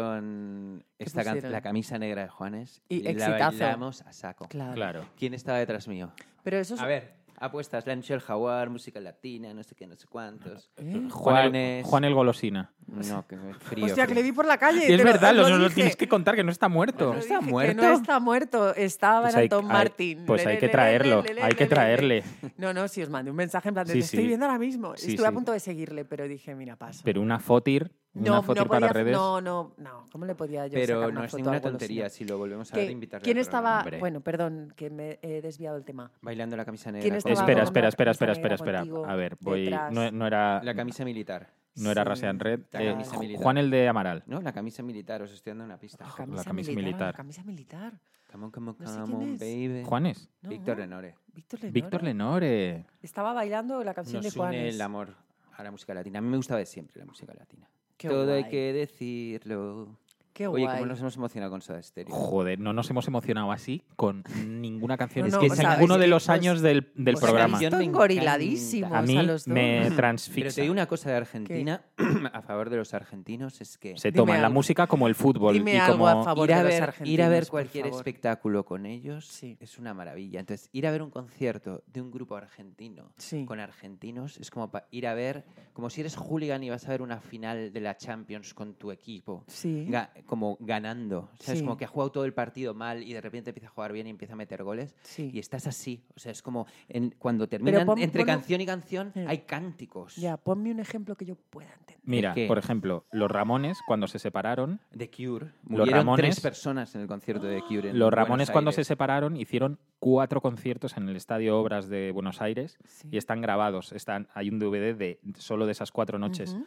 S2: pusieron, esta can-
S3: pusieron?
S2: la camisa negra de Juanes
S3: Y
S2: la
S3: exitazo.
S2: bailamos a saco.
S3: Claro.
S4: claro.
S2: ¿Quién estaba detrás mío?
S3: Pero eso es...
S2: A ver, apuestas, la noche del Jaguar, música latina, no sé qué, no sé cuántos.
S4: Juan el,
S2: Juanes-
S4: Juan el
S3: [LAUGHS]
S4: Golosina.
S2: No, que frío.
S3: Hostia, que le
S2: frío.
S3: vi por la calle.
S4: Y es
S3: te lo-
S4: verdad,
S3: os lo
S4: los, los
S3: dije.
S4: tienes que contar que no está muerto.
S3: Os lo
S2: ¿Está
S3: dije,
S2: muerto?
S3: Que no está muerto, estaba
S4: Pues
S3: en
S4: hay-
S3: Anton
S4: hay-
S3: Martín.
S4: pues
S3: Le,
S4: hay
S3: le,
S4: que
S3: le,
S4: traerlo,
S3: le, le,
S4: hay
S3: le,
S4: que
S3: le, le.
S4: traerle.
S3: No, no, si os mandé un mensaje en plan de
S4: Sí,
S3: te estoy
S4: sí.
S3: viendo ahora mismo.
S4: Sí,
S3: Estuve a
S4: sí.
S3: punto de seguirle, pero dije, mira, paso.
S4: Pero una fotir,
S3: no,
S4: una fotir
S3: no
S4: para
S3: podía-
S4: redes.
S3: No, no, no. ¿Cómo le podía yo sacar
S2: Pero
S3: una
S2: no es
S3: foto a
S2: ninguna
S3: algo
S2: tontería,
S3: alucinante?
S2: si lo volvemos a
S3: Que-
S2: ver, invitarle.
S3: ¿Quién
S2: al programa,
S3: estaba...?
S2: hombre.
S3: Bueno, perdón, que me he desviado el tema.
S2: Bailando la camisa negra.
S3: ¿Quién
S2: con-
S3: estaba
S4: espera,
S3: con una
S4: espera, espera, espera,
S3: camisa negra
S4: espera, espera.
S3: contigo
S4: A ver, voy.
S3: detrás.
S4: No, no era,
S2: La camisa militar.
S4: no era
S3: Sí.
S4: Rasean Red.
S2: La
S4: eh,
S2: camisa militar.
S4: Juan el de Amaral.
S2: No, la camisa militar, os estoy dando una pista.
S3: La
S4: La
S3: camisa,
S4: camisa
S3: militar,
S4: militar.
S3: La camisa militar.
S2: Come on, come on,
S3: No sé
S2: come
S3: quién
S2: on,
S3: es.
S2: baby.
S4: Juanes.
S3: No,
S2: Víctor Lenore.
S3: Víctor Lenore.
S4: Víctor Lenore.
S3: Estaba bailando la canción de
S2: Nos une
S3: Juanes.
S2: el amor a la música latina. A mí me gusta de siempre la música latina.
S3: Qué
S2: Todo hay
S3: guay.
S2: que decirlo.
S3: Qué
S2: Oye,
S3: guay.
S2: cómo nos hemos emocionado con Soda Stereo.
S4: Joder, no nos hemos emocionado así con ninguna canción.
S3: No,
S4: es
S3: no,
S4: que
S3: o
S4: es
S3: sea,
S4: ninguno
S3: es
S4: de
S3: que
S4: los
S3: los-
S4: años del, del
S2: Pues la
S4: programa.
S2: canción-
S3: Están engoriladísimos
S4: A mí
S3: a los dos.
S4: me
S2: Pero te
S4: transfixa.
S2: digo una cosa de Argentina, [CLEARS THROAT] a favor de los argentinos, es que
S4: Se
S3: Dime
S4: toman la
S3: algo.
S4: música como el fútbol.
S3: Dime
S4: y
S3: algo
S4: como...
S3: a favor.
S2: ir
S3: de
S2: a,
S3: los
S2: ver, ir a
S3: argentinos,
S2: ver
S3: por
S2: cualquier
S3: favor.
S2: espectáculo con ellos
S3: Sí.
S2: es una maravilla. Entonces, ir a ver un concierto de un grupo argentino
S3: Sí.
S2: con argentinos es como pa- ir a ver, como si eres hooligan y vas a ver una final de la Champions con tu equipo.
S3: Sí.
S2: Ga- como ganando. ¿sabes?
S3: Sí.
S2: Como que ha jugado todo el partido mal y de repente empieza a jugar bien y empieza a meter goles.
S3: Sí.
S2: Y estás así. O sea, es como en- cuando terminan
S3: pon-
S2: entre
S3: pon un-
S2: canción y canción
S3: Sí.
S2: hay cánticos.
S3: Ya, ponme un ejemplo que yo pueda entender.
S4: Mira,
S2: ¿Qué?
S4: por ejemplo, los Ramones cuando se separaron.
S2: The Cure. Murieron
S4: Ramones-
S2: tres personas en el concierto de The Cure. en
S4: Los
S2: Buenos
S4: Ramones cuando se
S2: Aires.
S4: separaron hicieron cuatro conciertos en el Estadio Obras de Buenos Aires
S3: Sí.
S4: y están grabados. Están, hay un DVD de solo de esas cuatro noches.
S3: Ujú.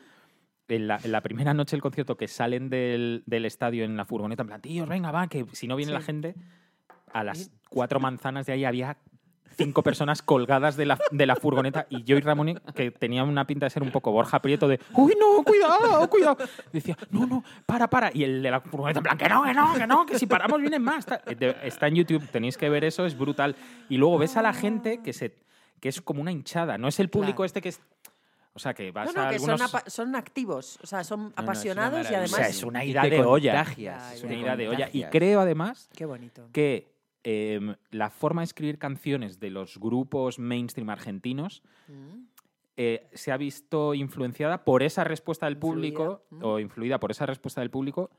S4: en la, en la primera noche del concierto que salen del, del estadio en la furgoneta, en plan, tíos, venga, va, que si no viene la
S3: Sí.
S4: gente, a las cuatro manzanas de ahí había cinco personas colgadas de la, de la furgoneta y yo y Ramón, que tenía una pinta de ser un poco Borja Prieto, de, uy, no, cuidado, cuidado. Decía, no, no, para, para. Y el de la furgoneta, en plan, que no, que no, que no, que si paramos vienen más. Está, de- está en YouTube, tenéis que ver eso, es brutal. Y luego ves a la gente que se que es como una hinchada, no es el público
S3: Claro.
S4: este que es... O sea, que vas
S3: No, no,
S4: a
S3: que
S4: algunos...
S3: son, apa- son activos, o sea, son
S2: No, no, es una
S3: apasionados y
S2: maravilla.
S3: además...
S4: O sea, es una
S2: Y
S4: ida
S2: te
S4: de olla.
S2: contagias,
S3: Ya,
S2: es
S3: ya.
S4: Una
S2: te
S4: ida de olla. Y
S2: contagias.
S4: creo además
S3: Qué bonito.
S4: que em, la forma de escribir canciones de los grupos mainstream argentinos
S3: Mm.
S4: eh, se ha visto influenciada por esa respuesta del público
S2: mm.
S3: Influida,
S4: o influida por esa respuesta del público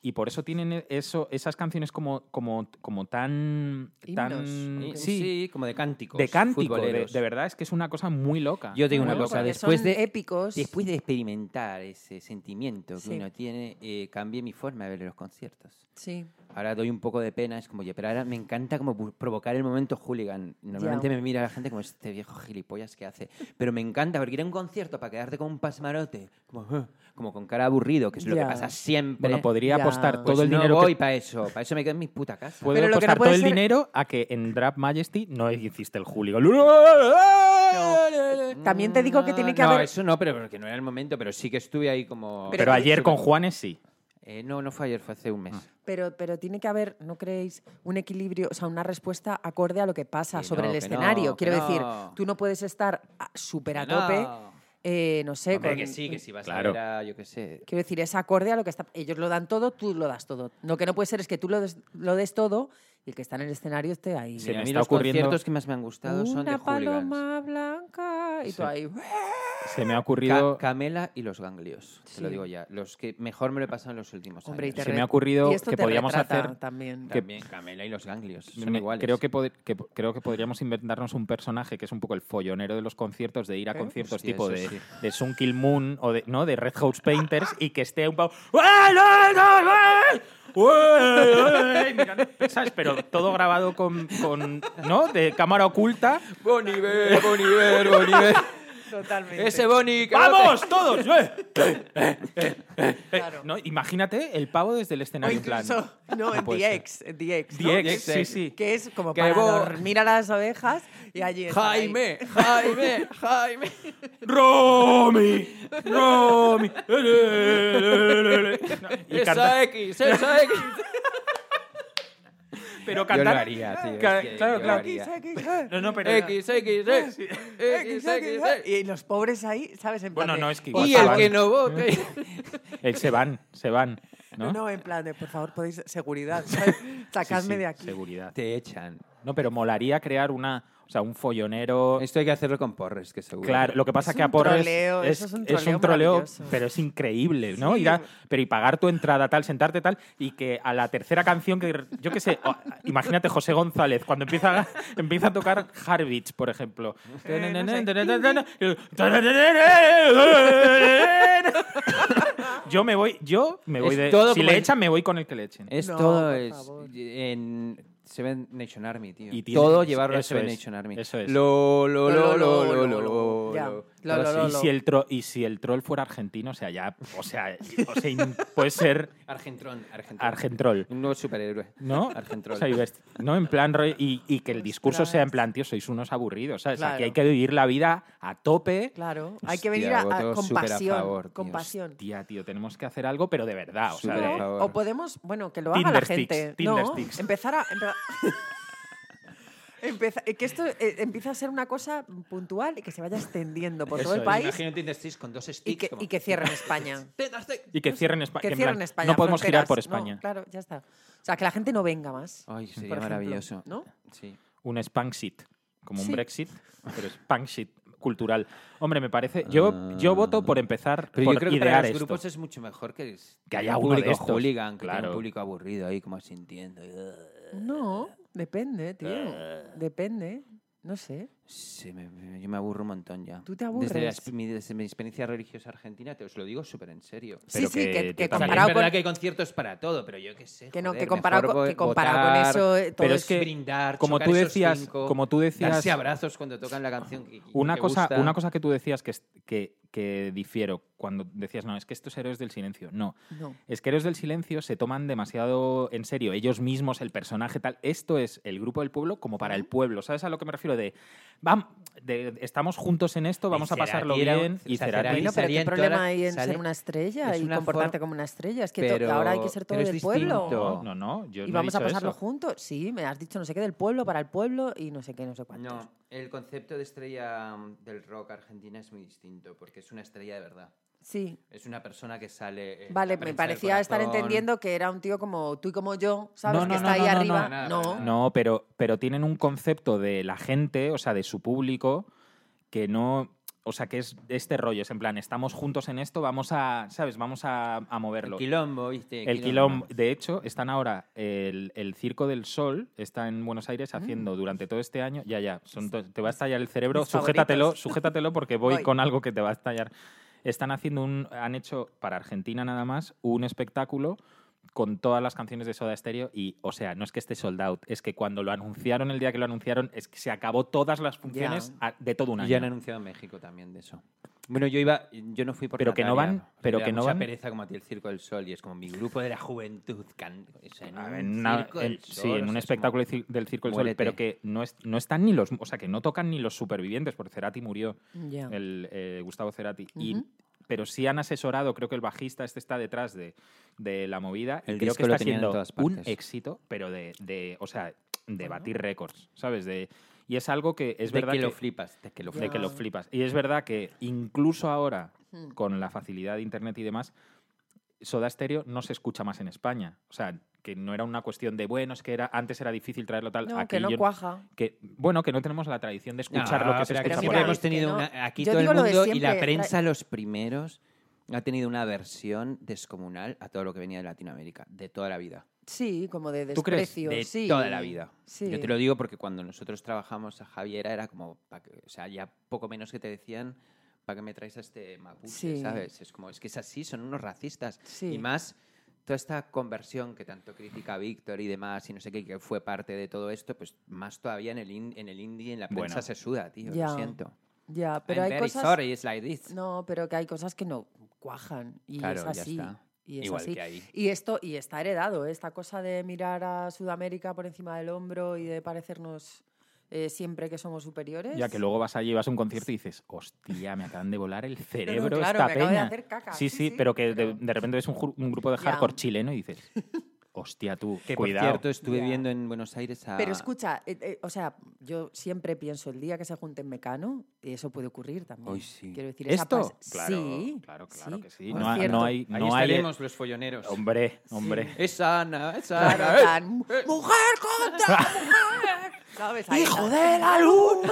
S4: y por eso tienen e-, eso, esas canciones como, como, como tan... tan
S3: Himnos,
S4: sí,
S2: como de cánticos.
S4: de cántico. De,
S2: futboleros.
S4: de verdad es que es una cosa muy loca.
S2: Yo te digo
S4: Muy
S2: una
S4: loca.
S2: cosa,
S3: porque
S2: después
S3: son
S2: de
S3: épicos.
S2: después de experimentar ese sentimiento que
S3: Sí.
S2: uno tiene, eh, cambié mi forma de ver los conciertos.
S3: Sí.
S2: Ahora doy un poco de pena, es como, oye, pero ahora me encanta como bu- provocar el momento hooligan. Normalmente
S3: Ya.
S2: me mira la gente como este viejo gilipollas que hace. Pero me encanta porque ir a un concierto para quedarte con un pasmarote, como, "Ah", como con cara aburrido, que es lo
S3: Ya.
S2: que pasa siempre.
S4: Bueno, podría
S3: Ya.
S4: apostar
S2: Pues
S4: todo el
S2: no
S4: dinero
S2: voy
S4: que...
S2: para eso, para eso me quedo en mi puta casa.
S4: Puedo
S3: Pero lo que no
S4: apostar
S3: puede
S4: todo el
S3: ser-
S4: dinero a que en Drag Majesty no hiciste el Julio.
S3: También te digo que tiene que
S2: Mm, no,
S3: haber-
S2: eso no, pero porque no era el momento, pero sí que estuve ahí como...
S4: Pero, ayer con Juanes sí.
S2: Eh, no, no fue ayer, fue hace un mes.
S3: Pero, pero tiene que haber, ¿no creéis? Un equilibrio, o sea, una respuesta acorde a lo que pasa
S2: Que
S3: sobre
S2: no,
S3: el
S2: que
S3: escenario.
S2: no, que
S3: Quiero
S2: no.
S3: decir, tú no puedes estar a- súper a
S2: Que no.
S3: tope, eh, no sé.
S2: Hombre,
S3: con-
S2: que sí, que sí, vas
S4: Claro.
S2: a ver a, yo qué sé...
S3: Quiero decir, es acorde a lo que está. Ellos lo dan todo, tú lo das todo. Lo que no puede ser es que tú lo des, lo des todo y el que está en el escenario esté ahí.
S4: Se
S2: Mira,
S4: me
S2: a mí
S4: está
S2: los
S4: ocurriendo-
S2: conciertos que más me han gustado son de
S3: Una
S2: hooligans.
S3: paloma blanca. Y
S4: Sí.
S3: tú ahí.
S4: Se me ha
S2: Ca-
S4: ocurrido...
S2: Camela y los ganglios, te lo
S3: Sí.
S2: digo ya. Los que mejor me lo he pasado en los últimos
S3: Hombre, y
S2: años.
S3: te
S4: Se
S3: re-
S4: me ha ocurrido
S3: y esto
S4: que
S3: te
S4: podíamos
S3: retrata
S4: hacer-
S3: También.
S2: También Camela y los ganglios, son
S4: Me-
S2: iguales.
S4: Creo que, pod- que po- creo que podríamos inventarnos un personaje que es un poco el follonero de los conciertos, de ir a conciertos
S2: Hostia,
S4: tipo de,
S2: eso sí.
S4: de Sun Kill Moon o de, ¿no? de Red House Painters y que esté un poco. ¡Ué, no, no, ué! ¡Ué, ué! Mirando, ¿Sabes? Pero todo grabado con, con, ¿no? de cámara oculta.
S2: Boniver, Boniver,
S3: [LAUGHS]
S2: Boniver.
S3: Totalmente.
S2: Ese Boni. que
S4: ¡Vamos, todos! ¡Eh! Eh, eh, eh, eh. No, imagínate el pavo desde el escenario en plan.
S3: [LAUGHS] no, en
S4: puede
S3: The
S4: ser.
S3: X, en The X, ¿no?
S4: The X, sí, sí.
S3: Que es como
S2: Que
S3: para
S2: vos-
S3: dormir a las ovejas y allí
S2: no-
S3: están ahí. [LAUGHS]
S2: Jaime, Jaime, Jaime.
S4: ¡Romy! ¡Romy! eh, Y canta-
S2: Esa X, esa X.
S4: [LAUGHS]
S2: Yo
S4: Pero
S2: lo
S4: cantar.
S2: haría, tío.
S4: Ca-
S2: es que
S4: claro,
S2: yo lo
S4: claro.
S2: haría.
S4: No, no, pero.
S2: X, X, X,
S3: Eh,
S2: X, X, X.
S3: Y los pobres ahí, ¿sabes? En plan
S4: Bueno,
S3: de,
S4: no, es que
S3: por
S4: igual
S2: Y
S4: se
S2: el
S4: van.
S2: que no vote.
S4: [LAUGHS] Eh, se van, se van. ¿no?
S3: ¿no? en plan de, por favor, podéis,
S4: [LAUGHS]
S3: seguridad, ¿sabes?
S4: Sí,
S3: sacadme
S4: sí,
S3: de aquí.
S4: Seguridad.
S2: Te echan.
S4: No, pero molaría crear una. O sea, un follonero.
S2: Esto hay que hacerlo con porres, que seguro.
S4: Claro, lo que pasa
S3: Es
S4: es que a
S3: un
S4: Porres
S3: troleo,
S4: es,
S3: eso es un
S4: es
S3: troleo
S4: troleo,
S3: maravilloso.
S4: pero es increíble, ¿no? Ir a- pero y pagar tu entrada tal, sentarte tal, y que a la tercera canción que yo qué sé, o- imagínate José González cuando empieza [LAUGHS] a, empieza a tocar Harvitz, por ejemplo. Yo me voy, yo me voy
S2: Es
S4: de
S2: todo
S4: si
S2: como
S4: le
S2: el-
S4: echan me voy con el que le echen.
S2: Es
S3: No,
S2: todo
S3: por
S2: es
S3: favor.
S2: en Seven Nation Army, tío.
S4: Y
S2: Y
S4: tiene-
S2: todo llevarlo a
S4: eso
S2: Seven
S4: es,
S2: Nation Army.
S4: eso es.
S2: Lo lo lo lo lo
S3: lo,
S2: lo.
S3: Ya.
S2: lo.
S3: Lo,
S2: Todo
S3: lo,
S2: así.
S3: lo,
S4: Y
S3: lo.
S4: si el tro- y si el troll fuera argentino, o sea, ya, o sea, o sea, in- puede ser
S2: Argentrón, Argentrón.
S4: argentroll.
S2: Un nuevo superhéroe.
S4: [LAUGHS] ¿No? este.
S2: Argentrol.
S4: O sea, y vest- no, en plan, rollo- y, y que el discurso sea en plan, tío, sois unos aburridos, ¿sabes?
S3: Claro.
S4: Aquí hay que vivir la vida a tope.
S3: Claro, hay
S2: Hostia,
S3: que venir a, a-
S2: voto
S3: con
S2: súper a
S3: pasión,
S2: favor, tío.
S3: con pasión.
S4: Tía, tío, tenemos que hacer algo, pero de verdad, o sea,
S2: Súper
S4: de-
S2: a favor.
S3: O podemos, bueno, que lo haga la
S4: Tinder sticks,
S3: gente.
S4: Tinder
S3: no,
S4: sticks.
S3: empezar a... [LAUGHS] empe- Empeza- que esto eh, empieza a ser una cosa puntual y que se vaya extendiendo por todo
S4: Eso
S3: el
S4: es,
S3: país
S2: Imagínate un Tinder con dos sticks.
S3: y que, y que cierren
S4: [LAUGHS]
S3: España.
S4: y que cierren España.
S3: que cierren España.
S4: No podemos girar por
S3: fronteras. No,
S4: España.
S3: claro, ya está. O sea, que la gente no venga más.
S2: Ay, sería
S3: por ejemplo,
S2: maravilloso.
S3: ¿No?
S2: Sí.
S4: Un Spanksit, como un
S3: Sí.
S4: Brexit, pero Spanksit cultural. Hombre, me parece. Yo, yo voto por empezar
S2: Ah. Pero
S4: por
S2: yo creo que para
S4: idear
S2: los
S4: esto.
S2: grupos es mucho mejor que, es-
S4: Que haya
S2: un
S4: uno
S2: público
S4: de estos.
S2: hooligan, que tenga
S4: Claro.
S2: un público aburrido ahí como sintiendo.
S3: No, depende, tío.
S4: Ah.
S3: Depende. No sé.
S2: Sí, me- me- yo me aburro un montón ya.
S3: ¿Tú te
S2: Desde, la
S3: aburres?
S2: exp- mi, desde mi experiencia religiosa argentina, te os lo digo súper en serio.
S3: sí, sí,
S4: que
S3: que,
S4: yo
S2: O sea, que
S4: también.
S3: que comparado
S2: es verdad
S3: con...
S2: que hay conciertos para todo, pero yo qué sé.
S3: Que no,
S2: joder,
S3: que comparado
S2: mejor
S3: con-
S2: vo-
S3: que comparado con
S2: votar,
S3: eso, eh, todo
S2: pero
S3: es
S2: es que brindar,
S4: como
S2: chocar
S4: tú
S2: esos
S4: decías-
S2: cinco,
S4: como tú decías-
S2: darse abrazos cuando tocan la canción. que- que
S4: Una
S2: te
S4: cosa,
S2: gusta.
S4: una cosa que tú decías que, es- que, que difiero cuando decías, no, es que estos héroes del silencio. No.
S3: No.
S4: Es que héroes del silencio se toman demasiado en serio ellos mismos, el personaje tal. Esto es el grupo del pueblo como para el pueblo. ¿Sabes a lo que me refiero? De, vam- de- estamos juntos en esto, vamos a
S2: Cerati
S4: pasarlo
S2: era un-
S4: bien. Y
S2: o sea,
S4: Cerati-
S2: Cerati
S3: Bueno, pero
S2: salía
S3: ¿qué
S2: en toda
S3: problema
S2: la-
S3: hay en
S2: sale-
S3: ser una estrella
S2: es
S3: y
S2: una
S3: comportarte
S2: forma-
S3: como una estrella? Es que to-
S2: pero-
S3: ahora hay que ser todo
S2: pero es
S3: del pueblo.
S2: distinto.
S4: No, no, no. yo
S3: Y
S4: no he
S3: vamos a
S4: dicho
S3: pasarlo
S4: eso.
S3: juntos. Sí, me has dicho no sé qué del pueblo para el pueblo y no sé qué, no sé cuántos.
S2: No, el concepto de estrella mm, del rock argentina es muy distinto, porque es una estrella de verdad.
S3: Sí.
S2: Es una persona que sale. eh,
S3: Vale,
S2: la
S3: me
S2: prensa del
S3: parecía estar
S2: corazón.
S3: entendiendo que era un tío como tú y como yo, ¿sabes?
S4: No, no,
S3: que está
S4: no,
S3: ahí
S4: no, no,
S3: arriba.
S2: no, nada,
S3: No,
S2: nada.
S4: No, pero, pero tienen un concepto de la gente, o sea, de su público, que no. O sea, que es este rollo, es en plan, estamos juntos en esto, vamos a, ¿sabes? Vamos a, a moverlo.
S2: El quilombo, ¿viste?
S4: El quilombo. De hecho, están ahora, el, el Circo del Sol está en Buenos Aires haciendo durante todo este año, ya, ya, son to- te va a estallar el cerebro,
S3: Mis
S4: sujétatelo,
S3: favoritos.
S4: sujétatelo porque voy,
S3: Voy.
S4: con algo que te va a estallar. Están haciendo un, han hecho para Argentina nada más un espectáculo con todas las canciones de Soda Stereo y, o sea, no es que esté sold out, es que cuando lo anunciaron, el día que lo anunciaron, es que se acabó todas las funciones a- de todo un
S2: Y
S4: año.
S2: ya han anunciado en México también de eso. Bueno, yo iba, yo no fui por
S4: Pero que no
S2: Natalia,
S4: van-
S2: porque
S4: pero
S2: me da
S4: que no
S2: mucha
S4: van-
S2: pereza como a ti el Circo del Sol y es como mi grupo de la juventud. can- o sea, en
S4: A
S2: un
S4: ver, na-
S2: Circo
S4: en-
S2: del Sol,
S4: sí,
S2: o sea,
S4: en un
S2: es
S4: espectáculo
S2: como-
S4: de cir- del Circo del Sol,
S2: muérete.
S4: pero que no, es- no están ni los, o sea, que no tocan ni los supervivientes, porque Cerati murió,
S3: Ya.
S4: el, eh, Gustavo Cerati. y, pero sí han asesorado, creo que el bajista este está detrás de, de la movida,
S2: El
S4: y creo
S2: disco
S4: que
S2: lo
S4: está
S2: tenían en
S4: siendo
S2: todas
S4: un
S2: partes.
S4: éxito, pero de, de, o sea, de batir récords, ¿sabes? De, y es algo que es
S2: de
S4: verdad
S2: que,
S4: que,
S2: lo flipas, de que lo
S4: de
S2: flipas.
S4: que lo flipas. Y es verdad que incluso ahora, con la facilidad de internet y demás, Soda Stereo no se escucha más en España. O sea, que no era una cuestión de, bueno, es que era, antes era difícil traerlo tal.
S3: No,
S4: aquí
S3: que no
S4: yo-
S3: cuaja.
S4: que- bueno, que no tenemos la tradición de escuchar
S2: No,
S4: lo que se
S2: Ah, pero
S4: escucha
S2: aquí
S3: escucha
S4: por
S2: siempre
S3: mira,
S4: ahí.
S2: hemos
S3: es que
S2: tenido
S3: no.
S2: una- aquí
S3: Yo
S2: todo el
S3: digo lo de
S2: mundo y
S3: siempre,
S2: la
S3: tra-
S2: prensa los primeros ha tenido una aversión descomunal a todo lo que venía de Latinoamérica, de toda la vida.
S3: Sí, como de
S4: ¿Tú crees?
S3: desprecio.
S2: de
S3: sí.
S2: toda la vida.
S3: Sí.
S2: Yo te lo digo porque cuando nosotros trabajamos a Javiera era como, pa que- o sea, ya poco menos que te decían, ¿para qué me traes a este mapuche?
S3: Sí.
S2: ¿Sabes? Es como, es que es así, son unos racistas.
S3: Sí.
S2: Y más, toda esta conversión que tanto critica Víctor y demás, y no sé qué, que fue parte de todo esto, pues más todavía en el, in- en el indie, en la
S4: Bueno.
S2: prensa se suda, tío,
S3: Ya.
S2: lo siento.
S3: Ya, pero
S2: I'm
S3: hay
S2: very
S3: cosas.
S2: sorry, it's like this.
S3: No, pero que hay cosas que no cuajan y
S2: Claro,
S3: es
S2: ya
S3: así.
S2: está.
S3: Y es
S2: Igual
S3: así.
S2: que ahí.
S3: Y esto y está heredado, ¿eh? esta cosa de mirar a Sudamérica por encima del hombro y de parecernos eh, siempre que somos superiores.
S4: Ya que luego vas allí, vas a un concierto y dices, hostia, me acaban de volar el cerebro
S3: claro,
S4: esta
S3: me acabo
S4: peña.
S3: de hacer caca.
S4: Sí,
S3: Sí,
S4: sí,
S3: sí,
S4: pero que de-
S3: pero-
S4: De, repente ves un, ju- un grupo de
S3: Ya.
S4: hardcore chileno y dices,
S3: [LAUGHS]
S4: hostia tú,
S2: Que
S4: cuidado.
S2: por cierto estuve
S3: Ya.
S2: viendo en Buenos Aires a...
S3: Pero escucha, eh, eh, o sea, yo siempre pienso el día que se junten Mecano, y eso puede ocurrir también.
S2: Hoy sí.
S3: Quiero decir, esa
S4: ¿Esto?
S3: pas-
S4: Claro,
S3: sí,
S4: claro, claro que sí.
S3: por
S4: No, ha-
S3: cierto.
S4: no hay,
S2: Ahí
S4: no hay, e-
S2: estaremos los folloneros.
S4: Hombre, hombre.
S2: Es Ana, es Ana.
S4: [LAUGHS]
S3: Claro,
S2: ¡eh!
S3: tan, mujer contra mujer. ¿Sabes? Ahí
S1: ¡Hijo
S3: está.
S1: de la luna!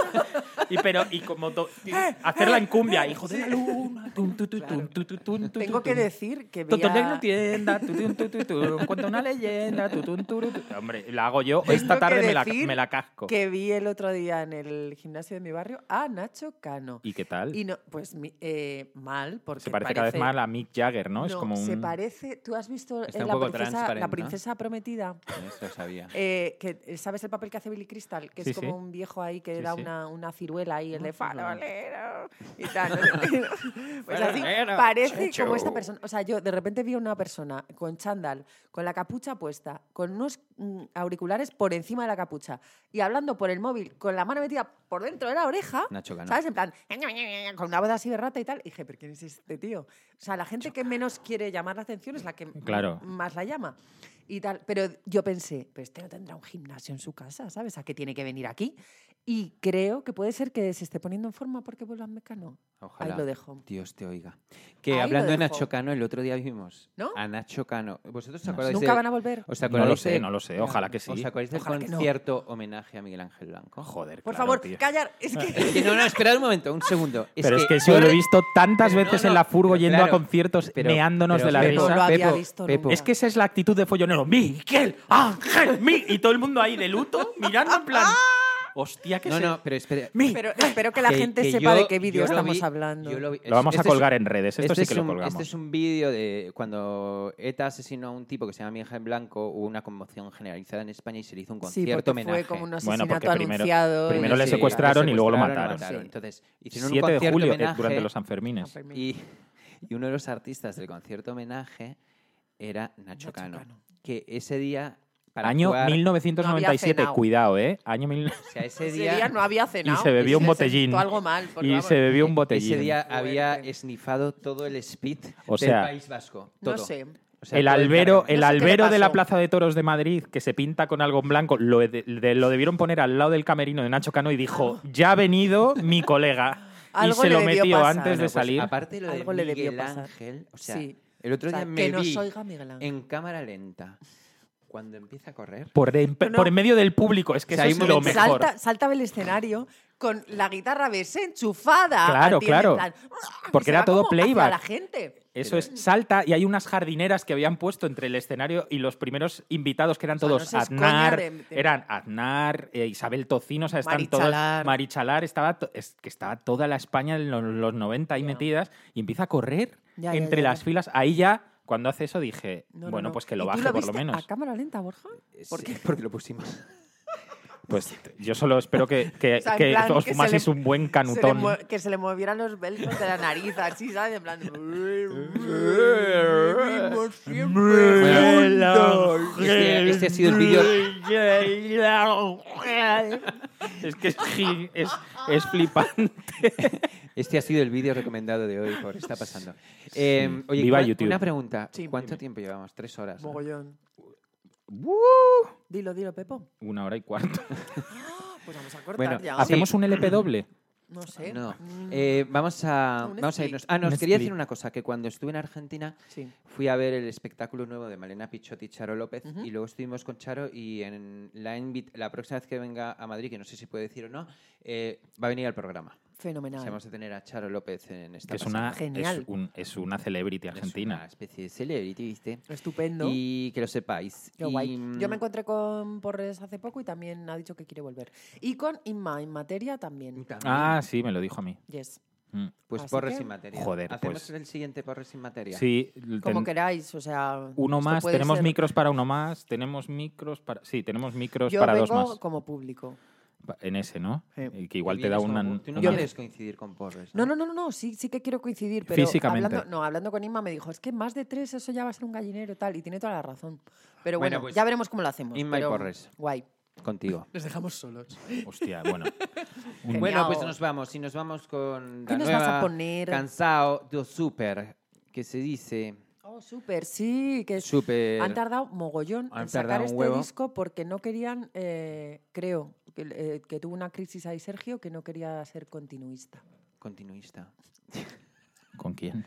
S4: Y pero y como to- y
S3: Eh,
S4: hacerla en cumbia, hijo de la luna. tun, tu, tu, tun, tu, tu, tun, tu,
S3: Tengo
S4: tu,
S3: que
S4: tun.
S3: decir que
S4: Toto
S3: veía-
S4: no tienda, tu, tun, tu, tu, tun, cuenta una leyenda, tu, tun, turu, tu. Hombre, la hago yo, Pues esta
S3: Tengo que
S4: tarde me la,
S3: decir
S4: me la casco.
S3: Que vi el otro día en el gimnasio de mi barrio a Nacho Cano.
S4: ¿Y qué tal?
S3: Y no, pues mi- eh, mal, porque.
S4: se parece, cada vez más a Mick Jagger, ¿no?
S3: No,
S4: es como un...
S3: Se parece. ¿Tú has visto
S2: Está
S3: eh,
S2: un
S3: la,
S2: poco
S3: princesa,
S2: transparente,
S3: la
S2: ¿no?
S3: princesa prometida?
S2: Eso sabía.
S3: Eh, que, eh, ¿Sabes el papel que hace Billy Crystal? Que
S4: Sí,
S3: es como
S4: sí.
S3: un viejo ahí que
S4: Sí,
S3: da
S4: sí.
S3: Una, una ciruela y el de farolero y
S4: [LAUGHS]
S3: tal. ¿no? [LAUGHS] pues así,
S2: Farolero,
S3: parece
S2: checho.
S3: como esta persona. O sea, yo de repente vi a una persona con chándal, con la capucha puesta, con unos mm, auriculares por encima de la capucha y hablando por el móvil con la mano metida por dentro de la oreja.
S2: Nacho Cano.
S3: ¿Sabes? En plan, con una voz así de rata y tal. Y dije, ¿pero quién es este tío? O sea, la gente que menos quiere llamar la atención es la que
S4: Claro.
S3: más la llama. Y tal. Pero yo pensé, pero este no tendrá un gimnasio en su casa, ¿sabes? ¿A qué tiene que venir aquí? Y creo que puede ser que se esté poniendo en forma porque vuelva a Mecano.
S2: Ojalá.
S3: Ahí lo dejo.
S2: Dios te oiga. Que
S3: Ahí lo
S2: hablando de
S3: dejo.
S2: Nacho Cano, el otro día vimos
S3: ¿No?
S2: a Nacho Cano. ¿Vosotros os acordáis
S3: Nunca
S2: de-
S3: van a volver.
S2: ¿Os
S4: No
S2: acordáis
S4: lo sé,
S2: de-
S4: no lo sé. Ojalá que sí.
S2: ¿Os acordáis del
S3: Ojalá que no.
S2: concierto homenaje a Miguel Ángel Blanco?
S4: Oh, Joder,
S3: Por
S4: claro,
S3: favor,
S4: tío.
S3: callar. Es que.
S2: Es [LAUGHS] que no, no, esperad un momento, un segundo.
S4: pero es que yo lo he visto tantas
S2: Pero no,
S4: veces
S2: no,
S4: en la furgo
S2: pero
S4: yendo
S2: claro,
S4: a conciertos
S2: pero-
S4: meándonos
S2: pero
S4: de la
S2: Pepo,
S4: risa.
S3: No lo había
S2: Pepo,
S3: visto
S2: Pepo.
S3: nunca.
S4: Es que esa es la actitud de follonero. Miguel, Ángel, mi. Y todo el mundo ahí de luto, mirando en plan. Hostia, que
S2: No,
S4: se-
S2: no, pero espera.
S4: Mi.
S3: Pero espero que la gente
S2: yo-
S3: sepa de qué vídeo
S2: yo lo
S3: estamos
S2: vi-
S3: hablando.
S2: yo lo vi-
S4: Lo vamos a
S2: este es-
S4: colgar en redes. Esto
S2: este
S4: sí que
S2: es
S4: lo
S2: un-
S4: colgamos.
S2: Este es un vídeo de cuando ETA asesinó a un tipo que se llama Miguel Blanco, hubo una conmoción generalizada en España y se le hizo un
S3: Sí,
S2: concierto
S3: porque
S2: homenaje.
S3: fue como un
S4: Bueno,
S3: asesinato
S4: porque primero-
S3: anunciado.
S4: primero
S3: y-
S4: le
S3: Sí.
S4: secuestraron y luego lo
S2: secuestraron
S4: mataron.
S3: Sí.
S2: Entonces, hicieron
S4: 7
S2: un
S4: de
S2: concierto
S4: julio, eh,
S2: homenaje
S4: durante los Sanfermines.
S2: y, y uno de los artistas del concierto homenaje era Nacho,
S3: Nacho
S2: Cano,
S3: Cano.
S2: que ese día... Para
S4: Año
S2: actuar-
S4: 1997,
S3: No había cenao.
S4: cuidado, ¿eh? Año mil...
S2: O sea, ese
S3: Ese
S2: día,
S3: día no había
S4: [LAUGHS] Y
S3: cenado.
S4: se bebió un
S3: le
S4: botellín.
S3: sentó algo mal. porque,
S4: Y
S3: vamos,
S4: se bebió un botellín.
S2: ese día
S3: Fuerte.
S2: había esnifado todo el speed
S4: O
S2: del
S4: sea,
S2: País Vasco.
S3: No
S2: Todo.
S3: sé.
S2: O sea,
S4: el
S2: todo
S4: albero,
S2: cargo.
S4: el
S3: No sé qué le
S4: albero de la
S3: pasó.
S4: Plaza de Toros de Madrid, que se pinta con algo en blanco, lo, de- de- lo debieron poner al lado del camerino de Nacho Cano y dijo,
S3: [LAUGHS]
S4: ya ha venido mi colega. y
S3: Algo
S4: se
S3: le
S4: lo
S3: debió
S4: metió
S3: pasar.
S4: antes
S3: Bueno,
S4: de
S2: Pues,
S4: salir.
S2: aparte lo
S3: Algo
S2: de
S3: le debió
S2: Miguel
S3: pasar.
S2: Ángel, o sea,
S3: Sí.
S2: el otro
S3: O sea,
S2: día me
S3: que nos
S2: vi
S3: oiga Miguel Ángel.
S2: en cámara lenta cuando empieza a correr.
S4: Por, en-
S3: No, no.
S4: por en medio del público, es que
S2: O sea, hay
S4: eso
S2: un
S4: es lo
S2: momento-
S4: mejor.
S3: Salta, salta del escenario con la guitarra desenchufada.
S4: Claro,
S3: atiende en
S4: claro.
S3: plan,
S4: Porque
S3: se
S4: era
S3: va
S4: todo
S3: como hacia
S4: playback.
S3: la gente.
S4: Eso es, salta y hay unas jardineras que habían puesto entre el escenario y los primeros invitados que eran
S3: sea,
S4: todos
S3: no seas coña
S4: Aznar,
S3: de- de-
S4: eran Aznar, eh, Isabel Tocino, o sea, están
S3: Marichalar.
S4: todos Marichalar, estaba to- es que estaba toda la España en los, los 90 ahí metidas y empieza a correr
S3: Ya, ya,
S4: entre
S3: ya, ya.
S4: las filas. Ahí ya cuando hace eso dije,
S3: No, no,
S4: bueno,
S3: no.
S4: pues que lo
S3: ¿Y tú
S4: baje por lo
S3: viste
S4: menos.
S3: ¿A cámara lenta, Borja? ¿Por
S2: eh, Sí,
S3: qué?
S2: [LAUGHS] Porque lo pusimos.
S4: Pues yo solo espero que, que-
S3: [LAUGHS] O sea, en
S4: que
S3: plan,
S4: os
S3: que se
S4: fumaseis
S3: le-
S4: un buen
S3: Se le
S4: canutón.
S3: mue- que se le movieran los velcros de la nariz, así, ¿sabes? En plan. vivimos siempre juntos.
S2: Este, este ha sido el vídeo.
S4: Es que es, gi- es, es flipante.
S2: Este ha sido el vídeo recomendado de hoy, por está
S3: [LAUGHS]
S2: pasando. Eh, oye,
S4: Viva
S2: una,
S4: YouTube.
S2: una pregunta.
S3: Sí,
S2: ¿Cuánto tiempo llevamos? Tres horas. ¿no?
S3: Mogollón. Dilo, dilo, Pepo.
S4: Una hora y cuarto.
S3: Pues vamos a cortar
S2: Bueno,
S3: [LAUGHS] ya.
S2: hace-
S4: ¿Hacemos un LP doble?
S3: No sé.
S2: No.
S3: Mm,
S2: Eh, vamos a,
S3: Un
S2: vamos a
S3: split.
S2: irnos. Ah, nos
S4: Un
S2: quería
S4: split.
S2: decir una cosa, que cuando estuve en Argentina
S3: sí.
S2: fui a ver el espectáculo nuevo de Malena Pichotti y Charo López y luego estuvimos con Charo y en la, invit- la próxima vez que venga a Madrid, que no sé si puede decir o no, eh, va a venir al programa. O
S3: Ah,
S2: sea,
S3: Fenomenal.
S2: vamos a tener a Charo López en esta
S4: Que es una,
S3: Genial.
S4: es, un- es una celebrity
S2: Es una
S4: argentina.
S2: especie de celebrity, ¿viste?
S3: Estupendo.
S2: Y que lo sepáis.
S3: Qué
S2: Y,
S3: guay. Yo me
S2: mm,
S3: encontré con Porres hace poco y también ha dicho que quiere volver. Y con Inma en materia también.
S4: Ah, sí, me lo dijo a mí.
S3: Yes.
S4: Mm.
S2: Pues
S3: Así
S2: Porres
S3: que-
S2: sin materia.
S4: Joder,
S2: Hacemos
S4: pues-
S2: el siguiente Porres sin materia.
S4: Sí,
S3: Como
S4: ten-
S3: queráis, o sea.
S4: uno
S3: esto
S4: más,
S3: puede
S4: tenemos
S3: ser-
S4: micros para uno más, tenemos micros para... Sí, tenemos micros
S3: Yo
S4: para
S3: vengo
S4: dos más.
S3: como público.
S4: Pa- En ese, ¿no?
S3: Sí.
S4: Y Que igual
S2: Tú
S4: te da
S2: vienes
S4: una...
S2: como- Tú no
S4: una-
S2: quieres coincidir con Porres.
S3: No, no, no, no, no, sí, sí que quiero coincidir, pero
S4: Físicamente.
S3: hablando, no, hablando con Inma me dijo, es que más de tres eso ya va a ser un gallinero y tal, y tiene toda la razón. Pero bueno,
S2: Bueno, pues,
S3: ya veremos cómo lo hacemos.
S2: Inma y
S3: pero
S2: Porres.
S3: Guay.
S2: Contigo.
S3: Les dejamos solos.
S4: Hostia, bueno.
S3: Genial.
S2: Bueno, pues nos vamos. Y nos vamos con
S3: ¿Qué
S2: la
S3: nos vas
S2: nueva
S3: a poner?
S2: Cansao do Super, que se dice
S3: Oh, súper, sí, que es-
S2: Super.
S3: Han tardado mogollón
S2: Han
S3: en sacar
S2: tardado un
S3: este
S2: huevo.
S3: disco porque no querían, eh, creo, que, eh, que tuvo una crisis ahí Sergio que no quería ser continuista.
S2: Continuista.
S4: ¿Con [LAUGHS] quién?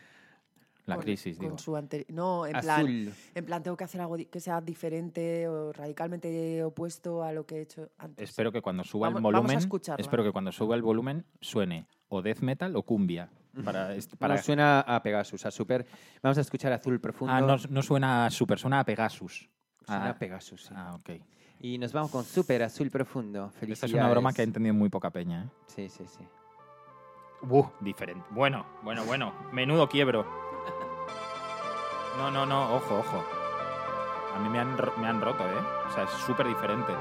S4: La
S3: Con-
S4: crisis,
S3: con
S4: digo.
S3: su anteri- no, en plan,
S2: Azul.
S3: en plan tengo que hacer algo di- que sea diferente o radicalmente opuesto a lo que he hecho antes.
S4: Espero que cuando suba
S3: Vamos-
S4: el
S3: vamos a
S4: volumen,
S3: escucharla.
S4: espero que cuando suba el volumen suene o death metal o cumbia para est- para
S2: Nos suena a Pegasus, a Super. Vamos a escuchar Azul Profundo.
S4: Ah, no, no suena a super, suena a Pegasus.
S2: Suena
S4: Ah,
S2: a Pegasus, sí.
S4: Ah, ok.
S2: Y nos vamos con Super Azul Profundo. Felicidades.
S4: Esta es una broma que ha entendido muy poca peña. ¿eh?
S2: Sí, sí, sí.
S4: diferente. Bueno, bueno, bueno. Menudo
S2: [LAUGHS]
S4: quiebro. No, no, no. Ojo, ojo. A mí me han, ro- me han roto, ¿eh? O sea, es súper diferente.